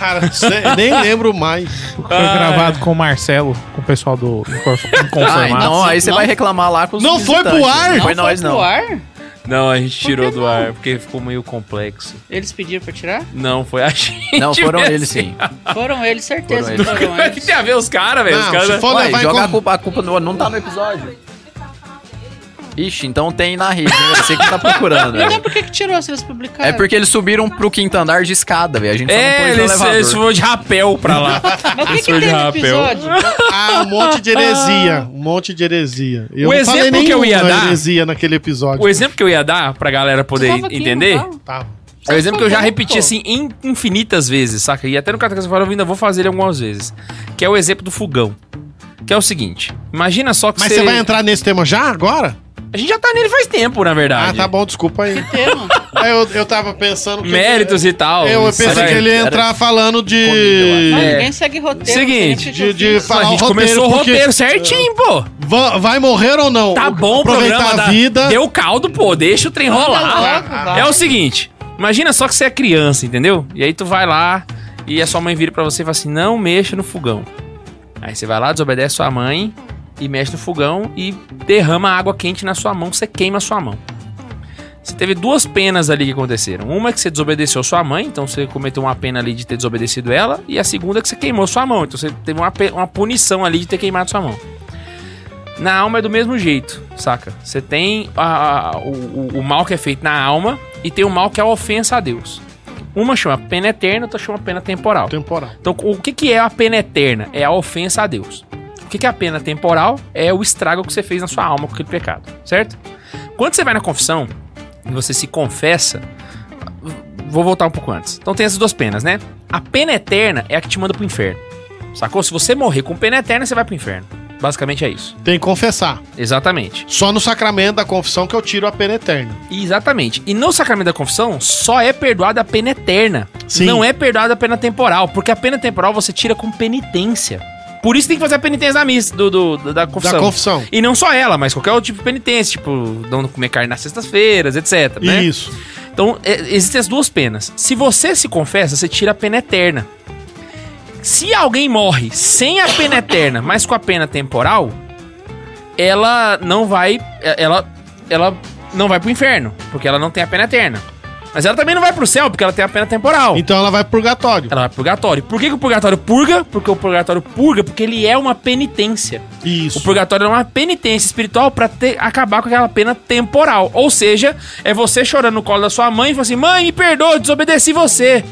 [SPEAKER 1] Cara, não sei, nem lembro mais.
[SPEAKER 4] Foi
[SPEAKER 3] Ah.
[SPEAKER 4] gravado com o Marcelo, com o pessoal do Inconfor-
[SPEAKER 5] Ah,
[SPEAKER 4] Inconformados.
[SPEAKER 5] então aí você
[SPEAKER 1] Não.
[SPEAKER 5] vai reclamar lá com os
[SPEAKER 1] Não foi pro
[SPEAKER 5] visitantes.
[SPEAKER 1] ar?
[SPEAKER 5] Não foi nós,
[SPEAKER 2] pro
[SPEAKER 5] não.
[SPEAKER 2] ar?
[SPEAKER 3] Não, a gente tirou do ar porque ficou meio complexo.
[SPEAKER 2] Eles pediram pra tirar?
[SPEAKER 3] Não, foi a gente.
[SPEAKER 5] Não, foram
[SPEAKER 3] mesmo.
[SPEAKER 5] eles sim.
[SPEAKER 2] Foram eles, certeza
[SPEAKER 5] Foram
[SPEAKER 2] que Ah. foram
[SPEAKER 3] O que
[SPEAKER 2] eles.
[SPEAKER 3] tem a ver os caras, velho? Os
[SPEAKER 1] Não,
[SPEAKER 3] caras-
[SPEAKER 1] se for
[SPEAKER 5] Ué,
[SPEAKER 1] levar em
[SPEAKER 5] joga a
[SPEAKER 1] conta.
[SPEAKER 5] culpa, a culpa no- não tá no episódio. Ixi, então tem na rede, né? Você que tá procurando. velho.
[SPEAKER 2] Então por que que tirou se eles publicaram?
[SPEAKER 5] É porque eles subiram pro quinto andar de escada, velho. A gente só não
[SPEAKER 3] É,
[SPEAKER 5] pôs no
[SPEAKER 3] eles,
[SPEAKER 5] elevador.
[SPEAKER 3] eles foram de rapel pra lá.
[SPEAKER 2] Mas o que,
[SPEAKER 3] Eles
[SPEAKER 2] que
[SPEAKER 3] foram
[SPEAKER 2] tem
[SPEAKER 3] de
[SPEAKER 2] no
[SPEAKER 3] rapel.
[SPEAKER 2] episódio?
[SPEAKER 1] Ah, um monte de heresia. Um monte de heresia. Eu
[SPEAKER 3] O
[SPEAKER 1] não falei
[SPEAKER 3] exemplo que eu ia
[SPEAKER 1] nenhuma
[SPEAKER 3] dar-
[SPEAKER 1] heresia naquele episódio.
[SPEAKER 3] O exemplo que eu ia dar pra galera poder
[SPEAKER 2] Tava aqui,
[SPEAKER 3] entender
[SPEAKER 2] não tava?
[SPEAKER 1] Tá.
[SPEAKER 3] é o exemplo que eu já
[SPEAKER 2] Tava,
[SPEAKER 3] repeti
[SPEAKER 2] pô.
[SPEAKER 3] assim in- infinitas vezes, saca? E até no Catequese Fora eu ainda vou fazer ele algumas vezes. Que é o exemplo do fogão. Que é o seguinte: imagina só que
[SPEAKER 1] Mas você vai entrar nesse tema já agora?
[SPEAKER 3] A gente já tá nele faz tempo, na
[SPEAKER 1] Ah,
[SPEAKER 3] verdade.
[SPEAKER 1] tá bom, desculpa aí.
[SPEAKER 2] Tema.
[SPEAKER 1] É, eu, eu tava pensando que.
[SPEAKER 3] Méritos e tal.
[SPEAKER 1] Eu, eu pensei
[SPEAKER 3] sabe?
[SPEAKER 1] que ele ia
[SPEAKER 5] Era-
[SPEAKER 1] entrar falando
[SPEAKER 5] Comida,
[SPEAKER 1] de.
[SPEAKER 2] Não,
[SPEAKER 3] É.
[SPEAKER 2] Ninguém segue roteiro. assim,
[SPEAKER 3] Seguinte,
[SPEAKER 2] não sei nem
[SPEAKER 1] de-
[SPEAKER 2] o que eu
[SPEAKER 1] de
[SPEAKER 2] fiz.
[SPEAKER 1] falar-
[SPEAKER 3] a gente
[SPEAKER 1] o roteiro,
[SPEAKER 3] começou o
[SPEAKER 1] porque-
[SPEAKER 3] roteiro certinho, pô.
[SPEAKER 1] Va- Vai morrer ou não?
[SPEAKER 3] Tá bom o
[SPEAKER 1] Aproveitar
[SPEAKER 3] programa.
[SPEAKER 1] a
[SPEAKER 3] da-
[SPEAKER 1] vida.
[SPEAKER 3] Deu caldo, pô. Deixa o trem
[SPEAKER 2] Tá
[SPEAKER 3] rolar.
[SPEAKER 2] louco, vai.
[SPEAKER 3] É o seguinte, imagina só que você é criança, entendeu? E aí tu vai lá e a sua mãe vira pra você e fala assim: "Não mexa no fogão". Aí você vai lá, desobedece sua mãe e mexe no fogão e derrama água quente na sua mão, você queima a sua mão. Você teve duas penas ali que aconteceram. Uma é que você desobedeceu sua mãe, então você cometeu uma pena ali de ter desobedecido ela, e a segunda é que você queimou sua mão, então você teve uma, pe- uma punição ali de ter queimado sua mão. Na alma é do mesmo jeito, saca? Você tem a- a- o, o- o mal que é feito na alma e tem o mal que é a ofensa a Deus. Uma chama pena eterna, outra chama pena temporal.
[SPEAKER 1] Temporal.
[SPEAKER 3] Então, o que, que é a pena eterna? É a ofensa a Deus. O que, que é a pena temporal? É o estrago que você fez na sua alma com aquele pecado, certo? Quando você vai na confissão e você se confessa, vou voltar um pouco antes. Então tem essas duas penas, né? A pena eterna é a que te manda pro inferno. Sacou? Se você morrer com pena eterna, você vai pro inferno. Basicamente é isso.
[SPEAKER 1] Tem que confessar.
[SPEAKER 3] Exatamente.
[SPEAKER 1] Só no sacramento da confissão que eu tiro a pena eterna.
[SPEAKER 3] Exatamente. E no sacramento da confissão, só é perdoada a pena eterna.
[SPEAKER 1] Sim.
[SPEAKER 3] Não é perdoada a pena temporal, porque a pena temporal você tira com penitência. Por isso tem que fazer a penitência da missa, do, do- do- da confissão.
[SPEAKER 1] Da confissão.
[SPEAKER 3] E não só ela, mas qualquer outro tipo de penitência, tipo, não comer carne nas sextas-feiras, etc. né?
[SPEAKER 1] Isso.
[SPEAKER 3] Então, é- existem as duas penas. Se você se confessa, você tira a pena eterna. Se alguém morre sem a pena eterna, mas com a pena temporal, ela não vai. é- Ela, ela não vai pro inferno, porque ela não tem a pena eterna. Mas ela também não vai pro céu, porque ela tem a pena temporal.
[SPEAKER 1] Então ela vai pro purgatório.
[SPEAKER 3] Ela vai pro purgatório. Por que, que o purgatório purga? Porque o purgatório purga, porque ele é uma penitência.
[SPEAKER 1] Isso.
[SPEAKER 3] O purgatório é uma penitência espiritual pra ter- acabar com aquela pena temporal. Ou seja, é você chorando no colo da sua mãe e falando assim: mãe, me perdoa, eu desobedeci você.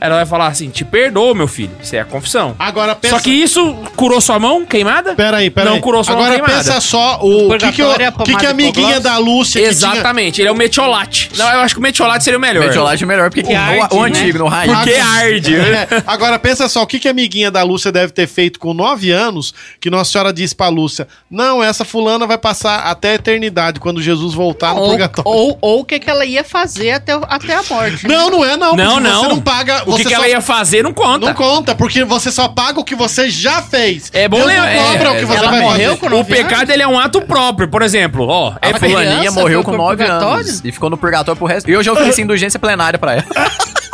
[SPEAKER 3] Ela vai falar assim: te perdoa, meu filho. Isso é a confissão.
[SPEAKER 1] Agora Ah, pensa.
[SPEAKER 3] Só que isso curou sua mão queimada?
[SPEAKER 1] Pera aí, pera
[SPEAKER 3] Não
[SPEAKER 1] aí.
[SPEAKER 3] curou sua
[SPEAKER 1] Agora
[SPEAKER 3] mão queimada.
[SPEAKER 1] pensa só o que que, eu-
[SPEAKER 2] Purgatório é a
[SPEAKER 1] que, que
[SPEAKER 2] pomada
[SPEAKER 1] a amiguinha
[SPEAKER 2] hipoglós?
[SPEAKER 1] da Lúcia que tinha-
[SPEAKER 3] Exatamente, ele é o metiolate. Não, eu acho que o metiolate seria o melhor.
[SPEAKER 5] Metiolate é melhor, porque que- o,
[SPEAKER 2] arde,
[SPEAKER 5] o
[SPEAKER 2] né?
[SPEAKER 5] antigo, no raio.
[SPEAKER 3] Porque arde.
[SPEAKER 1] É, Agora pensa só, o que, que a amiguinha da Lúcia deve ter feito com nove anos que Nossa Senhora disse pra Lúcia: Não, essa fulana vai passar até a eternidade quando Jesus voltar no
[SPEAKER 2] Ou,
[SPEAKER 1] purgatório.
[SPEAKER 2] ou, ou o que, que ela ia fazer até, o- até a morte. né?
[SPEAKER 1] Não, não é, não.
[SPEAKER 3] Não,
[SPEAKER 1] porque
[SPEAKER 3] não.
[SPEAKER 1] Você não paga.
[SPEAKER 3] O
[SPEAKER 1] você
[SPEAKER 3] que, que
[SPEAKER 1] só-
[SPEAKER 3] ela ia fazer não conta.
[SPEAKER 1] Não conta, porque você só paga o que você já fez.
[SPEAKER 3] É bom
[SPEAKER 1] Deus não
[SPEAKER 3] lembrar-
[SPEAKER 1] cobra
[SPEAKER 5] é,
[SPEAKER 1] o que
[SPEAKER 5] é,
[SPEAKER 1] você
[SPEAKER 2] ela
[SPEAKER 1] vai
[SPEAKER 2] morreu
[SPEAKER 1] fazer.
[SPEAKER 2] com
[SPEAKER 3] O
[SPEAKER 2] nove Ah,
[SPEAKER 3] pecado ele é um ato próprio, por exemplo, ó, é
[SPEAKER 5] A fulaninha
[SPEAKER 2] criança
[SPEAKER 5] morreu
[SPEAKER 2] foi
[SPEAKER 5] com
[SPEAKER 2] pro
[SPEAKER 5] 9
[SPEAKER 2] purgatório?
[SPEAKER 5] anos e ficou no purgatório pro resto. E eu já ofereci indulgência plenária pra ela.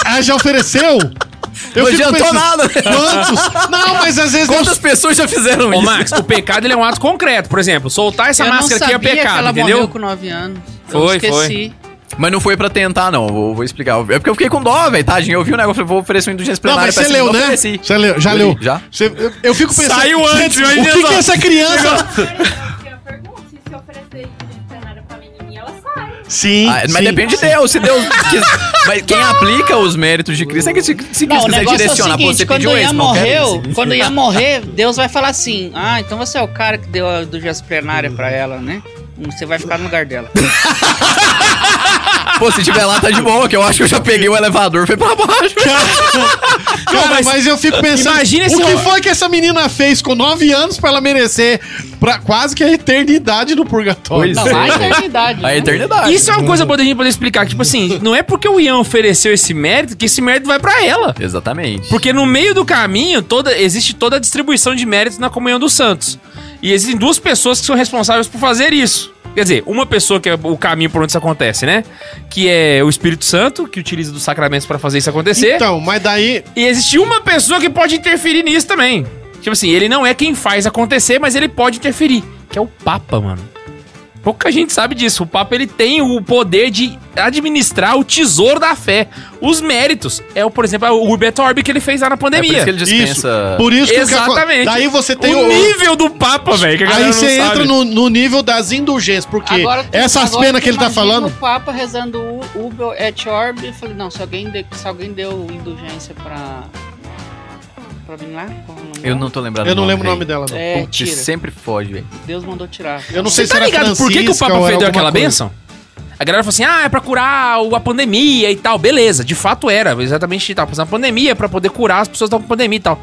[SPEAKER 1] Ah, já ofereceu? Eu
[SPEAKER 5] Não
[SPEAKER 1] fico
[SPEAKER 5] adiantou
[SPEAKER 1] pensando,
[SPEAKER 5] nada, né?
[SPEAKER 1] Quantos? Não, mas às vezes.
[SPEAKER 5] Quantas pessoas já fizeram
[SPEAKER 3] Ô,
[SPEAKER 5] isso?
[SPEAKER 3] Max, o pecado ele é um ato concreto. Por exemplo, soltar essa
[SPEAKER 2] eu não
[SPEAKER 3] máscara
[SPEAKER 2] sabia
[SPEAKER 3] aqui é
[SPEAKER 2] que
[SPEAKER 3] pecado,
[SPEAKER 2] ela
[SPEAKER 3] entendeu?
[SPEAKER 2] morreu com 9 anos. eu
[SPEAKER 3] Foi,
[SPEAKER 2] esqueci.
[SPEAKER 5] Mas não foi pra tentar, não. Vou, vou explicar. É porque eu fiquei com dó, velho, tadinho. Eu vi o negócio, falei, vou oferecer uma indulgência
[SPEAKER 1] Não,
[SPEAKER 5] plenária
[SPEAKER 1] mas você
[SPEAKER 5] essa
[SPEAKER 1] leu,
[SPEAKER 5] menina,
[SPEAKER 1] né?
[SPEAKER 5] ofereci.
[SPEAKER 1] Você leu, já
[SPEAKER 5] Eu
[SPEAKER 1] leu.
[SPEAKER 5] li, já.
[SPEAKER 1] Você- eu, eu fico pensando.
[SPEAKER 3] Saiu antes,
[SPEAKER 1] gente,
[SPEAKER 3] olha
[SPEAKER 1] O que,
[SPEAKER 3] só.
[SPEAKER 1] que essa criança.
[SPEAKER 6] Eu pergunto se se oferecer indulgência plenária pra menininha, ela sai.
[SPEAKER 1] Sim.
[SPEAKER 5] Ah, mas
[SPEAKER 1] sim.
[SPEAKER 5] depende de Deus. Se Deus quis, Mas quem aplica os méritos de Cristo é que se, se
[SPEAKER 2] Não,
[SPEAKER 5] Cristo
[SPEAKER 2] o
[SPEAKER 5] quiser
[SPEAKER 2] negócio é o
[SPEAKER 5] direcionar, pô,
[SPEAKER 2] seguinte,
[SPEAKER 5] você
[SPEAKER 2] quando
[SPEAKER 5] pediu
[SPEAKER 2] Ian
[SPEAKER 5] esse, não quero
[SPEAKER 2] morreu,
[SPEAKER 5] esse.
[SPEAKER 2] quando Ian morrer, Deus vai falar assim, ah, então você é o cara que deu a indulgência plenária pra ela, né? Você vai ficar no lugar dela.
[SPEAKER 5] Pô, se tiver lá, tá de boa, que eu acho que eu já peguei o elevador, foi pra baixo.
[SPEAKER 1] Cara,
[SPEAKER 3] Cara, mas-
[SPEAKER 1] mas, eu fico pensando.
[SPEAKER 3] Imagina
[SPEAKER 1] o
[SPEAKER 3] esse
[SPEAKER 1] que
[SPEAKER 3] homem.
[SPEAKER 1] foi que essa menina fez com nove anos pra ela merecer pra quase que a eternidade no purgatório?
[SPEAKER 5] Pois
[SPEAKER 2] Não,
[SPEAKER 3] é.
[SPEAKER 5] Sei,
[SPEAKER 2] a
[SPEAKER 5] velho.
[SPEAKER 2] eternidade.
[SPEAKER 5] A
[SPEAKER 2] né?
[SPEAKER 5] eternidade.
[SPEAKER 3] Isso é uma coisa boa da gente poder explicar. que, Tipo assim, não é porque o Ian ofereceu esse mérito que esse mérito vai pra ela.
[SPEAKER 5] Exatamente.
[SPEAKER 3] Porque no meio do caminho toda, existe toda a distribuição de méritos na comunhão dos santos. E existem duas pessoas que são responsáveis por fazer isso. Quer dizer, uma pessoa que é o caminho por onde isso acontece, né? Que é o Espírito Santo, que utiliza dos sacramentos pra fazer isso acontecer.
[SPEAKER 1] Então, mas daí.
[SPEAKER 3] E existe uma pessoa que pode interferir nisso também. Tipo assim, ele não é quem faz acontecer, mas ele pode interferir. Que é o Papa, mano. Pouca gente sabe disso. O Papa ele tem o poder de administrar o tesouro da fé. Os méritos. É, o, por exemplo, o Urbeto Orbe que ele fez lá na
[SPEAKER 5] É por
[SPEAKER 3] pandemia.
[SPEAKER 5] isso que ele dispensa...
[SPEAKER 1] Por isso que o que aco-
[SPEAKER 3] Exatamente.
[SPEAKER 1] Daí você tem
[SPEAKER 3] o
[SPEAKER 1] o.
[SPEAKER 3] nível do Papa, velho. que a galera
[SPEAKER 1] Aí
[SPEAKER 3] não
[SPEAKER 1] você
[SPEAKER 3] sabe.
[SPEAKER 1] entra no, no nível das indulgências, porque
[SPEAKER 2] tu-
[SPEAKER 1] essas
[SPEAKER 2] agora
[SPEAKER 1] penas
[SPEAKER 2] tu
[SPEAKER 1] que ele tá
[SPEAKER 2] imagina
[SPEAKER 1] falando.
[SPEAKER 2] O Papa rezando o Uber et Orb. Eu falei, não, se alguém, de, se alguém deu indulgência pra. pra mim lá? como é o nome
[SPEAKER 5] Eu
[SPEAKER 2] dela?
[SPEAKER 5] não tô lembrando
[SPEAKER 1] Eu não lembro o
[SPEAKER 5] velho.
[SPEAKER 1] nome dela, não.
[SPEAKER 2] É,
[SPEAKER 5] Putz,
[SPEAKER 2] tira.
[SPEAKER 5] sempre foge, velho.
[SPEAKER 2] Deus mandou tirar.
[SPEAKER 1] Eu não
[SPEAKER 3] Você
[SPEAKER 1] sei se
[SPEAKER 3] tá
[SPEAKER 1] era
[SPEAKER 3] ligado por que, que o
[SPEAKER 1] Francisca
[SPEAKER 3] Papa
[SPEAKER 1] ou era
[SPEAKER 3] fez
[SPEAKER 1] alguma
[SPEAKER 3] aquela
[SPEAKER 1] coisa.
[SPEAKER 3] bênção? A galera falou assim: ah, é pra curar o- a pandemia e tal. Beleza, de fato era. Exatamente, tava passando a pandemia pra poder curar as pessoas da pandemia e tal.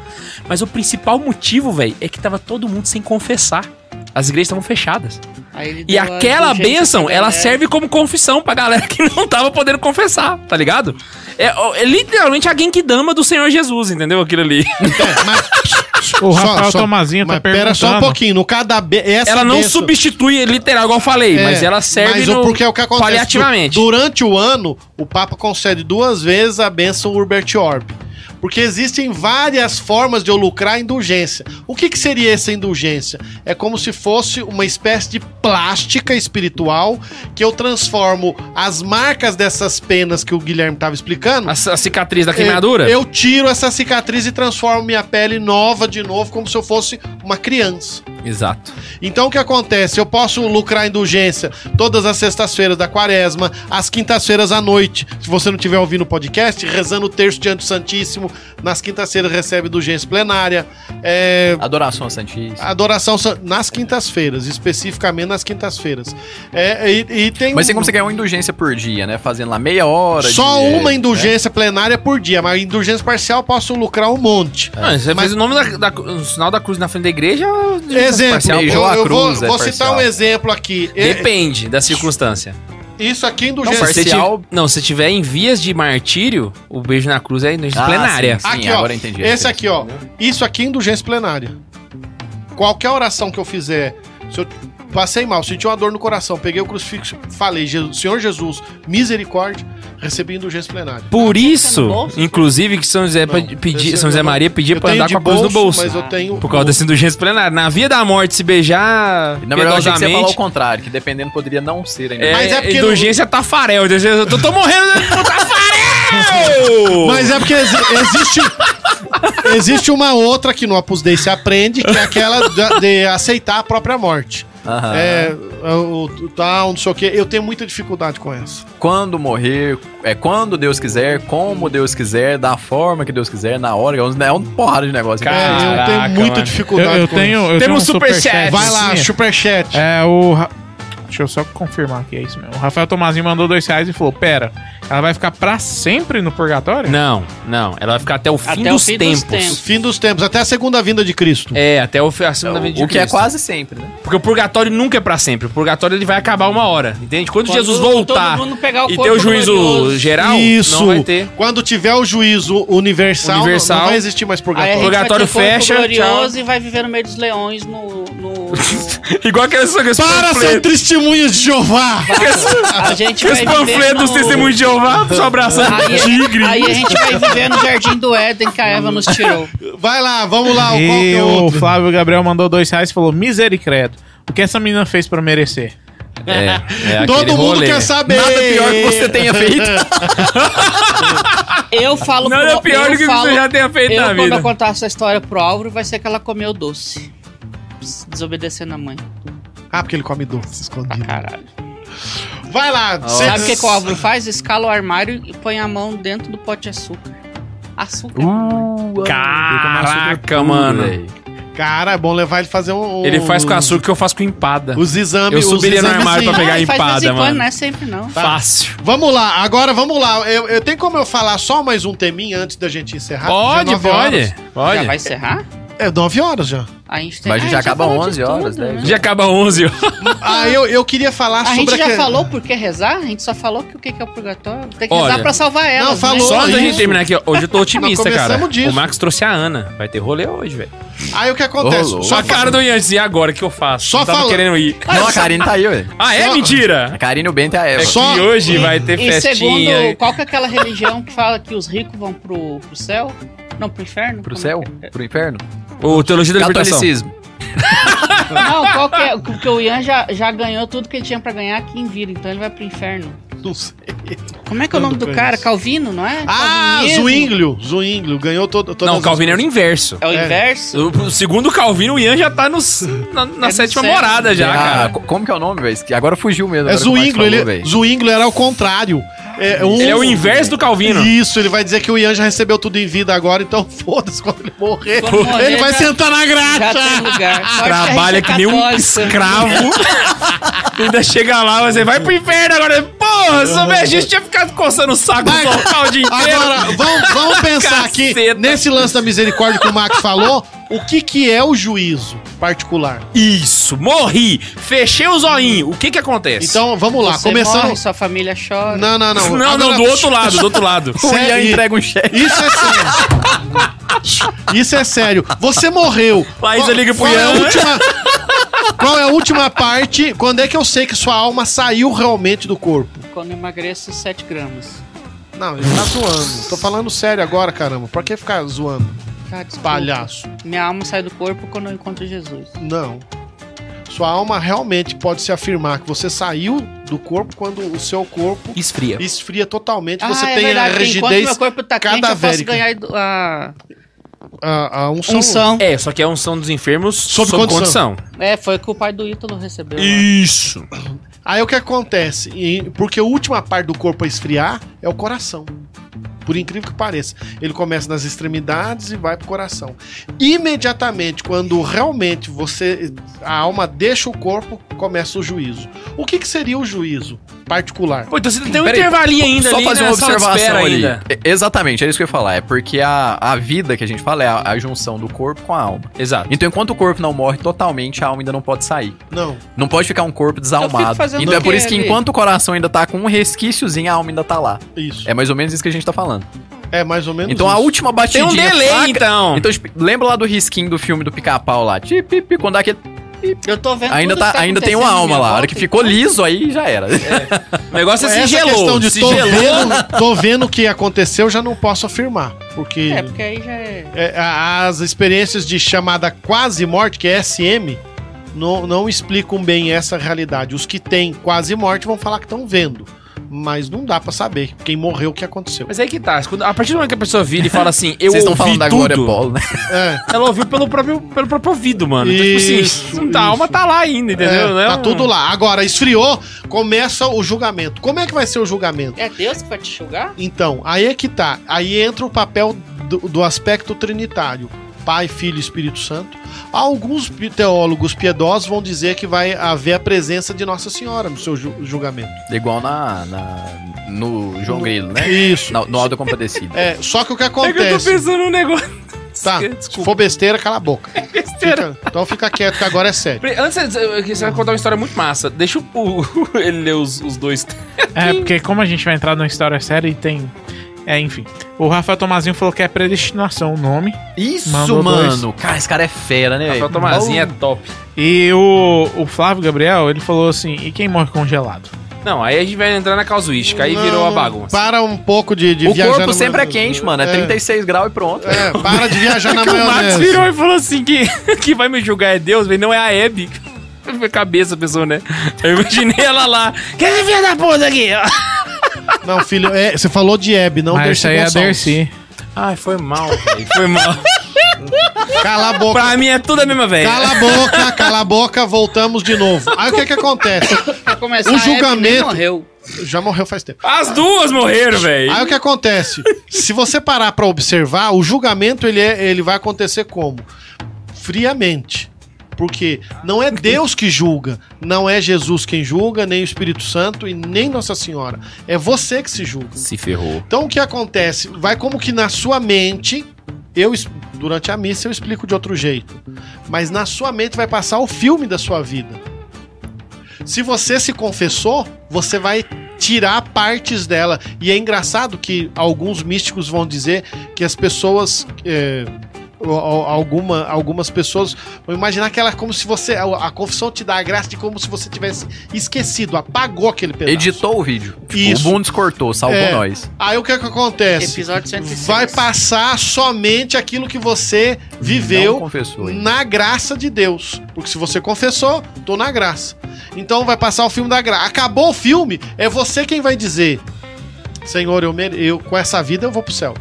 [SPEAKER 3] Mas o principal motivo, velho, é que tava todo mundo sem confessar. As igrejas estavam fechadas.
[SPEAKER 2] Aí ele
[SPEAKER 3] E
[SPEAKER 2] deu a
[SPEAKER 3] aquela
[SPEAKER 2] indulgência
[SPEAKER 3] bênção,
[SPEAKER 2] pra né?
[SPEAKER 3] ela
[SPEAKER 2] galera.
[SPEAKER 3] serve como confissão pra galera que não tava podendo confessar, tá ligado? É, ó, é literalmente a Genkidama do Senhor Jesus, entendeu? Aquilo ali.
[SPEAKER 1] É, mas, Só-
[SPEAKER 4] O Rafael
[SPEAKER 1] só-
[SPEAKER 4] Tomazinho
[SPEAKER 1] mas
[SPEAKER 4] tá
[SPEAKER 1] pera
[SPEAKER 4] perguntando.
[SPEAKER 1] só um pouquinho. No cada be- essa
[SPEAKER 3] ela não
[SPEAKER 1] bênção-
[SPEAKER 3] substitui literal, igual eu falei,
[SPEAKER 1] É,
[SPEAKER 3] mas ela serve
[SPEAKER 1] mas o-
[SPEAKER 3] no,
[SPEAKER 1] porque é o que acontece,
[SPEAKER 3] paliativamente.
[SPEAKER 1] du- Durante o ano, o Papa concede duas vezes a bênção Urbert Orb. Porque existem várias formas de eu lucrar a indulgência. O que, que seria essa indulgência? É como se fosse uma espécie de plástica espiritual que eu transformo as marcas dessas penas que o Guilherme estava explicando.
[SPEAKER 3] A, a cicatriz da
[SPEAKER 1] Eu-
[SPEAKER 3] queimadura?
[SPEAKER 1] Eu, tiro essa cicatriz e transformo minha pele nova de novo, como se eu fosse uma criança.
[SPEAKER 3] Exato.
[SPEAKER 1] Então o que acontece? Eu posso lucrar indulgência todas as sextas-feiras da quaresma, às quintas-feiras à noite. Se você não estiver ouvindo o podcast, rezando o terço diante do Santíssimo, nas quintas-feiras recebe indulgência plenária. É,
[SPEAKER 5] Adoração ao Santíssimo.
[SPEAKER 1] adoração san- nas quintas-feiras, especificamente nas quintas-feiras. É, e, e tem um,
[SPEAKER 5] Mas tem como você ganhar uma indulgência por dia, né? Fazendo lá meia hora.
[SPEAKER 1] só
[SPEAKER 5] de- né?
[SPEAKER 1] uma indulgência plenária por dia, mas indulgência parcial eu posso lucrar um monte.
[SPEAKER 3] Não, você
[SPEAKER 1] Mas-
[SPEAKER 3] fez o nome da, da- o sinal da cruz na frente da igreja.
[SPEAKER 1] Exemplo,
[SPEAKER 3] parcial.
[SPEAKER 1] eu,
[SPEAKER 5] Beijou a
[SPEAKER 1] eu vou,
[SPEAKER 5] cruz, é
[SPEAKER 1] vou citar
[SPEAKER 5] parcial.
[SPEAKER 1] um exemplo aqui. E-
[SPEAKER 3] Depende da circunstância.
[SPEAKER 1] Isso aqui é
[SPEAKER 5] Não,
[SPEAKER 1] indulgência.
[SPEAKER 5] parcial.
[SPEAKER 3] Se tiver- não, se tiver em vias de martírio, o beijo na cruz é indulgência
[SPEAKER 5] Ah,
[SPEAKER 3] plenária.
[SPEAKER 5] Sim,
[SPEAKER 1] aqui,
[SPEAKER 5] agora
[SPEAKER 1] ó,
[SPEAKER 5] eu entendi.
[SPEAKER 1] Esse aqui, ó. Isso aqui é indulgência plenária. Qualquer oração que eu fizer, se eu passei mal, senti uma dor no coração, peguei o crucifixo, falei, "Je- Senhor Jesus, misericórdia, recebi indulgência plenária.
[SPEAKER 3] Por
[SPEAKER 2] Ah, tá no
[SPEAKER 3] isso,
[SPEAKER 2] bolso?
[SPEAKER 3] inclusive, que São José, pa-
[SPEAKER 1] Não,
[SPEAKER 3] pedia,
[SPEAKER 1] esse
[SPEAKER 3] São
[SPEAKER 1] eu
[SPEAKER 3] José
[SPEAKER 1] não-
[SPEAKER 3] Maria pedia
[SPEAKER 1] eu
[SPEAKER 3] pra
[SPEAKER 1] tenho
[SPEAKER 3] andar
[SPEAKER 1] de
[SPEAKER 3] com a cruz no bolso. Ah,
[SPEAKER 1] Mas eu tenho.
[SPEAKER 3] Por causa dessa indulgência plenária. Na via da morte, se beijar
[SPEAKER 5] É. Na verdade, eu achei que você ia falar o
[SPEAKER 3] piedosamente...
[SPEAKER 5] contrário, que dependendo poderia não ser ainda.
[SPEAKER 3] É,
[SPEAKER 1] Mas é porque
[SPEAKER 3] indulgência Tafarel. Eu tô, tô morrendo né? do Tafarel!
[SPEAKER 1] Mas é porque exi- existe. Existe uma outra que no Opus Dei se aprende, que é aquela da- de, aceitar a própria morte.
[SPEAKER 5] Aham.
[SPEAKER 1] É, o, o tal, não sei o quê. Eu tenho muita dificuldade com essa.
[SPEAKER 5] Quando morrer, é quando Deus quiser, como Deus quiser, da forma que Deus quiser, na hora. É uma porrada de negócio.
[SPEAKER 3] Cara,
[SPEAKER 1] É, eu
[SPEAKER 3] Caraca,
[SPEAKER 1] tenho muita
[SPEAKER 3] mano.
[SPEAKER 4] Eu,
[SPEAKER 1] dificuldade
[SPEAKER 4] eu
[SPEAKER 1] com
[SPEAKER 4] tenho.
[SPEAKER 1] isso.
[SPEAKER 4] Eu tenho
[SPEAKER 3] Temos superchat.
[SPEAKER 4] superchat.
[SPEAKER 1] Vai lá,
[SPEAKER 4] Sim.
[SPEAKER 1] superchat.
[SPEAKER 4] É o. Ra- Deixa eu só confirmar que é isso mesmo. O Rafael Tomazinho mandou dois reais e falou: Pera, ela vai ficar pra sempre no purgatório?
[SPEAKER 3] Não, não. Ela vai ficar até o fim,
[SPEAKER 2] Até o
[SPEAKER 3] dos,
[SPEAKER 2] fim
[SPEAKER 3] tempos.
[SPEAKER 2] dos tempos.
[SPEAKER 1] Fim dos tempos, até a segunda vinda de Cristo.
[SPEAKER 3] É, até o fim a segunda vinda de
[SPEAKER 5] O que é
[SPEAKER 3] Cristo.
[SPEAKER 5] quase sempre, né?
[SPEAKER 3] Porque o purgatório nunca é pra sempre. O purgatório ele vai acabar uma hora, entende? Quando, Jesus
[SPEAKER 2] Quando
[SPEAKER 3] voltar
[SPEAKER 2] todo mundo pegar o
[SPEAKER 3] e ter
[SPEAKER 2] corpo
[SPEAKER 3] o juízo
[SPEAKER 2] glorioso.
[SPEAKER 3] É geral,
[SPEAKER 1] Isso.
[SPEAKER 3] não vai ter.
[SPEAKER 1] Quando tiver o juízo universal,
[SPEAKER 3] Universal.
[SPEAKER 1] Não, não vai existir mais
[SPEAKER 2] Aí a
[SPEAKER 1] purgatório.
[SPEAKER 2] gente vai ter
[SPEAKER 3] Purgatório
[SPEAKER 2] o corpo
[SPEAKER 3] fecha,
[SPEAKER 2] glorioso e vai viver no meio dos leões no. no- no-
[SPEAKER 3] Igual aqueles, aqueles
[SPEAKER 1] Para ser testemunhas de Jeová!
[SPEAKER 2] A gente vai
[SPEAKER 3] Aqueles
[SPEAKER 2] viver.
[SPEAKER 3] panfletos
[SPEAKER 2] No...
[SPEAKER 3] dos testemunhos de Jeová, só abraçando
[SPEAKER 2] Aí-
[SPEAKER 3] tigre.
[SPEAKER 2] Aí a gente vai viver no jardim do Éden que a Eva nos tirou.
[SPEAKER 1] Vai lá, vamos lá, o qual que
[SPEAKER 4] E
[SPEAKER 1] é o
[SPEAKER 4] o
[SPEAKER 1] outro?
[SPEAKER 4] Flávio Gabriel mandou dois reais e falou: Misericredo. O que essa menina fez pra merecer?
[SPEAKER 3] É, é aquele
[SPEAKER 1] Todo mundo
[SPEAKER 3] rolê.
[SPEAKER 1] quer saber!
[SPEAKER 5] Nada pior que você tenha feito.
[SPEAKER 2] Eu falo
[SPEAKER 3] Nada
[SPEAKER 2] pro-
[SPEAKER 3] é pior
[SPEAKER 2] eu
[SPEAKER 3] do que
[SPEAKER 2] falo-
[SPEAKER 3] você já tenha feito
[SPEAKER 2] eu,
[SPEAKER 3] na
[SPEAKER 2] quando eu
[SPEAKER 3] vida.
[SPEAKER 2] contar essa história pro Álvaro, vai ser que ela comeu doce. Desobedecendo a mãe.
[SPEAKER 1] Ah, porque ele come doce escondido.
[SPEAKER 2] Caralho.
[SPEAKER 1] Vai lá, cê-
[SPEAKER 2] Sabe o que, que o Álvaro faz? Escala o armário e põe a mão dentro do pote de açúcar. Açúcar.
[SPEAKER 3] Hum,
[SPEAKER 1] Uh,
[SPEAKER 3] Caraca, mano.
[SPEAKER 1] Cara, é bom levar ele fazer um.
[SPEAKER 3] Ele faz com açúcar que eu faço com empada.
[SPEAKER 1] Os exames,
[SPEAKER 3] Eu
[SPEAKER 1] os
[SPEAKER 3] subiria no
[SPEAKER 1] exames
[SPEAKER 3] armário
[SPEAKER 1] sim.
[SPEAKER 3] pra pegar.
[SPEAKER 2] Ah, ele faz de vez em
[SPEAKER 3] empada,
[SPEAKER 2] quando,
[SPEAKER 3] mano.
[SPEAKER 2] não é sempre não.
[SPEAKER 3] Fácil.
[SPEAKER 1] Vamos lá, agora vamos lá. Eu, eu tenho como eu falar só mais um teminha antes da gente
[SPEAKER 2] Ah,
[SPEAKER 1] encerrar? Já
[SPEAKER 3] Pode,
[SPEAKER 1] nove horas.
[SPEAKER 3] pode.
[SPEAKER 2] Já
[SPEAKER 3] Pode.
[SPEAKER 2] vai encerrar?
[SPEAKER 1] É nove horas já.
[SPEAKER 2] A gente tem
[SPEAKER 5] Mas a gente
[SPEAKER 2] Ah,
[SPEAKER 5] acaba
[SPEAKER 2] falou de
[SPEAKER 5] 11 horas,
[SPEAKER 2] tudo,
[SPEAKER 5] 10
[SPEAKER 2] né?
[SPEAKER 3] Já acaba 11. ó.
[SPEAKER 1] Ah, eu, eu queria falar
[SPEAKER 2] A
[SPEAKER 1] sobre
[SPEAKER 2] gente já
[SPEAKER 1] que-
[SPEAKER 2] falou por que rezar? A gente só falou que o que que é o purgatório. Tem que
[SPEAKER 3] Olha.
[SPEAKER 2] rezar pra salvar né? ela.
[SPEAKER 1] falou.
[SPEAKER 3] Só antes da
[SPEAKER 1] isso.
[SPEAKER 3] gente terminar aqui, ó. hoje eu tô otimista,
[SPEAKER 1] Nós
[SPEAKER 3] cara.
[SPEAKER 1] começamos disso.
[SPEAKER 3] O Max trouxe a Ana. Vai ter rolê hoje, velho.
[SPEAKER 1] Aí o que acontece? só
[SPEAKER 5] Ô,
[SPEAKER 3] Só a
[SPEAKER 1] fa-
[SPEAKER 3] cara do Yantes, e agora o que eu faço?
[SPEAKER 1] Só
[SPEAKER 3] Eu tava
[SPEAKER 1] fala-
[SPEAKER 3] querendo ir.
[SPEAKER 5] Não, a Karine tá aí, ué.
[SPEAKER 3] Ah, é?
[SPEAKER 1] Só-
[SPEAKER 5] A
[SPEAKER 3] Mentira!
[SPEAKER 5] Karine, o Bento e a
[SPEAKER 3] É
[SPEAKER 5] Eva.
[SPEAKER 1] Só-
[SPEAKER 3] que hoje vai ter
[SPEAKER 2] e
[SPEAKER 3] festinha.
[SPEAKER 2] segundo, qual que é aquela religião que fala que os ricos vão pro, pro céu? Não, pro inferno?
[SPEAKER 5] Pro
[SPEAKER 2] Como
[SPEAKER 5] céu?
[SPEAKER 2] é que é?
[SPEAKER 5] Pro inferno?
[SPEAKER 3] O Teologia da Libertação.
[SPEAKER 5] Catolicismo.
[SPEAKER 2] Não, qual que é? Porque o Ian já, já ganhou tudo que ele tinha pra ganhar aqui em vida, então ele vai pro inferno.
[SPEAKER 1] Não sei.
[SPEAKER 2] Como é que é o
[SPEAKER 1] Não
[SPEAKER 2] nome do
[SPEAKER 1] conheço.
[SPEAKER 2] cara? Calvino, não é?
[SPEAKER 1] Ah,
[SPEAKER 2] Calvinismo?
[SPEAKER 1] Zuínglio. Zuínglio. Ganhou todo. todas
[SPEAKER 3] Não, o
[SPEAKER 1] as-
[SPEAKER 3] Calvino era o inverso.
[SPEAKER 2] É o
[SPEAKER 1] É.
[SPEAKER 2] inverso?
[SPEAKER 3] O- o- Segundo o Calvino, o Ian já tá nos, na, na
[SPEAKER 2] É do
[SPEAKER 3] sétima
[SPEAKER 2] céu.
[SPEAKER 3] morada já,
[SPEAKER 5] Ah,
[SPEAKER 3] cara.
[SPEAKER 5] co- Como que é o nome, velho? Que Agora fugiu mesmo.
[SPEAKER 1] É
[SPEAKER 5] agora que o Max
[SPEAKER 1] Zuínglio.
[SPEAKER 5] falou,
[SPEAKER 1] Ele...
[SPEAKER 5] velho.
[SPEAKER 1] Zuínglio era ao contrário. É, um...
[SPEAKER 3] Ele é o inverso do Calvino.
[SPEAKER 1] Isso, ele vai dizer que o Ian já recebeu tudo em vida agora, então foda-se quando ele morrer.
[SPEAKER 2] Quando morrer,
[SPEAKER 1] ele vai
[SPEAKER 2] já-
[SPEAKER 1] sentar na
[SPEAKER 2] Já
[SPEAKER 1] graxa.
[SPEAKER 2] tem lugar. Sorte que a gente
[SPEAKER 3] Trabalha
[SPEAKER 2] é
[SPEAKER 3] que nem um
[SPEAKER 2] católico.
[SPEAKER 3] escravo. Ainda chega lá, você vai pro inferno agora. Porra, se soubesse disso, tinha ficado coçando o saco do
[SPEAKER 1] Marca,
[SPEAKER 3] local o dia inteiro.
[SPEAKER 1] Uhum. Agora, vamos, vamos pensar aqui
[SPEAKER 3] Caceta.
[SPEAKER 1] nesse lance da misericórdia que o Max falou. O que, que é o juízo particular?
[SPEAKER 3] Isso, morri. Fechei o zoinho. O que que acontece?
[SPEAKER 1] Então, vamos lá.
[SPEAKER 2] Você
[SPEAKER 1] Começando.
[SPEAKER 2] morre, sua família chora.
[SPEAKER 1] Não, não, não.
[SPEAKER 3] não, não,
[SPEAKER 1] Agora-
[SPEAKER 3] do outro lado, do outro lado.
[SPEAKER 5] O Ian
[SPEAKER 1] Sério?
[SPEAKER 5] entrega um cheque.
[SPEAKER 1] Isso é sério. Isso é sério. Você morreu.
[SPEAKER 3] Laísa
[SPEAKER 1] Qual-
[SPEAKER 3] liga pro
[SPEAKER 1] qual é a
[SPEAKER 3] Ian, né?
[SPEAKER 1] última- Qual é a última parte? Quando é que eu sei que sua alma saiu realmente do corpo?
[SPEAKER 2] Quando emagreço 7 gramas.
[SPEAKER 1] Não, ele tá zoando. Tô falando sério agora, caramba. Pra que ficar zoando?
[SPEAKER 2] Tá, desculpa.
[SPEAKER 1] Palhaço.
[SPEAKER 2] Minha alma sai do corpo quando eu encontro Jesus.
[SPEAKER 1] Não. Sua alma realmente pode se afirmar que você saiu do corpo quando o seu corpo
[SPEAKER 3] Esfria.
[SPEAKER 1] esfria totalmente. Você
[SPEAKER 2] Ah, é
[SPEAKER 1] tem
[SPEAKER 2] verdade,
[SPEAKER 1] a
[SPEAKER 2] porque Enquanto
[SPEAKER 1] rigidez.
[SPEAKER 2] meu corpo tá quente, eu posso
[SPEAKER 1] cadavérica.
[SPEAKER 2] ganhar a
[SPEAKER 1] a, um a
[SPEAKER 5] um
[SPEAKER 1] unção.
[SPEAKER 2] Unção.
[SPEAKER 3] É, só que é a unção dos enfermos sob,
[SPEAKER 1] Sob
[SPEAKER 3] condição.
[SPEAKER 1] condição.
[SPEAKER 2] É, foi o que o pai do Ítalo recebeu. né? lá.
[SPEAKER 3] Isso.
[SPEAKER 1] Aí o que acontece? E- porque a última parte do corpo a esfriar é o coração. Por incrível que pareça. Ele começa nas extremidades e vai pro coração. Imediatamente, quando realmente você. A alma deixa o corpo, começa o juízo. O que, que seria o juízo particular?
[SPEAKER 3] Pô, então você tem um
[SPEAKER 5] Peraí,
[SPEAKER 3] intervalinho ainda
[SPEAKER 5] Só
[SPEAKER 3] ali,
[SPEAKER 5] fazer
[SPEAKER 3] né,
[SPEAKER 5] uma
[SPEAKER 3] na sala de
[SPEAKER 5] observação
[SPEAKER 3] espera
[SPEAKER 5] ali.
[SPEAKER 3] ainda.
[SPEAKER 5] É, Exatamente, é isso que eu ia falar. É porque a, a vida que a gente fala é a, a junção do corpo com a alma.
[SPEAKER 3] Exato.
[SPEAKER 5] Então, enquanto o corpo não morre totalmente, a alma ainda não pode sair.
[SPEAKER 1] Não.
[SPEAKER 5] Não pode ficar um corpo
[SPEAKER 2] Eu fico
[SPEAKER 5] desalmado.
[SPEAKER 2] fazendo
[SPEAKER 5] Então é
[SPEAKER 2] o
[SPEAKER 5] por
[SPEAKER 2] quê
[SPEAKER 5] isso que
[SPEAKER 2] ali?
[SPEAKER 5] enquanto o coração ainda tá com um resquíciozinho, a alma ainda tá lá.
[SPEAKER 1] Isso.
[SPEAKER 5] É mais ou menos isso que a gente tá falando.
[SPEAKER 1] É, mais ou menos
[SPEAKER 5] Então a
[SPEAKER 1] isso.
[SPEAKER 5] última
[SPEAKER 3] Tem
[SPEAKER 5] batidinha
[SPEAKER 3] um delay,
[SPEAKER 5] fraca-
[SPEAKER 3] então.
[SPEAKER 5] Então, tipo, lembra lá do risquinho do filme do pica-pau lá? Ti, pi, pi, Quando dá aquele...
[SPEAKER 2] Eu tô vendo
[SPEAKER 5] ainda,
[SPEAKER 2] tudo que
[SPEAKER 5] tá,
[SPEAKER 2] tá
[SPEAKER 5] ainda tem uma
[SPEAKER 2] acontecendo na
[SPEAKER 5] alma
[SPEAKER 2] minha
[SPEAKER 5] lá. A hora
[SPEAKER 2] volta,
[SPEAKER 5] que ficou
[SPEAKER 2] então.
[SPEAKER 5] liso aí, já era.
[SPEAKER 3] O negócio é se
[SPEAKER 1] Então, Essa
[SPEAKER 3] gelou.
[SPEAKER 1] questão de
[SPEAKER 3] se
[SPEAKER 1] tô
[SPEAKER 3] gelou.
[SPEAKER 1] vendo, tô vendo o que aconteceu, já não posso afirmar. Porque
[SPEAKER 2] É, porque aí já é...
[SPEAKER 1] é, a- as experiências de chamada quase morte, que é SM, não, não explicam bem essa realidade. Os que têm quase morte vão falar que estão vendo. Mas não dá pra saber quem morreu, o que aconteceu.
[SPEAKER 3] Mas aí que tá. quando- A partir do momento que a pessoa vira e fala assim, eu
[SPEAKER 5] Vocês estão
[SPEAKER 3] ouvi
[SPEAKER 5] falando da Glória
[SPEAKER 3] tudo,
[SPEAKER 5] Polo, né?
[SPEAKER 1] É,
[SPEAKER 3] ela ouviu pelo próprio, pelo próprio ouvido, mano.
[SPEAKER 1] Isso,
[SPEAKER 3] então, tipo assim, a alma
[SPEAKER 1] isso.
[SPEAKER 3] tá lá ainda, entendeu?
[SPEAKER 1] é,
[SPEAKER 3] Não é
[SPEAKER 1] tá
[SPEAKER 3] um-
[SPEAKER 1] tudo lá. Agora, esfriou, começa o julgamento. Como é que vai ser o julgamento?
[SPEAKER 2] É Deus que vai te julgar?
[SPEAKER 1] Então, aí é que tá. Aí entra o papel do, do aspecto trinitário. Pai, Filho e Espírito Santo. Alguns pi- teólogos piedosos vão dizer que vai haver a presença de Nossa Senhora no seu ju- julgamento.
[SPEAKER 5] Igual na, na- no João Grilo, né?
[SPEAKER 1] Isso.
[SPEAKER 5] No, no Aldo Compadecido.
[SPEAKER 1] É, só que o que
[SPEAKER 3] É que eu tô
[SPEAKER 1] acontece...
[SPEAKER 3] pensando num negócio. é,
[SPEAKER 1] Tá, se
[SPEAKER 3] Desculpa. É
[SPEAKER 1] for besteira, cala a boca.
[SPEAKER 3] Besteira.
[SPEAKER 1] Fica- então fica quieto, que agora é sério.
[SPEAKER 3] Pre- Antes, eh, que você vai contar uma história muito massa. Deixa o, ele ler os, os dois.
[SPEAKER 4] É, porque como a gente vai entrar numa história séria e tem. É, enfim. O Rafael Tomazinho falou que é predestinação o nome.
[SPEAKER 5] Isso,
[SPEAKER 4] Mandou dois.
[SPEAKER 5] mano. Cara, esse cara é fera, né?
[SPEAKER 3] Rafael
[SPEAKER 5] velho?
[SPEAKER 3] Tomazinho é top.
[SPEAKER 4] E o, o Flávio Gabriel, ele falou assim: e quem morre congelado?
[SPEAKER 3] Não, aí a gente vai entrar na causuística. Aí virou a
[SPEAKER 1] Não,
[SPEAKER 3] bagunça.
[SPEAKER 1] Para um pouco de, de
[SPEAKER 5] O
[SPEAKER 1] viajar
[SPEAKER 5] corpo
[SPEAKER 1] na
[SPEAKER 5] sempre é
[SPEAKER 1] maionese.
[SPEAKER 5] quente, mano. É 36 graus e pronto.
[SPEAKER 1] É, para de viajar na
[SPEAKER 3] Que o Max
[SPEAKER 1] maionese.
[SPEAKER 3] virou e falou assim: que, que vai me julgar é Deus, velho, não é a Hebe. Foi Cabeça, a pessoa, né? Eu imaginei ela lá. Que é filha da puta aqui? ó.
[SPEAKER 1] Não, filho, é, você falou de Hebe, não
[SPEAKER 4] Mas isso aí é a
[SPEAKER 1] Gonçalves.
[SPEAKER 4] Dercy.
[SPEAKER 3] Ai, foi mal, velho. Foi mal.
[SPEAKER 1] Cala a boca.
[SPEAKER 3] pra mim é tudo a mesma, velho.
[SPEAKER 1] Cala a boca, cala a boca, voltamos de novo. Aí o que que acontece?
[SPEAKER 2] Pra começar,
[SPEAKER 1] O
[SPEAKER 2] a Abby nem
[SPEAKER 1] julgamento-
[SPEAKER 2] morreu.
[SPEAKER 1] Já morreu faz tempo.
[SPEAKER 3] As duas morreram, velho.
[SPEAKER 1] Aí o que acontece? Se você parar pra observar, o julgamento ele, é- ele vai acontecer como? Friamente. Porque não é Deus que julga, não é Jesus quem julga, nem o Espírito Santo e nem Nossa Senhora. É você que se julga.
[SPEAKER 3] Se ferrou.
[SPEAKER 1] Então o que acontece? Vai como que na sua mente, eu es- durante a missa eu explico de outro jeito, mas na sua mente vai passar o filme da sua vida. Se você se confessou, você vai tirar partes dela. E é engraçado que alguns místicos vão dizer que as pessoas é, o- o- alguma, algumas pessoas vão imaginar que ela é como se você a, a confissão te dá a graça de como se você tivesse esquecido, apagou aquele pedaço.
[SPEAKER 5] Editou o vídeo. Tipo,
[SPEAKER 1] Isso.
[SPEAKER 5] O Bundes cortou, salvou
[SPEAKER 1] É.
[SPEAKER 5] nós.
[SPEAKER 1] Aí o que, é que
[SPEAKER 5] assim.
[SPEAKER 1] acontece?
[SPEAKER 2] Episódio 106.
[SPEAKER 1] vai passar somente aquilo que você
[SPEAKER 5] Não
[SPEAKER 1] viveu
[SPEAKER 5] confessou. hein?
[SPEAKER 1] na graça de Deus. Porque se você confessou, tô na graça. Então vai passar o filme da graça. Acabou o filme, é você quem vai dizer: Senhor, eu, mere- eu com essa vida eu vou pro céu.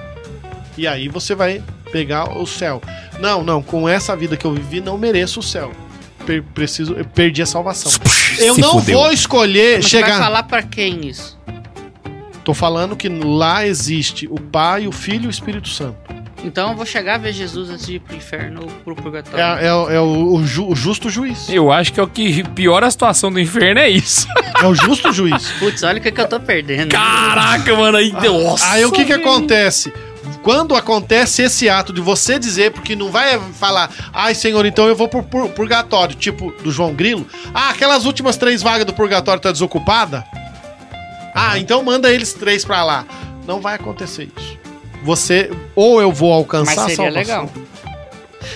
[SPEAKER 1] E aí você vai pegar o céu. Não, não, com essa vida que eu vivi, não mereço o céu. Per- preciso, eu perdi a salvação. Eu não vou escolher
[SPEAKER 2] Mas
[SPEAKER 1] chegar.
[SPEAKER 2] vai falar pra quem isso?
[SPEAKER 1] Tô falando que lá existe o Pai, o Filho e o Espírito Santo.
[SPEAKER 2] Então eu vou chegar a ver Jesus antes de ir pro inferno ou pro purgatório.
[SPEAKER 1] É, é o- é o, o ju- o justo juiz.
[SPEAKER 3] Eu acho que é o que piora a situação do inferno é isso.
[SPEAKER 1] É o justo juiz.
[SPEAKER 2] Putz, olha o que, que eu tô perdendo.
[SPEAKER 3] Caraca, mano. Aí, nossa.
[SPEAKER 1] Aí o que que
[SPEAKER 3] velho.
[SPEAKER 1] acontece? Quando acontece esse ato de você dizer, porque não vai falar, ai senhor, então eu vou pro pur- purgatório, tipo do João Grilo. Ah, aquelas últimas três vagas do purgatório tá desocupada? Ah, então manda eles três pra lá. Não vai acontecer isso. Você, ou eu vou
[SPEAKER 2] Mas
[SPEAKER 1] alcançar a
[SPEAKER 2] seria
[SPEAKER 1] salvação.
[SPEAKER 2] legal.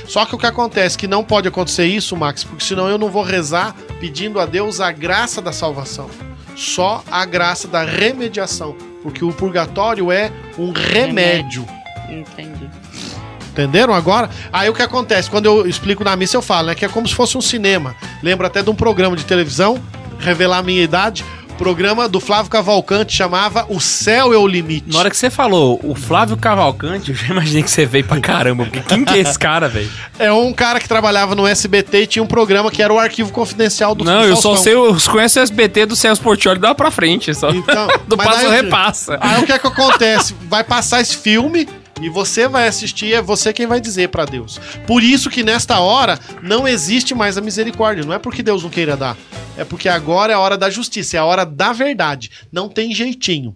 [SPEAKER 1] Só que o que acontece que não pode acontecer isso, Max, porque senão eu não vou rezar pedindo a Deus a graça da salvação. Só a graça da remediação. Porque o purgatório é um remédio.
[SPEAKER 2] Entendi.
[SPEAKER 1] Entenderam agora? Aí o que acontece? Quando eu explico na missa, eu falo, né? Que é como se fosse um cinema. Lembro até de um programa de televisão, revelar a minha idade. programa do Flávio Cavalcante chamava O Céu é o Limite.
[SPEAKER 3] Na hora que você falou o Flávio Cavalcante, eu já imaginei que você veio pra caramba. Porque quem que é esse cara, velho?
[SPEAKER 1] É um cara que trabalhava no SBT e tinha um programa que era o Arquivo Confidencial do
[SPEAKER 3] Não, eu só
[SPEAKER 1] Faustão.
[SPEAKER 3] sei, eu conheço o SBT do Celso Portioli dá pra frente, só.
[SPEAKER 1] Então,
[SPEAKER 3] Do
[SPEAKER 1] mas
[SPEAKER 3] passo
[SPEAKER 1] aí-
[SPEAKER 3] repassa.
[SPEAKER 1] Aí o que é que acontece? Vai passar esse filme e você vai assistir, é você quem vai dizer pra Deus. Por isso que nesta hora não existe mais a misericórdia. Não é porque Deus não queira dar, é porque agora é a hora da justiça, é a hora da verdade. Não tem jeitinho.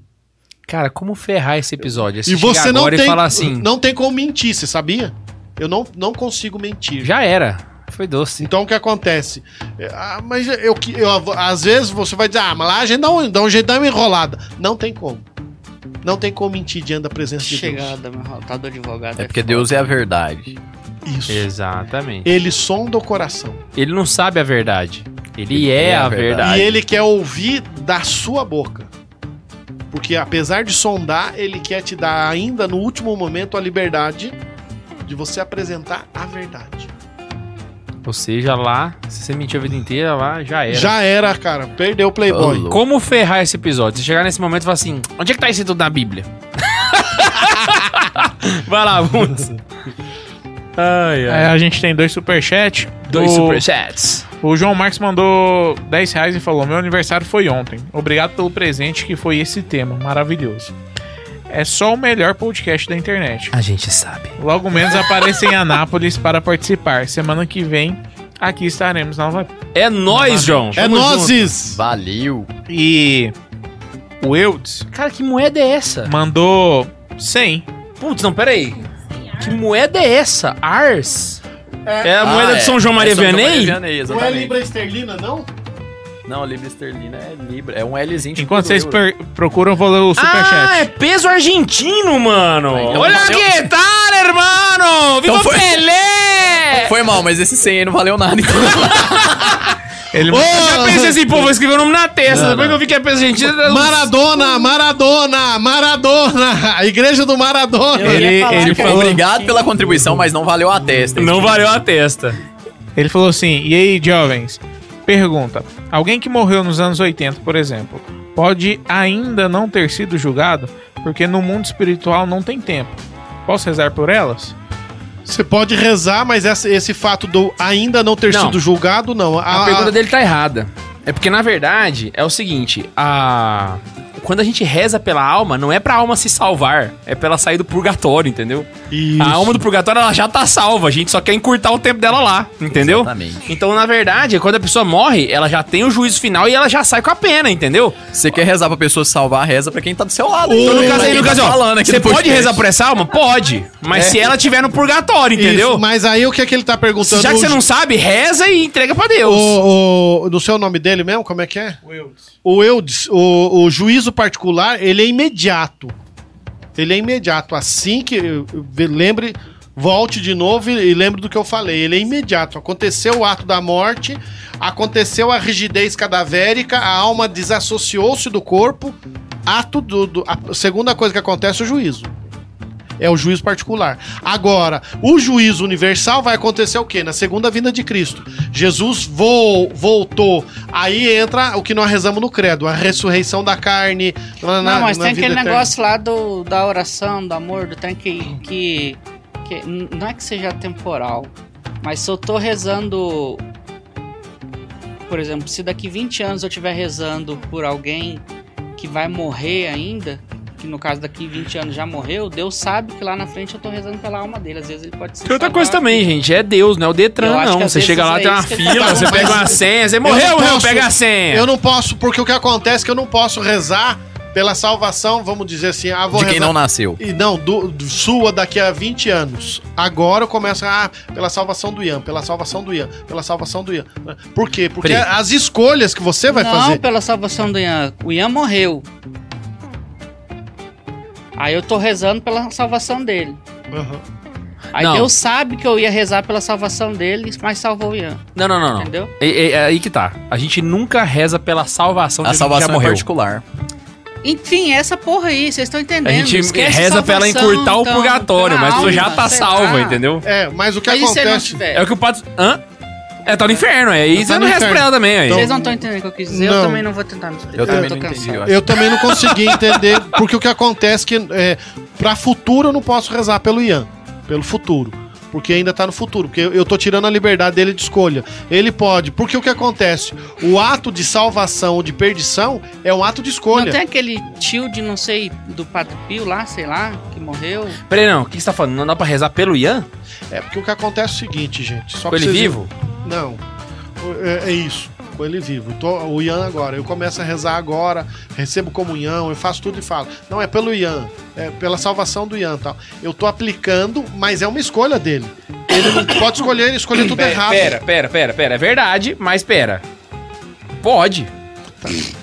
[SPEAKER 3] Cara, como ferrar esse episódio?
[SPEAKER 1] e você não
[SPEAKER 3] agora
[SPEAKER 1] tem,
[SPEAKER 3] e falar assim,
[SPEAKER 1] não tem como mentir, você sabia? Eu não, não consigo mentir.
[SPEAKER 3] já era. Foi doce.
[SPEAKER 1] Então o que acontece? É, ah, mas eu, que- eu, às vezes você vai dizer, ah, mas lá a gente dá um, dá um jeito, dá uma enrolada. Não tem como. Não tem como mentir diante da presença de Deus.
[SPEAKER 2] Chegada, meu tá do advogado.
[SPEAKER 5] É porque Deus é a verdade.
[SPEAKER 1] Isso.
[SPEAKER 3] Exatamente.
[SPEAKER 1] Ele sonda o coração.
[SPEAKER 3] Ele não sabe a verdade. Ele, é, a verdade.
[SPEAKER 1] E ele quer ouvir da sua boca. Porque apesar de sondar, ele quer te dar ainda no último momento a liberdade de você apresentar a verdade.
[SPEAKER 3] Ou seja, lá, se você mentiu a vida inteira, lá já era.
[SPEAKER 1] Já era, cara. Perdeu o Playboy.
[SPEAKER 5] Alô.
[SPEAKER 3] Como ferrar esse episódio? Você chegar nesse momento e falar assim: onde é que tá isso tudo na Bíblia? Vai lá, vamos. Ai,
[SPEAKER 4] É, a gente tem dois superchats.
[SPEAKER 3] Dois
[SPEAKER 4] o,
[SPEAKER 3] superchats.
[SPEAKER 4] O João Marques mandou 10 reais e falou: Meu aniversário foi ontem. Obrigado pelo presente que foi esse tema. Maravilhoso. É só o melhor podcast da internet.
[SPEAKER 3] A gente sabe.
[SPEAKER 4] Logo menos apareça em Anápolis para participar. Semana que vem, aqui estaremos nova.
[SPEAKER 3] É nós, João.
[SPEAKER 1] É
[SPEAKER 4] Tamo
[SPEAKER 1] nozes!
[SPEAKER 5] Valeu.
[SPEAKER 4] E o Eudes
[SPEAKER 3] Cara, que moeda é essa?
[SPEAKER 4] mandou 100.
[SPEAKER 3] Putz, não, peraí.
[SPEAKER 6] Sem ar.
[SPEAKER 3] Que moeda é essa? Ars? É, a moeda
[SPEAKER 5] Ah,
[SPEAKER 3] de
[SPEAKER 5] é.
[SPEAKER 3] São João Maria
[SPEAKER 5] É São João
[SPEAKER 3] Vianney?
[SPEAKER 5] Vianney,
[SPEAKER 1] Não é
[SPEAKER 5] exatamente.
[SPEAKER 1] Libra Esterlina, não?
[SPEAKER 5] Não, Libra esterlina é Libra. É um Lzinho. tipo
[SPEAKER 4] Enquanto
[SPEAKER 5] do
[SPEAKER 4] vocês
[SPEAKER 5] euro.
[SPEAKER 4] per- procuram, eu vou ler o
[SPEAKER 3] Ah, é
[SPEAKER 4] superchat.
[SPEAKER 3] peso argentino, mano.
[SPEAKER 5] Aí,
[SPEAKER 3] Olha
[SPEAKER 5] então,
[SPEAKER 3] que tal, hermano. Viva
[SPEAKER 5] Então foi-
[SPEAKER 3] Pelé.
[SPEAKER 5] Foi mal, mas esse 100 aí não valeu nada. Então.
[SPEAKER 4] Ele
[SPEAKER 3] Eu já pensei assim, pô, vou escrever o nome na testa.
[SPEAKER 5] Não,
[SPEAKER 3] Depois que eu vi que é peso argentino... eu-
[SPEAKER 1] Maradona, Maradona, Maradona! A igreja do Maradona!
[SPEAKER 2] Eu ia
[SPEAKER 4] Ele-
[SPEAKER 2] falar
[SPEAKER 4] ele
[SPEAKER 3] é
[SPEAKER 2] que-
[SPEAKER 4] falou-
[SPEAKER 5] Tipo, Obrigado pela contribuição, mas não valeu a testa. tipo,
[SPEAKER 3] Não valeu a testa.
[SPEAKER 4] Ele falou assim: E aí, jovens? Pergunta: Alguém que morreu nos anos 80, por exemplo, pode ainda não ter sido julgado? Porque no mundo espiritual não tem tempo. Posso rezar por elas?
[SPEAKER 1] Você pode rezar, mas essa- esse fato do ainda não ter
[SPEAKER 3] Não.
[SPEAKER 1] sido julgado, não.
[SPEAKER 5] Ah,
[SPEAKER 3] A pergunta dele tá errada. É porque, na verdade, é o seguinte: a. Quando a gente reza pela alma, não é pra alma se salvar, é pra ela sair do purgatório, entendeu?
[SPEAKER 1] Ah, Isso.
[SPEAKER 3] A alma do purgatório, ela já tá salva, a gente só quer encurtar o tempo dela lá, entendeu?
[SPEAKER 5] Exatamente.
[SPEAKER 3] Então, na verdade, quando a pessoa morre, ela já tem o juízo final e ela já sai com a pena, entendeu?
[SPEAKER 5] Você quer rezar pra pessoa se salvar, reza pra quem tá do seu lado.
[SPEAKER 3] Então, no
[SPEAKER 5] Pra
[SPEAKER 3] caso aí,
[SPEAKER 5] quem
[SPEAKER 3] no
[SPEAKER 5] tá
[SPEAKER 3] caso, ó,
[SPEAKER 5] falando aqui
[SPEAKER 3] você
[SPEAKER 5] no
[SPEAKER 3] pode
[SPEAKER 5] podcast.
[SPEAKER 3] rezar por essa alma? Pode.
[SPEAKER 5] É.
[SPEAKER 3] Mas se ela tiver no purgatório,
[SPEAKER 1] Isso,
[SPEAKER 3] entendeu?
[SPEAKER 1] mas aí o que é que ele tá perguntando?
[SPEAKER 3] Já que você não sabe, reza e entrega pra Deus.
[SPEAKER 1] O, o, não sei o nome dele mesmo, como é que é? O Eudes, o, o juízo particular, ele é imediato. Ele é imediato. Assim que. eu- eu Lembre, volte de novo e, e lembre do que eu falei. Ele é imediato. Aconteceu o ato da morte, aconteceu a rigidez cadavérica, a alma desassociou-se do corpo. Ato do. do- a segunda coisa que acontece é o juízo. É o juízo particular. Agora, o juízo universal vai acontecer o quê? Na segunda vinda de Cristo. Jesus vo- voltou. Aí entra o que nós rezamos no credo, a ressurreição da carne. na- na-
[SPEAKER 2] Não, mas
[SPEAKER 1] na
[SPEAKER 2] tem
[SPEAKER 1] vida
[SPEAKER 2] aquele
[SPEAKER 1] eterna.
[SPEAKER 2] negócio lá do, da oração, do amor, do trem que, que, que n- Não é que seja temporal, mas se eu tô rezando. Por exemplo, se daqui 20 anos eu estiver rezando por alguém que vai morrer ainda, que no caso daqui 20 anos já morreu, Deus sabe que lá na frente eu tô rezando pela alma dele. Às vezes ele pode se
[SPEAKER 3] Tem outra
[SPEAKER 2] salvar.
[SPEAKER 3] coisa também, gente. É Deus, não é o
[SPEAKER 2] Eu
[SPEAKER 3] Detran,
[SPEAKER 2] acho
[SPEAKER 3] não.
[SPEAKER 2] que às
[SPEAKER 3] Você
[SPEAKER 2] vezes
[SPEAKER 3] chega lá,
[SPEAKER 2] é
[SPEAKER 3] tem
[SPEAKER 2] isso
[SPEAKER 3] uma
[SPEAKER 2] que
[SPEAKER 3] fila,
[SPEAKER 1] tá
[SPEAKER 3] você
[SPEAKER 1] falando,
[SPEAKER 3] pega
[SPEAKER 1] mas
[SPEAKER 3] uma senha, você morreu,
[SPEAKER 1] não
[SPEAKER 3] morreu,
[SPEAKER 1] posso.
[SPEAKER 3] pega a senha.
[SPEAKER 1] Eu não posso, porque o que acontece é que eu não posso rezar pela salvação, vamos dizer assim, ah, vou
[SPEAKER 5] De quem
[SPEAKER 1] rezar-
[SPEAKER 5] não nasceu.
[SPEAKER 1] E não, do, do- sua daqui a 20 anos. Agora eu começo ah, pela salvação do Ian, pela salvação do Ian, pela salvação do Ian. Por quê? Porque
[SPEAKER 5] Pri.
[SPEAKER 1] as escolhas que você vai
[SPEAKER 2] não,
[SPEAKER 1] fazer.
[SPEAKER 2] pela salvação do Ian. O Ian morreu. Aí eu tô rezando pela salvação dele.
[SPEAKER 1] Aham.
[SPEAKER 2] Aí
[SPEAKER 3] Não.
[SPEAKER 2] Deus sabe que eu ia rezar pela salvação dele, mas salvou o Ian,
[SPEAKER 3] Não, não, não, não.
[SPEAKER 2] entendeu?
[SPEAKER 3] É, é- é aí que tá. A gente nunca reza pela salvação de alguém
[SPEAKER 5] A
[SPEAKER 3] que
[SPEAKER 5] salvação
[SPEAKER 3] já
[SPEAKER 5] é
[SPEAKER 3] morreu.
[SPEAKER 5] particular.
[SPEAKER 2] Enfim, essa porra aí, vocês estão
[SPEAKER 3] a
[SPEAKER 2] entendendo.
[SPEAKER 3] gente
[SPEAKER 2] Esquece
[SPEAKER 3] reza
[SPEAKER 2] salvação,
[SPEAKER 3] pela encurtar o
[SPEAKER 2] então,
[SPEAKER 3] purgatório,
[SPEAKER 2] pela
[SPEAKER 3] mas tu já
[SPEAKER 2] alma,
[SPEAKER 3] tá
[SPEAKER 2] sei
[SPEAKER 3] salva,
[SPEAKER 2] lá.
[SPEAKER 3] entendeu?
[SPEAKER 1] É, mas o que
[SPEAKER 2] Mas e se ele não
[SPEAKER 1] acontece.
[SPEAKER 2] tiver?
[SPEAKER 3] É o que o padre. Hã? É, tá no inferno, é. E
[SPEAKER 1] Tá
[SPEAKER 3] você
[SPEAKER 1] no
[SPEAKER 3] não resta
[SPEAKER 1] inferno.
[SPEAKER 3] pra ela também, é aí.
[SPEAKER 1] Então-
[SPEAKER 2] Vocês não estão entendendo o que eu quis dizer,
[SPEAKER 1] Não.
[SPEAKER 2] eu também não vou tentar me explicar.
[SPEAKER 5] Eu também
[SPEAKER 2] tô
[SPEAKER 5] não entendi,
[SPEAKER 2] cansado.
[SPEAKER 5] eu acho.
[SPEAKER 1] Eu também não consegui entender, porque o que acontece é que é, para futuro eu não posso rezar pelo Ian, pelo futuro. Porque ainda tá no futuro, porque eu eu tô tirando a liberdade dele de escolha. Ele pode, porque o que acontece? O ato de salvação ou de perdição é um ato de
[SPEAKER 2] Não
[SPEAKER 1] escolha.
[SPEAKER 2] tem aquele tio de, não sei, do Padre Pio lá, sei lá, que morreu?
[SPEAKER 3] Peraí, não. O que você tá falando? Não dá pra rezar pelo Ian?
[SPEAKER 1] É porque o que acontece é o seguinte, gente. Só
[SPEAKER 3] Com
[SPEAKER 1] pra
[SPEAKER 3] ele
[SPEAKER 1] vocês-
[SPEAKER 3] vivo?
[SPEAKER 1] Não. O- É, é isso. Com ele vivo. Tô- o Ian agora. Eu começo a rezar agora, recebo comunhão, eu faço tudo e falo. Não é pelo Ian, é pela salvação do Ian e tal. Eu tô aplicando, mas é uma escolha dele. Ele não pode escolher, ele escolheu tudo
[SPEAKER 3] Pera,
[SPEAKER 1] "É errado.
[SPEAKER 3] pera, pera, pera, pera. É verdade, mas pera. Pode.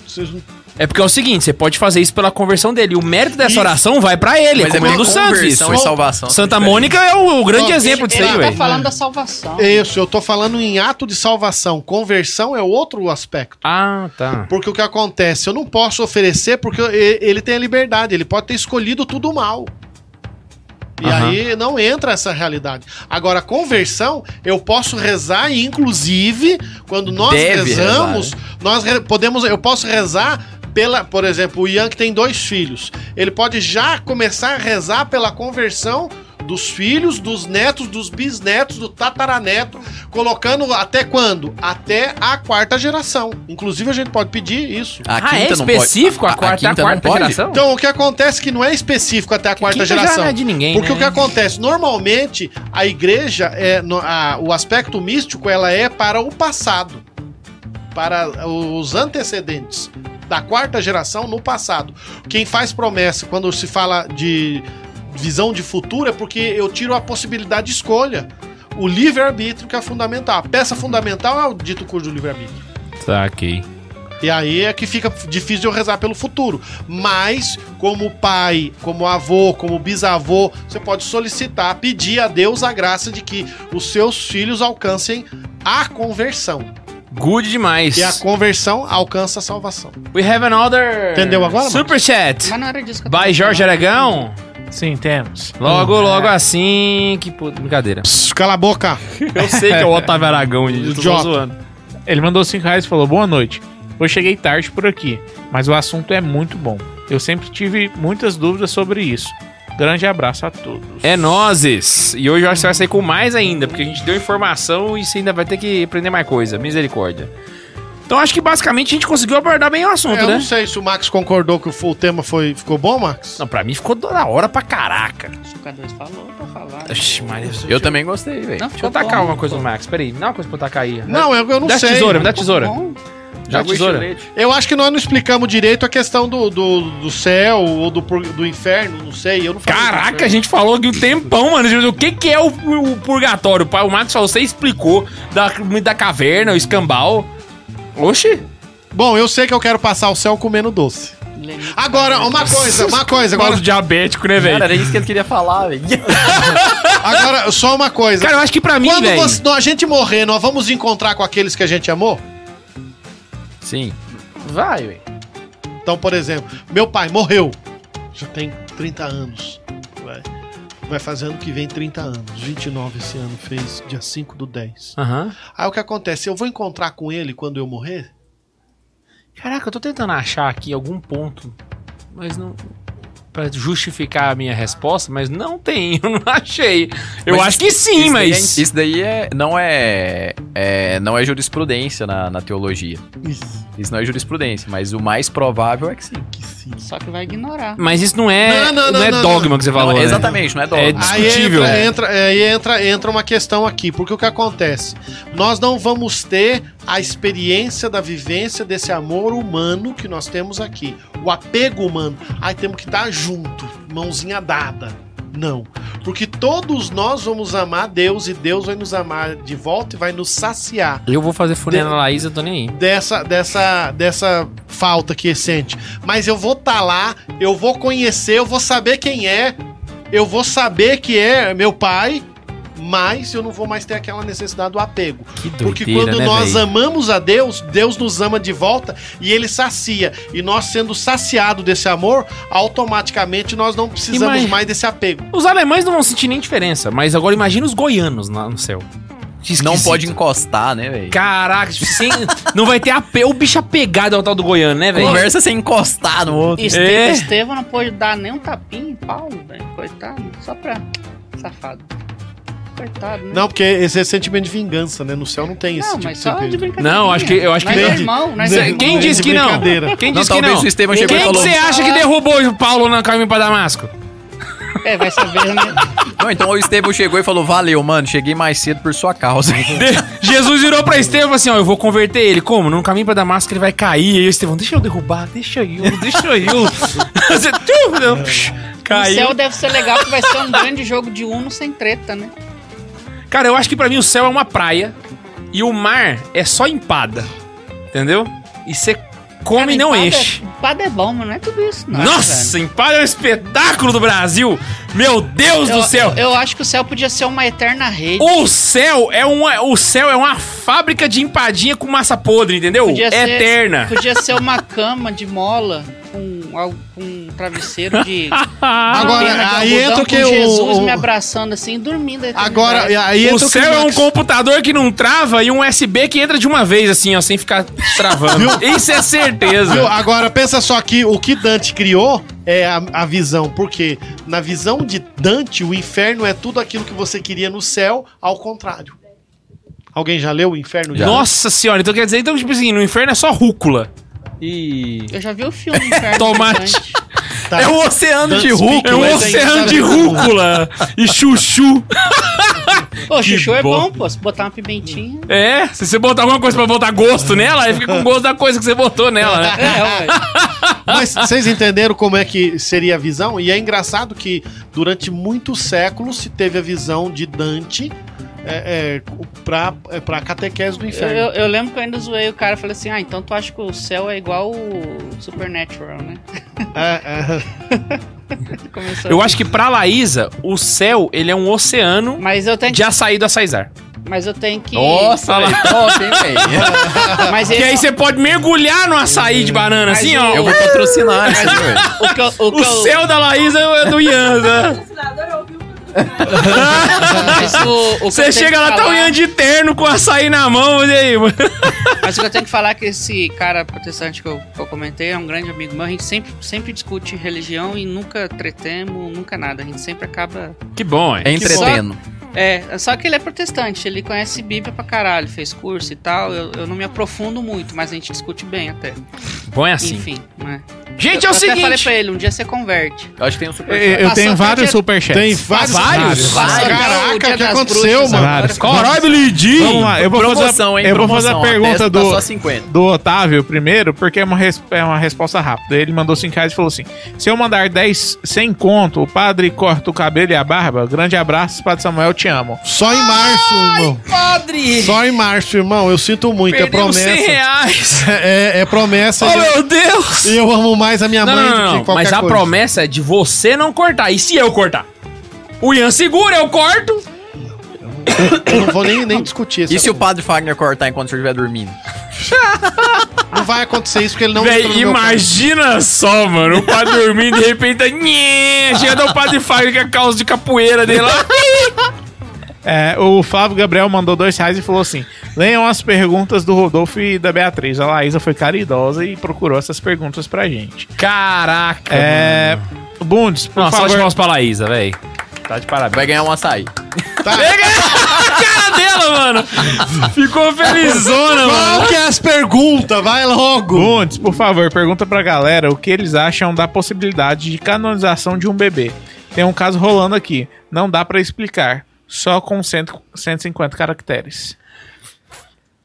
[SPEAKER 1] Vocês não-
[SPEAKER 3] É porque é o seguinte, você pode fazer isso pela conversão dele. O mérito dessa
[SPEAKER 1] Isso.
[SPEAKER 3] oração vai pra ele.
[SPEAKER 5] Mas
[SPEAKER 3] é
[SPEAKER 5] é
[SPEAKER 3] comum
[SPEAKER 5] porque
[SPEAKER 3] dos santos
[SPEAKER 5] conversão
[SPEAKER 3] isso.
[SPEAKER 5] e salvação.
[SPEAKER 3] Santa
[SPEAKER 5] são
[SPEAKER 3] Mônica é o, o grande
[SPEAKER 1] Ó,
[SPEAKER 3] exemplo disso aí,
[SPEAKER 2] Ele tá
[SPEAKER 3] velho.
[SPEAKER 2] falando da salvação.
[SPEAKER 1] É isso, eu tô falando em ato de salvação. Conversão é outro aspecto.
[SPEAKER 3] Ah, tá.
[SPEAKER 1] Porque o que acontece? Eu não posso oferecer porque eu- e- ele tem a liberdade, ele pode ter escolhido tudo mal. E
[SPEAKER 3] Aham.
[SPEAKER 1] aí não entra essa realidade. Agora, a conversão, eu posso rezar e, inclusive, quando nós
[SPEAKER 5] Deve
[SPEAKER 1] rezamos, nós re- podemos, eu posso rezar pela, por exemplo, o Ian que tem dois filhos, ele pode já começar a rezar pela conversão dos filhos, dos netos, dos bisnetos, do tataraneto, colocando até quando? Até a quarta geração. Inclusive a gente pode pedir isso.
[SPEAKER 5] A
[SPEAKER 3] ah, é
[SPEAKER 5] quinta não pode-
[SPEAKER 3] específico? A, quarta, é a
[SPEAKER 5] quinta não
[SPEAKER 3] quarta
[SPEAKER 5] pode?
[SPEAKER 3] geração?
[SPEAKER 1] Então o que acontece é que não é específico até a quarta
[SPEAKER 3] Quinta já
[SPEAKER 1] geração.
[SPEAKER 3] não é de ninguém,
[SPEAKER 1] Porque
[SPEAKER 3] né?
[SPEAKER 1] o que acontece? Normalmente, a igreja, é, no- a- o aspecto místico, ela é para o passado. Para os antecedentes da quarta geração no passado. Quem faz promessa quando se fala de visão de futuro é porque eu tiro a possibilidade de escolha. O livre-arbítrio que é fundamental. A peça fundamental é o dito curso do livre-arbítrio.
[SPEAKER 3] Saquei.
[SPEAKER 1] E aí é que fica difícil de eu rezar pelo futuro. Mas, como pai, como avô, como bisavô, você pode solicitar, pedir a Deus a graça de que os seus filhos alcancem a conversão.
[SPEAKER 3] Good demais.
[SPEAKER 1] E a conversão alcança a salvação.
[SPEAKER 3] We have another...
[SPEAKER 1] Entendeu agora, mano?
[SPEAKER 3] Super chat.
[SPEAKER 2] Mas não era disso que eu tava
[SPEAKER 3] By Jorge
[SPEAKER 2] falando.
[SPEAKER 3] Aragão.
[SPEAKER 4] Sim, temos.
[SPEAKER 3] Logo,
[SPEAKER 1] Uhum.
[SPEAKER 3] logo assim... Que puta... Brincadeira.
[SPEAKER 1] Pss, cala a boca!
[SPEAKER 3] Eu sei que é o Otávio Aragão, gente. eu tô
[SPEAKER 1] Idiota.
[SPEAKER 3] zoando.
[SPEAKER 4] Ele mandou 5 reais e falou: Boa noite. Eu cheguei tarde por aqui, mas o assunto é muito bom. Eu sempre tive muitas dúvidas sobre isso. Grande abraço a todos.
[SPEAKER 3] É nozes. E hoje eu acho que você vai sair com mais ainda, porque a gente deu informação e você ainda vai ter que aprender mais coisa. Misericórdia. Então acho que basicamente a gente conseguiu abordar bem o assunto,
[SPEAKER 1] É, eu
[SPEAKER 3] né?
[SPEAKER 1] não sei se o Max concordou que o fu- o tema foi, ficou bom, Max?
[SPEAKER 3] Não, pra mim ficou da hora pra caraca.
[SPEAKER 2] Isso que a dois falou pra falar.
[SPEAKER 3] Oxi, Maria.
[SPEAKER 5] Eu também gostei, velho.
[SPEAKER 2] Não,
[SPEAKER 3] Deixa eu um tacar uma coisa no Max, peraí. Me dá uma coisa pra eu tacar aí.
[SPEAKER 1] Não, eu, eu não
[SPEAKER 3] dá
[SPEAKER 1] sei.
[SPEAKER 3] tesoura, me dá tesoura.
[SPEAKER 2] Bom,
[SPEAKER 3] Já tesoura.
[SPEAKER 1] Eu acho que nós não explicamos direito a questão do, do, do céu ou do, pur- do inferno, não sei. Eu não falei do
[SPEAKER 3] Caraca,
[SPEAKER 1] inferno.
[SPEAKER 3] a gente falou de um tempão, mano. O que, que é o, o purgatório? O Max falou, você explicou da, da caverna, o escambau. Oxi.
[SPEAKER 1] né? Bom, eu sei que eu quero passar o céu comendo doce.
[SPEAKER 2] Leme-
[SPEAKER 1] Agora, uma coisa, uma coisa, agora,
[SPEAKER 3] Quase diabético, né,
[SPEAKER 5] Cara,
[SPEAKER 3] velho?
[SPEAKER 5] era isso que ele queria falar, velho.
[SPEAKER 1] agora só uma coisa.
[SPEAKER 3] Cara, eu acho que pra mim,
[SPEAKER 1] Quando
[SPEAKER 3] velho.
[SPEAKER 1] você- nós- a gente morrer, nós vamos encontrar com aqueles que a gente amou?
[SPEAKER 5] Sim. Vai, velho.
[SPEAKER 1] Então, por exemplo, meu pai morreu. Já tem 30 anos. Vai, vai fazer ano que vem 30 anos. 29 esse ano fez, dia 5 do 10.
[SPEAKER 3] Aham.
[SPEAKER 1] Aí o que acontece? Eu vou encontrar com ele quando eu morrer?
[SPEAKER 3] Caraca, eu tô tentando achar aqui algum ponto, mas não. Pra justificar a minha resposta, mas não tem, eu não achei. Eu
[SPEAKER 5] Mas
[SPEAKER 3] acho que sim,
[SPEAKER 5] Isso daí
[SPEAKER 3] mas.
[SPEAKER 5] é- isso daí é, não é, é- não é jurisprudência na, na teologia. Isso não é jurisprudência, mas o mais provável é que sim.
[SPEAKER 1] Que sim.
[SPEAKER 2] Só que vai ignorar.
[SPEAKER 3] Mas isso não é. Não,
[SPEAKER 1] Não, não, não,
[SPEAKER 3] é
[SPEAKER 1] não,
[SPEAKER 3] dogma que você falou.
[SPEAKER 5] Não,
[SPEAKER 3] né?
[SPEAKER 5] Exatamente, não é dogma.
[SPEAKER 3] É
[SPEAKER 1] Aí
[SPEAKER 3] Discutível.
[SPEAKER 1] entra, entra- é, aí entra, entra uma questão aqui, porque o que acontece? Nós não vamos ter a experiência da vivência desse amor humano que nós temos aqui. O apego humano. Aí temos que estar junto, mãozinha dada. Não. Porque todos nós vamos amar Deus e Deus vai nos amar de volta e vai nos saciar
[SPEAKER 3] Eu vou fazer funé na Laís, eu tô nem aí.
[SPEAKER 1] dessa, dessa, dessa falta que sente. Mas eu vou estar lá, eu vou conhecer, eu vou saber quem é, eu vou saber que é meu pai, mas eu não vou mais ter aquela necessidade do apego.
[SPEAKER 3] Que doideira,
[SPEAKER 1] Porque quando
[SPEAKER 3] né,
[SPEAKER 1] nós
[SPEAKER 3] velho?
[SPEAKER 1] amamos a Deus, Deus nos ama de volta e ele sacia. E nós sendo saciado desse amor, automaticamente nós não precisamos
[SPEAKER 3] Imagina-
[SPEAKER 1] mais desse apego.
[SPEAKER 3] Os alemães não vão sentir nem diferença, mas agora imagina os goianos lá no céu.
[SPEAKER 5] Não
[SPEAKER 3] esquisito.
[SPEAKER 5] pode encostar, né, velho?
[SPEAKER 3] Caraca, tipo, sem- não vai ter a pe... o bicho apegado ao tal do Goiano, né, velho?
[SPEAKER 5] Conversa sem encostar no outro.
[SPEAKER 2] Este...
[SPEAKER 3] É.
[SPEAKER 2] Estevão não pôde dar nem um tapinha em Paulo, velho. Coitado. Só pra. Safado. Coitado, né?
[SPEAKER 1] Não, porque esse é sentimento de vingança, né? No céu não tem esse
[SPEAKER 2] Não,
[SPEAKER 1] tipo
[SPEAKER 2] mas
[SPEAKER 1] de
[SPEAKER 2] só de
[SPEAKER 1] sentimento.
[SPEAKER 2] brincadeira.
[SPEAKER 3] Não, acho que- eu acho que
[SPEAKER 2] Nós é
[SPEAKER 1] nem-
[SPEAKER 2] irmão, nós
[SPEAKER 3] Cê-
[SPEAKER 2] é
[SPEAKER 1] Não,
[SPEAKER 2] irmão.
[SPEAKER 3] quem
[SPEAKER 1] de
[SPEAKER 3] disse que não?
[SPEAKER 1] brincadeira.
[SPEAKER 3] Quem
[SPEAKER 5] Não,
[SPEAKER 3] disse que
[SPEAKER 5] talvez
[SPEAKER 3] não?
[SPEAKER 5] o Estevam
[SPEAKER 3] Quem
[SPEAKER 5] chegou e
[SPEAKER 3] que
[SPEAKER 5] falou.
[SPEAKER 3] você acha que derrubou o Paulo na caminho pra Damasco?
[SPEAKER 2] É, vai saber, né?
[SPEAKER 5] Não, então o Estevam chegou e falou: Valeu, mano, cheguei mais cedo por sua causa.
[SPEAKER 3] De- Jesus virou pra Estevão e falou assim: Ó, eu vou converter ele. Como? No caminho pra Damasco ele vai cair. E aí o Estevão, deixa eu derrubar, deixa eu, deixa eu. Você- Tiu, deu- psh,
[SPEAKER 2] É. O céu
[SPEAKER 3] Caiu.
[SPEAKER 2] deve ser legal, porque vai ser um grande jogo de Uno sem treta, né?
[SPEAKER 3] Cara, eu acho que pra mim o céu é uma praia e o mar é só empada. Entendeu? E você come e não
[SPEAKER 2] Empada-
[SPEAKER 3] enche.
[SPEAKER 2] Empada é bom, mas não é tudo isso, não.
[SPEAKER 3] Nossa, empada é um espetáculo do Brasil! Meu Deus
[SPEAKER 2] velho.
[SPEAKER 3] do
[SPEAKER 2] Eu-
[SPEAKER 3] céu!
[SPEAKER 2] Eu, eu acho que o céu podia ser uma eterna rede.
[SPEAKER 3] O céu é uma, o céu é uma fábrica de empadinha com massa podre, entendeu? É
[SPEAKER 2] Podia ser-
[SPEAKER 3] Eterna.
[SPEAKER 2] Podia ser uma cama de mola com, al- com um travesseiro de. Ah,
[SPEAKER 1] Agora, aí entra o que
[SPEAKER 2] um com Jesus
[SPEAKER 1] o-
[SPEAKER 2] me
[SPEAKER 1] o...
[SPEAKER 2] abraçando assim, dormindo. aí
[SPEAKER 1] Agora, aí entra
[SPEAKER 3] O
[SPEAKER 1] que
[SPEAKER 3] céu é um
[SPEAKER 1] Max-
[SPEAKER 3] computador que não trava e um USB que entra de uma vez, assim, ó, sem ficar travando. Isso é
[SPEAKER 1] Viu?
[SPEAKER 3] certeza.
[SPEAKER 1] Agora, pensa só que o que Dante criou é a, a visão, porque na visão de Dante, o inferno é tudo aquilo que você queria no céu, ao contrário. Alguém já leu o inferno? de Dante?
[SPEAKER 3] Nossa senhora, então quer dizer, então, tipo assim, no inferno é só rúcula. E.
[SPEAKER 2] Eu já vi o filme Inferno
[SPEAKER 3] Tomate.
[SPEAKER 2] Gigante.
[SPEAKER 1] Tá.
[SPEAKER 5] É um oceano de
[SPEAKER 1] Dantes
[SPEAKER 5] rúcula.
[SPEAKER 3] É um
[SPEAKER 1] Mas aí,
[SPEAKER 3] oceano
[SPEAKER 1] sabe-
[SPEAKER 3] de rúcula e chuchu.
[SPEAKER 2] Ô, chuchu é
[SPEAKER 3] bom.
[SPEAKER 2] bom, pô. Se botar uma pimentinha.
[SPEAKER 3] É, se você botar alguma coisa pra botar gosto nela, aí fica com gosto da coisa que você botou nela, né?
[SPEAKER 2] É, ué.
[SPEAKER 1] Mas vocês entenderam como é que seria a visão? E é engraçado que durante muitos séculos se teve a visão de Dante é, é, pra, é, pra catequese do
[SPEAKER 2] Eu,
[SPEAKER 1] inferno.
[SPEAKER 2] eu- eu lembro que eu ainda zoei o cara. Falei assim: ah, então tu acha que o céu é igual o Supernatural, né?
[SPEAKER 1] É,
[SPEAKER 2] Começou. assim.
[SPEAKER 3] Eu acho que pra Laísa, o céu, ele é um oceano
[SPEAKER 2] Mas eu tenho que.
[SPEAKER 3] de açaí do açaizar.
[SPEAKER 2] Mas eu tenho que.
[SPEAKER 5] Nossa,
[SPEAKER 3] Olha
[SPEAKER 5] velho, top, hein, velho?
[SPEAKER 2] Mas
[SPEAKER 3] Que é
[SPEAKER 2] esse-
[SPEAKER 3] aí você pode mergulhar no açaí de banana,
[SPEAKER 2] Mas
[SPEAKER 3] assim,
[SPEAKER 2] eu-
[SPEAKER 3] ó.
[SPEAKER 5] Eu vou patrocinar isso aí, velho.
[SPEAKER 2] o que eu, o que
[SPEAKER 3] O
[SPEAKER 2] eu-
[SPEAKER 3] céu da Laísa é do Ian,
[SPEAKER 6] O
[SPEAKER 3] né?
[SPEAKER 6] patrocinador ouviu o patrocinador.
[SPEAKER 2] mas o- o que eu
[SPEAKER 3] Você
[SPEAKER 2] tenho que
[SPEAKER 3] chega lá, tá o
[SPEAKER 2] falar-
[SPEAKER 3] Ian de terno com açaí na mão, e aí? mano?
[SPEAKER 2] Mas o que eu tenho que falar é que esse cara protestante que eu, que eu comentei é um grande amigo meu. A gente sempre, sempre discute religião e nunca tretemos, nunca nada. A gente sempre acaba.
[SPEAKER 3] Que bom,
[SPEAKER 5] É
[SPEAKER 3] hein?
[SPEAKER 5] entretendo.
[SPEAKER 2] É, só que ele é protestante, ele conhece Bíblia pra caralho, fez curso e tal. Eu, eu não me aprofundo muito, mas a gente discute bem até.
[SPEAKER 3] Bom é assim.
[SPEAKER 2] Enfim, né?
[SPEAKER 3] Gente,
[SPEAKER 2] eu,
[SPEAKER 3] é o
[SPEAKER 2] eu até falei
[SPEAKER 3] seguinte.
[SPEAKER 2] pra ele, um dia você converte.
[SPEAKER 5] Eu acho que tem um super.
[SPEAKER 4] Eu, eu tenho
[SPEAKER 2] Passou
[SPEAKER 4] vários
[SPEAKER 2] até
[SPEAKER 4] superchats.
[SPEAKER 1] Tá Tem vários.
[SPEAKER 3] Vários?
[SPEAKER 1] Vários. um Caraca,
[SPEAKER 2] Dia
[SPEAKER 1] o que
[SPEAKER 2] das
[SPEAKER 1] aconteceu,
[SPEAKER 2] Bruxas
[SPEAKER 1] mano?
[SPEAKER 2] agora.
[SPEAKER 3] Corói Bilidinho.
[SPEAKER 4] Vamos lá, eu vou
[SPEAKER 5] promoção,
[SPEAKER 4] fazer,
[SPEAKER 5] hein?
[SPEAKER 4] eu vou fazer a
[SPEAKER 5] promoção.
[SPEAKER 4] pergunta
[SPEAKER 5] Testa tá
[SPEAKER 4] do,
[SPEAKER 5] Só 50.
[SPEAKER 4] do Otávio primeiro, porque é uma, res- é uma resposta rápida. Ele mandou 5 reais e falou assim: Se eu mandar 10 sem conto, o padre corta o cabelo e a barba. Grande abraço, Padre Samuel, te amo.
[SPEAKER 1] Só em março, irmão.
[SPEAKER 3] Padre!
[SPEAKER 1] Só em março, irmão. Eu sinto muito. É
[SPEAKER 3] Perdemos 100
[SPEAKER 1] promessa.
[SPEAKER 3] reais.
[SPEAKER 1] É, é promessa.
[SPEAKER 3] Oh,
[SPEAKER 1] e eu-
[SPEAKER 3] meu Deus!
[SPEAKER 1] e eu amo mais a minha
[SPEAKER 3] Não,
[SPEAKER 1] mãe
[SPEAKER 3] não,
[SPEAKER 1] do
[SPEAKER 3] não,
[SPEAKER 1] que
[SPEAKER 3] não.
[SPEAKER 1] qualquer
[SPEAKER 3] Mas a
[SPEAKER 1] coisa.
[SPEAKER 3] promessa é de você não cortar. E se eu cortar? O Ian segura, eu corto.
[SPEAKER 1] Eu não vou nem, nem discutir isso.
[SPEAKER 5] E se o padre Fagner cortar enquanto você estiver dormindo?
[SPEAKER 1] Não vai acontecer isso, porque ele não
[SPEAKER 3] Véi,
[SPEAKER 1] entrou no meu
[SPEAKER 3] imagina só, mano. O padre dormindo e de repente. tá, Nhê, chega o padre Fagner com a calça de capoeira dele lá.
[SPEAKER 4] É, o Flávio Gabriel mandou 2 reais e falou assim: Leiam as perguntas do Rodolfo e da Beatriz. A Laísa foi caridosa e procurou essas perguntas pra gente.
[SPEAKER 3] Tá Caraca.
[SPEAKER 4] É. Bundes, por
[SPEAKER 3] Nossa, só de
[SPEAKER 4] favor.
[SPEAKER 3] mãos pra Laísa, velho. Tá de parabéns.
[SPEAKER 5] Vai ganhar um açaí.
[SPEAKER 3] Cara dela, mano. Ficou felizona, mano.
[SPEAKER 1] Qual que é as perguntas? Vai logo!
[SPEAKER 4] Bundes, por favor, pergunta pra galera o que eles acham da possibilidade de canonização de um bebê. Tem um caso rolando aqui, não dá pra explicar, só com cento, 150 caracteres.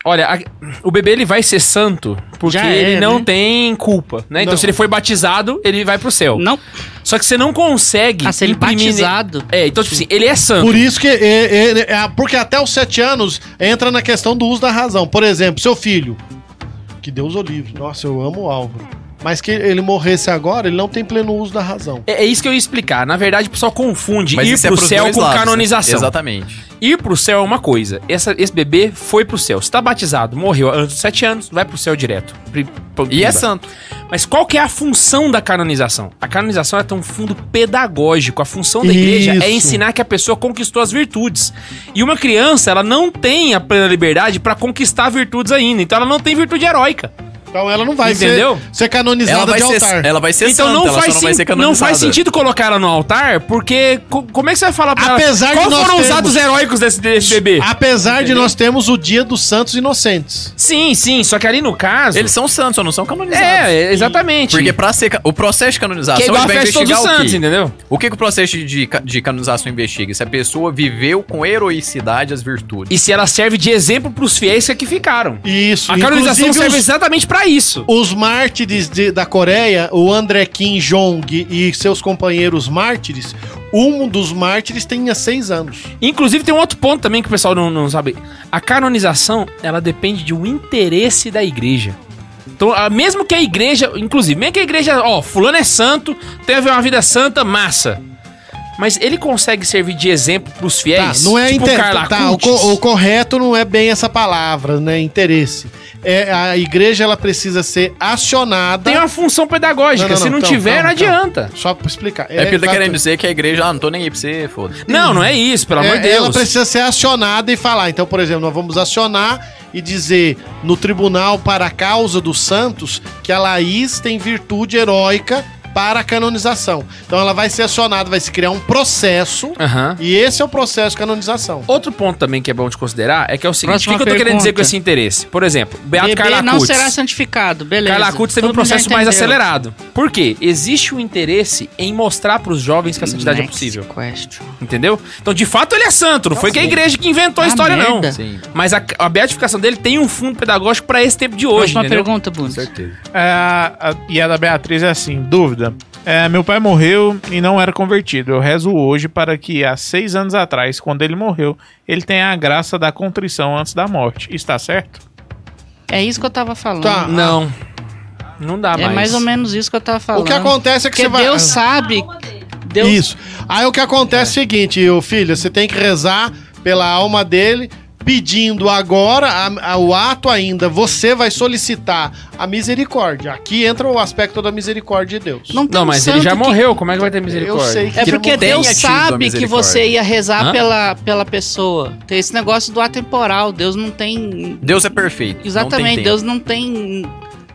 [SPEAKER 3] Olha, a- o bebê ele vai ser santo porque
[SPEAKER 2] Já é,
[SPEAKER 3] ele não
[SPEAKER 2] né?
[SPEAKER 3] tem culpa, né? Então
[SPEAKER 1] Não.
[SPEAKER 3] se ele foi batizado, ele vai pro céu.
[SPEAKER 2] Não,
[SPEAKER 3] Só que você não consegue
[SPEAKER 2] a ser ele
[SPEAKER 3] imprimir ne-
[SPEAKER 2] batizado.
[SPEAKER 3] É, então tipo assim, ele é santo.
[SPEAKER 1] Por isso que. é, é, é, porque até os sete anos entra na questão do uso da razão. Por exemplo, seu filho. Que Deus o livre. Nossa, eu amo o Álvaro. Mas que ele morresse agora, ele não tem pleno uso da razão.
[SPEAKER 3] É, é isso que eu ia explicar. Na verdade, o pessoal confunde
[SPEAKER 5] Mas
[SPEAKER 3] ir
[SPEAKER 5] isso
[SPEAKER 3] pro
[SPEAKER 5] pros
[SPEAKER 3] céu
[SPEAKER 5] dois
[SPEAKER 3] com
[SPEAKER 5] lados, né?
[SPEAKER 3] canonização.
[SPEAKER 5] Exatamente.
[SPEAKER 3] Ir pro céu é uma coisa. Essa- esse bebê foi pro céu. Se tá batizado, morreu antes dos sete anos, vai pro céu direto. Pri- pro-
[SPEAKER 5] E é
[SPEAKER 3] pimba.
[SPEAKER 5] santo.
[SPEAKER 3] Mas qual que é a função da canonização? A canonização é ter um fundo pedagógico. A função da igreja é
[SPEAKER 1] Isso.
[SPEAKER 3] ensinar que a pessoa conquistou as virtudes. E uma criança, ela não tem a plena liberdade pra conquistar virtudes ainda. Então ela não tem virtude heróica.
[SPEAKER 1] Então ela não vai
[SPEAKER 3] Entendeu?
[SPEAKER 1] ser, ser
[SPEAKER 5] Ela
[SPEAKER 1] canonizada
[SPEAKER 5] vai,
[SPEAKER 1] de
[SPEAKER 5] ser,
[SPEAKER 1] altar.
[SPEAKER 5] ela vai ser
[SPEAKER 3] então
[SPEAKER 5] santa,
[SPEAKER 3] não,
[SPEAKER 5] ela só
[SPEAKER 3] faz
[SPEAKER 5] não vai
[SPEAKER 3] sen-
[SPEAKER 5] ser
[SPEAKER 3] não
[SPEAKER 5] canonizada.
[SPEAKER 3] faz sentido colocar ela no altar, porque co- como é que você vai falar pra
[SPEAKER 1] Apesar de
[SPEAKER 3] ela? Qual
[SPEAKER 1] nós
[SPEAKER 3] foram os
[SPEAKER 1] termos-
[SPEAKER 3] atos heróicos desse, desse bebê?
[SPEAKER 1] Apesar de nós termos o dia dos santos inocentes.
[SPEAKER 3] Sim, sim, só que ali no caso.
[SPEAKER 5] Eles são santos, só não são canonizados.
[SPEAKER 3] É, exatamente.
[SPEAKER 5] Porque pra ser ca- o processo de canonização
[SPEAKER 3] que é igual a
[SPEAKER 5] ele vai
[SPEAKER 3] festa de todos
[SPEAKER 5] investigar
[SPEAKER 3] os
[SPEAKER 5] o
[SPEAKER 3] santos,
[SPEAKER 5] quê?
[SPEAKER 3] entendeu?
[SPEAKER 5] O que, que o processo de, ca- de canonização investiga? Se a pessoa viveu com heroicidade as virtudes.
[SPEAKER 3] E se ela serve de exemplo pros fiéis que aqui ficaram.
[SPEAKER 1] Isso.
[SPEAKER 3] A canonização
[SPEAKER 1] inclusive
[SPEAKER 3] serve
[SPEAKER 1] os-
[SPEAKER 3] exatamente pra isso.
[SPEAKER 1] Os mártires de- da Coreia, o André Kim Jong e seus companheiros mártires, um dos mártires tinha seis anos.
[SPEAKER 3] Inclusive, tem um outro ponto também que o pessoal não, não sabe. A canonização, ela depende de um interesse da igreja. Então, a- mesmo que a igreja, inclusive, mesmo que a igreja, ó, fulano é santo, teve uma vida santa, massa. Mas ele consegue servir de exemplo pros fiéis?
[SPEAKER 1] tá, não é
[SPEAKER 3] tipo
[SPEAKER 1] inter...
[SPEAKER 3] Carla
[SPEAKER 1] tá, o,
[SPEAKER 3] Cutes?
[SPEAKER 1] co- o correto não é bem essa palavra, né? Interesse. É, a igreja ela precisa ser acionada.
[SPEAKER 3] Tem uma função pedagógica.
[SPEAKER 1] Não, não,
[SPEAKER 3] Se não
[SPEAKER 1] não,
[SPEAKER 3] tiver, não
[SPEAKER 1] calma, calma.
[SPEAKER 3] adianta.
[SPEAKER 1] Só pra explicar.
[SPEAKER 5] É, porque ele tá
[SPEAKER 1] exato.
[SPEAKER 5] querendo dizer que a igreja, ah, não tô nem aí pra você, foda-se.
[SPEAKER 3] Não, não é isso, pelo amor
[SPEAKER 1] É,
[SPEAKER 3] de Deus.
[SPEAKER 1] Ela precisa ser acionada e falar. Então, por exemplo, nós vamos acionar e dizer no tribunal para a causa dos santos que a Laís tem virtude heróica para a canonização. Então ela vai ser acionada, vai se criar um processo
[SPEAKER 3] Aham.
[SPEAKER 1] e esse é o processo de canonização.
[SPEAKER 3] Outro ponto também que é bom de considerar é que é o seguinte: o
[SPEAKER 2] Próxima
[SPEAKER 3] que, que eu tô querendo dizer
[SPEAKER 2] pergunta.
[SPEAKER 3] com esse interesse? Por exemplo, Beato
[SPEAKER 2] Bebê
[SPEAKER 3] Carla
[SPEAKER 2] não
[SPEAKER 3] Cutes.
[SPEAKER 2] será santificado, beleza.
[SPEAKER 3] Carla Cutes teve um
[SPEAKER 2] Todo mundo já
[SPEAKER 3] processo mais
[SPEAKER 2] entendeu.
[SPEAKER 3] acelerado. Por quê? Existe um interesse em mostrar pros jovens que a santidade é
[SPEAKER 2] Next
[SPEAKER 3] possível.
[SPEAKER 2] question.
[SPEAKER 3] Entendeu? Então, de fato, ele é santo. Não foi que a igreja que inventou a
[SPEAKER 2] Ah,
[SPEAKER 3] história,
[SPEAKER 2] merda.
[SPEAKER 3] não.
[SPEAKER 5] Sim,
[SPEAKER 3] Mas a, a beatificação dele tem um fundo pedagógico pra esse tempo de hoje.
[SPEAKER 2] Próxima
[SPEAKER 3] entendeu?
[SPEAKER 2] pergunta,
[SPEAKER 5] com
[SPEAKER 2] Bundes.
[SPEAKER 5] certeza.
[SPEAKER 4] É, a- e a da Beatriz é assim, dúvida. É, meu pai morreu e não era convertido. Eu rezo hoje para que há seis anos atrás, quando ele morreu, ele tenha a graça da contrição antes da morte. Está certo?
[SPEAKER 2] É isso que eu tava falando.
[SPEAKER 1] Tá,
[SPEAKER 3] Não. Não dá
[SPEAKER 2] É
[SPEAKER 3] mais.
[SPEAKER 2] mais ou menos isso que eu tava falando.
[SPEAKER 1] o que acontece é que
[SPEAKER 2] Porque
[SPEAKER 1] você vai
[SPEAKER 2] Deus sabe.
[SPEAKER 6] Alma dele.
[SPEAKER 2] Deus
[SPEAKER 1] Isso. Aí o que acontece é o seguinte, ô filho, você tem que rezar pela alma dele, pedindo agora a- a- o ato ainda, você vai solicitar a misericórdia. Aqui entra o aspecto da misericórdia de Deus.
[SPEAKER 2] não tem
[SPEAKER 3] Não,
[SPEAKER 2] um
[SPEAKER 3] mas ele
[SPEAKER 2] santo
[SPEAKER 3] já
[SPEAKER 2] que-
[SPEAKER 3] morreu. Como é que vai ter misericórdia?
[SPEAKER 1] Eu sei que
[SPEAKER 2] É
[SPEAKER 1] ele
[SPEAKER 2] porque
[SPEAKER 5] não tenha
[SPEAKER 2] Deus
[SPEAKER 5] tido a
[SPEAKER 2] sabe que
[SPEAKER 5] misericórdia.
[SPEAKER 2] você ia rezar
[SPEAKER 3] Hã?
[SPEAKER 2] pela, pela pessoa. Tem esse negócio do atemporal. Deus não tem.
[SPEAKER 5] Deus é perfeito. não
[SPEAKER 2] Exatamente,
[SPEAKER 5] tem tempo.
[SPEAKER 2] Deus não tem.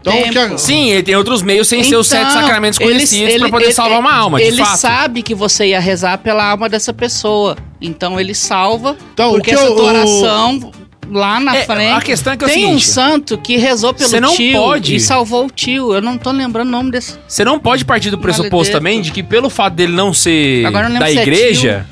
[SPEAKER 1] Então, o que
[SPEAKER 2] tempo.
[SPEAKER 3] Sim, ele tem outros meios sem ser os
[SPEAKER 2] Então,
[SPEAKER 3] sete sacramentos
[SPEAKER 2] ele-
[SPEAKER 3] conhecidos
[SPEAKER 2] ele-
[SPEAKER 3] pra poder
[SPEAKER 2] ele-
[SPEAKER 3] salvar uma alma, de
[SPEAKER 2] ele
[SPEAKER 3] fato.
[SPEAKER 2] sabe que você ia rezar pela alma dessa pessoa. Então ele salva,
[SPEAKER 1] Então, o
[SPEAKER 2] porque
[SPEAKER 1] que
[SPEAKER 2] essa
[SPEAKER 1] eu-
[SPEAKER 2] tua
[SPEAKER 1] o-
[SPEAKER 2] oração lá na
[SPEAKER 3] É, A
[SPEAKER 2] frente.
[SPEAKER 3] questão é que é o
[SPEAKER 2] Tem um
[SPEAKER 3] seguinte.
[SPEAKER 2] santo que rezou pelo
[SPEAKER 3] Você não
[SPEAKER 2] tio
[SPEAKER 3] pode-
[SPEAKER 2] e salvou o tio. Eu não tô lembrando o nome desse.
[SPEAKER 3] Você não pode partir do pressuposto
[SPEAKER 2] Maledeto.
[SPEAKER 3] também de que pelo fato dele não ser
[SPEAKER 2] Agora eu não lembro
[SPEAKER 3] da
[SPEAKER 2] se é
[SPEAKER 3] igreja,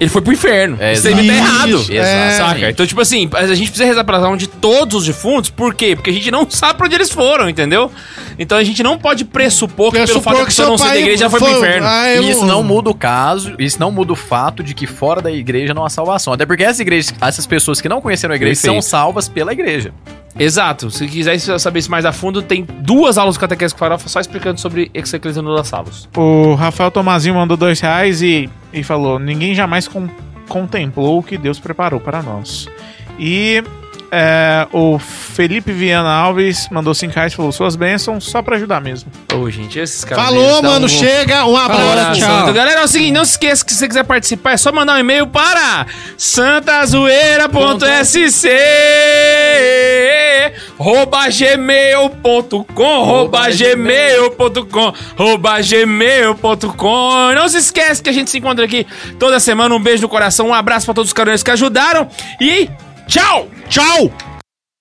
[SPEAKER 3] ele foi pro inferno.
[SPEAKER 5] É,
[SPEAKER 3] Isso aí tá
[SPEAKER 1] exato.
[SPEAKER 3] errado.
[SPEAKER 1] Isso,
[SPEAKER 5] é.
[SPEAKER 3] Saca? Então, tipo assim, a gente precisa rezar pela alma de todos os defuntos, por quê? Porque a gente não sabe pra onde eles foram, entendeu? Então a gente não pode pressupor que pelo fato da pessoa não ser da igreja, ela foi pro inferno.
[SPEAKER 1] Ah, eu-
[SPEAKER 5] E isso não muda o caso, isso não muda o fato de que fora da igreja não há salvação. Até porque essas igrejas, essas pessoas que não conheceram a igreja são
[SPEAKER 3] Perfeito.
[SPEAKER 5] salvas pela igreja.
[SPEAKER 3] Exato. Se quiser saber isso mais a fundo, tem duas aulas do Catequese com Farofa só explicando sobre Execlesiano das Salos.
[SPEAKER 4] O Rafael Tomazinho mandou dois reais e, e falou: ninguém jamais con- contemplou o que Deus preparou para nós. E é, o Felipe Viana Alves mandou cinco reais e falou: suas bênçãos só para ajudar mesmo.
[SPEAKER 3] Ô, gente, esses caras... eles
[SPEAKER 1] Falou,
[SPEAKER 3] dão
[SPEAKER 1] mano,
[SPEAKER 3] um-
[SPEAKER 1] chega, um
[SPEAKER 3] Agora,
[SPEAKER 1] abraço.
[SPEAKER 2] tchau.
[SPEAKER 3] santo. Galera, é o seguinte, não se esqueça que se você quiser participar, é só mandar um e-mail para santazoeira.sc rouba gmail.com rouba gmail.com rouba gmail.com não se esquece que a gente se encontra aqui toda semana, um beijo no coração, um abraço para todos os caroneiros que ajudaram e tchau!
[SPEAKER 1] Tchau.